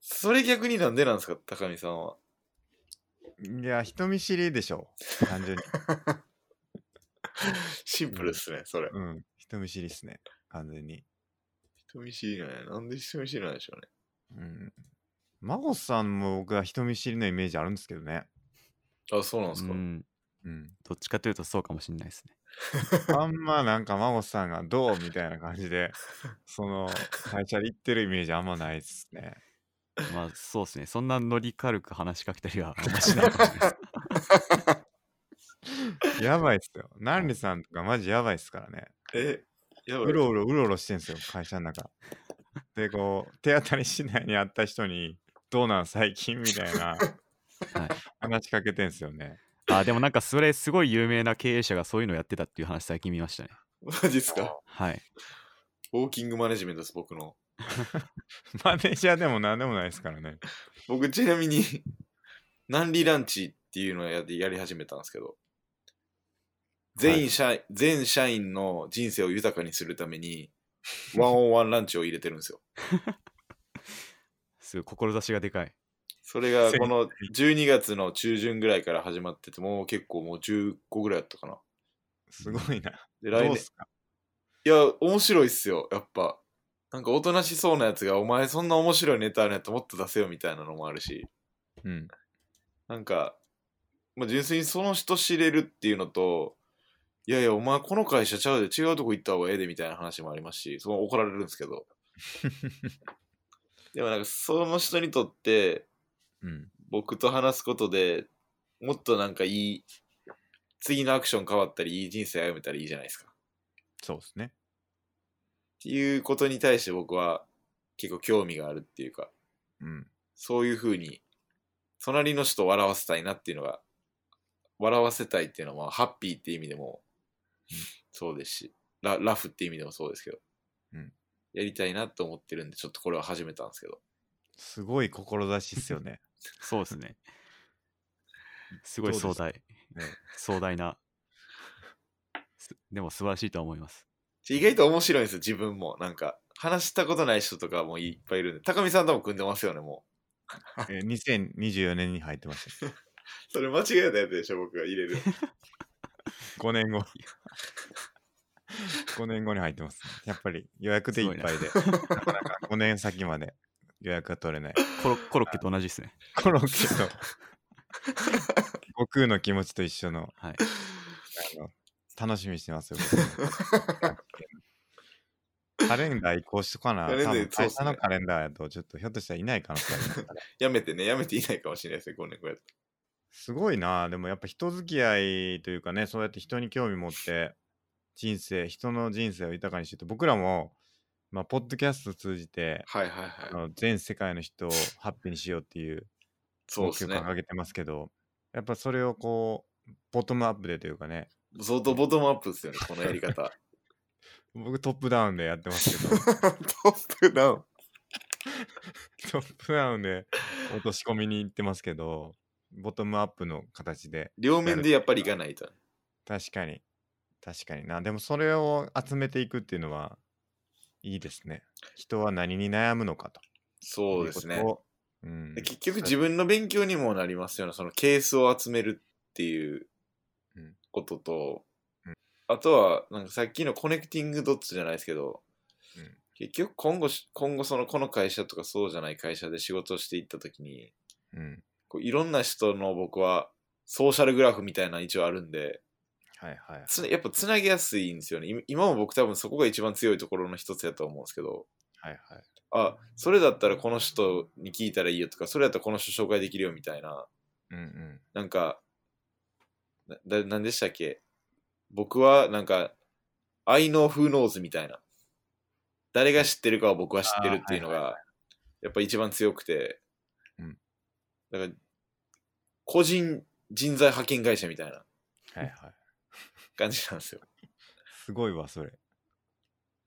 それ逆になんでなんですか、高見さんは。いや人見知りでしょ単純に。シンプルですね、それ。うん人見知りっすね完全に。人見知りなんや。なんで人見知りなんでしょうね。うん。孫さんも僕は人見知りのイメージあるんですけどね。あ、そうなんですか。うん、うん、どっちかというとそうかもしれないですね。あんまなんか孫さんがどうみたいな感じでその会社で行ってるイメージあんまないっすね。まあそうですね。そんなノリ軽く話しかけたりはあんましないかもしれないです。やばいっすよ。ナンリさんとかマジやばいっすからね。え、やばうい。ろうろうろうろしてんすよ、会社の中。で、こう、手当たり次第に会った人に、どうなん最近みたいなはい話しかけてんすよね。あでもなんかそれすごい有名な経営者がそういうのやってたっていう話最近見ましたね。マジっすか。はい。ウォーキングマネジメントです、僕の。 [laughs] マネージャーでも何でもないですからね。僕、ちなみに、 [laughs] ナンリランチっていうのをやってやり始めたんですけど、全員社員、全社員の人生を豊かにするた [laughs] めに、ワンオンワンランチを入れてるんですよ。すごい志がでかい。それがこの12月の中旬ぐらいから始まってて、もう結構もう10個ぐらいだったかな。すごいな。で、ど来う年っ、すかいや、面白いっすよ、やっぱ。なんかおとなしそうなやつが、お前そんな面白いネタあるんやともっと出せよみたいなのもあるし、うん。なんか、まあ、純粋にその人知れるっていうのと、いやいや、お前この会社ちゃうで違うとこ行った方がええでみたいな話もありますし、その怒られるんですけど。でもなんかその人にとって、うん。僕と話すことでもっとなんかいい、次のアクション変わったり、いい人生歩めたらいいじゃないですか。そうですね。っていうことに対して僕は結構興味があるっていうか、うん。そういうふうに、隣の人を笑わせたいなっていうのが、笑わせたいっていうのは、ハッピーっていう意味でも、そうですし、ララフっていう意味でもそうですけど、うんやりたいなと思ってるんで、ちょっとこれは始めたんですけど、すごい志っすよ [laughs] ね。そうですね。すごい壮大。ね壮大な。すでも素晴らしいと思います。意外と面白いんですよ、自分も。なんか、話したことない人とかもいっぱいいるんで、高見さんとも組んでますよね、もえー2024年に入ってました。う。それ間違えたやつでしょ、僕が入れ [laughs] る。 5年 [laughs] 後。5年後に入ってます、やっぱり予約でいっぱいで。なかなか5年先まで予約が取れない。コロコロッケと同じですね。コロッケと [laughs] 悟空の気持ちと一緒のはい。あの楽しみにしてますよ。 [laughs] 僕カレンダー移行しとかな。カレンダ多ー分そうっ会すね社のカレンダーやと、ちょっとひょっとしたらいない可能性あります。やめてね、やめていないかもしれないですね、5年後やと。すごいな。でもやっぱ人付き合いというかね、そうやって人に興味持って、人生、人の人生を豊かにしてて、僕らも、まあ、ポッドキャストを通じて、はいはいあはい。の全世界の人をハッピーにしようっていうそう目です標ねを。掲げてますけど、やっぱそれをこう、ボトムアップでというかね、相当ボトムアップですよね、このやり [laughs] 方。僕トップダウンでやってますけど、トップダウン。 [laughs] トップダウンで落とし込みに行ってますけど、ボトムアップの形で、両面でやっぱりいかないと。確かに、確かにな。でもそれを集めていくっていうのは、いいですね。人は何に悩むのかと。そうですいねこ。とを。うんで。結局自分の勉強にもなりますよね。そのケースを集めるっていううんこととう、あとは、なんかさっきのコネクティングドッツじゃないですけど、うん結局今後し、今後そのこの会社とかそうじゃない会社で仕事をしていったときに、うん。こういろんな人の僕はソーシャルグラフみたいなの一応あるんで、はいはい。つなやっぱつなぎやすいんですよね。今今も僕多分そこが一番強いところの一つやと思うんですけど、はいはい。あ、それだったらこの人に聞いたらいいよとか、それだったらこの人紹介できるよみたいな、うんうん。なんか、な、だなんでしたっけ僕はなんか、I know who knows みたいな。誰が知ってるかは僕は知ってるっていうのあーはいが、やっぱ一番強くて、うんだから、個人人材派遣会社みたいなはいはい。感じなんですよ。すごいわ、それ。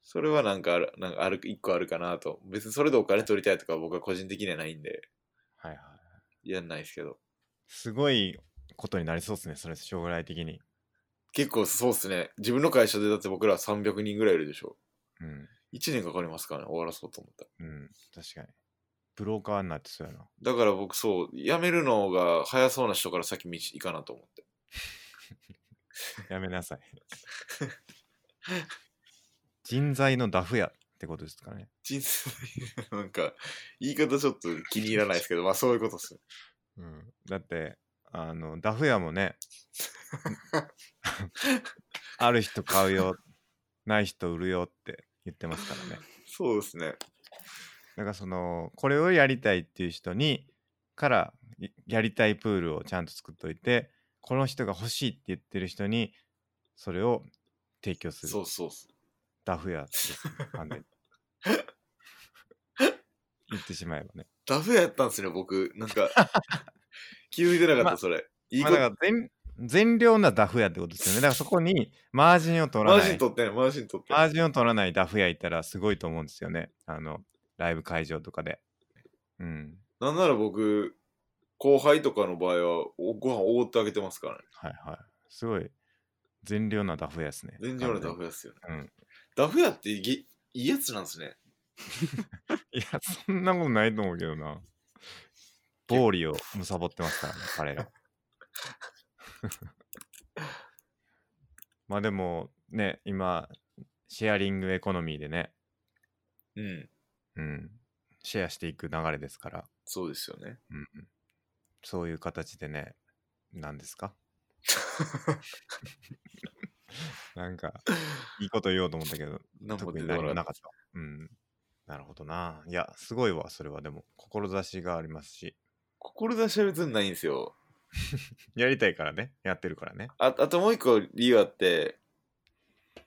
それはなんかある、なんかある、一個あるかなと。別にそれでお金取りたいとかは僕は個人的にはないんで、はいはい。やんないですけど。すごいことになりそうですね、それ、将来的に。結構そうっすね。自分の会社でだって僕ら300人ぐらいいるでしょ。うん。 1年かかりますからね、終わらそうと思ったうん。確かに。ブローカーになってそうやな。ら。だから僕そう、辞めるのが早そうな人から先道行かなと思って。やめなさい。人材のダフ屋ってことですかね。人生、なんか、言い方ちょっと気に入らないですけど、まあそういうことっすね。うん、だってあのダフ屋もねある人買うよない人売るよって言ってますからねそうですね。だからそのこれをやりたいっていう人にからいやりたいプールをちゃんと作っといてこの人が欲しいって言ってる人にそれを提供するそうそうそう。ダフ屋です完 [laughs] 全に言ってしまえばねダフ屋やったんすね、僕。なん [laughs] か、気づいてなかった、それ。いいまこあ、だかとら全善良なダフ屋ってことですよね。だからそこにマージンを取らマない。ージン取ってない、マージン取ってマない。ージンを取らないダフ屋いたらすごいと思うんですよね。あの、ライブ会場とかで。うん。なんなら僕、後輩とかの場合は、おご飯おごってあげてますからね。はいはい。すごい、善良なダフ屋ですね。全然俺ダフ屋っすよね。うんダフ屋っていげいいやつなんですね。いや、そんなことないと思うけどな。暴利を貪ってます [laughs] からね、彼ら。 [laughs] まあでも、ね、今、シェアリングエコノミーでね、うん。うん、シェアしていく流れですから。そうですよね。うんうん、そういう形でね、何です [laughs] かなんか、いいこと言おうと思ったけど、なんも特出にてこ何もななかかっった。うん。なるほどな。いや、すごいわ、それはでも。志がありますし。志は別にないんですよ。やりたいからね。やってるからね。ああともう一個理由あって、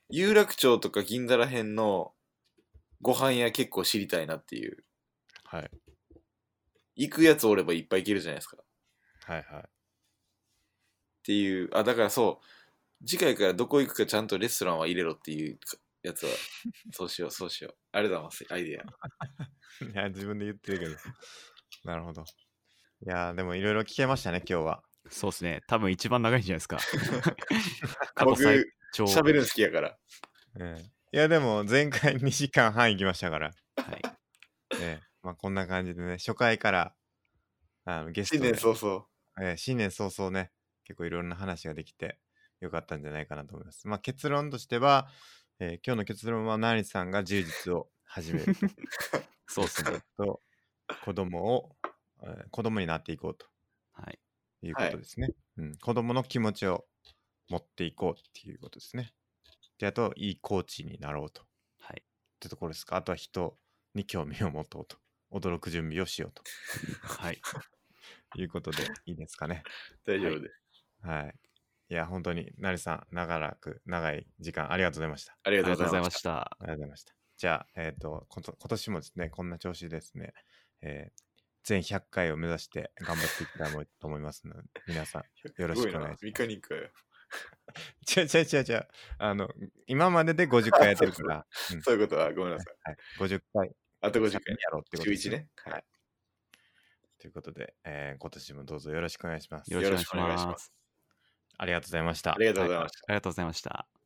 有楽町とか銀座らへんのご飯屋結構知りたいなっていう。はい行くやつおればいっぱい行けるじゃないですか。っはいはいていう、あ、だからそう、次回からどこ行くかちゃんとレストランは入れろっていう [laughs] やつは、そうしよう、そうしよう。ありがとうございます、アイディア。 [laughs] いや、自分で言ってるけど。なるほど。いやー、でもいろいろ聞けましたね、今日は。そうですね。多分一番長いんじゃない [laughs] ですか。過去僕、最長。喋るの好きやから。うん、いや、でも前回 [laughs] 2時間半行きましたから。はい。ええまあ、こんな感じでね、初回からあのゲスト新で年早々。ええ新年早々ね、結構いろんな話ができてよかったんじゃないかなと思います。まあ、結論としては、ええ今日の結論は、ナーニさんが充実を始める [laughs] とそうですね。と、子供を、ええ子供になっていこうと。はい。いうこはいとですね、うん。子供の気持ちを持っていこうっていうことですね。で、あと、いいコーチになろうと。はいってところですか。あとは人に興味を持とうと。驚く準備をしようはい。ということで、いいですかね。大丈夫です。はい。いや、本当に、なりさん、長らく、長い時間ありがとうございました。ありあがりとがとうごうござざいいま。ますした。あありがとうございました。じゃあ、えっ、とこと、今年もですね、こんな調子ですね、えー全100回を目指して頑張っていきたいもと思いますので、皆さん、よろしくお願いしますすごな三日に一回違う違う違う違う。あの、今までで50回やってるから、うん [laughs] そういうことはごめんなさい。はい、50回あと50や回。ろうってことです11ね。はい。ということで、えー今年もどうぞよろしくお願いします。よろしくお願いしよろしくお願いしまます。ありがとうございましたあ。りがとうございました。ありがとうございました。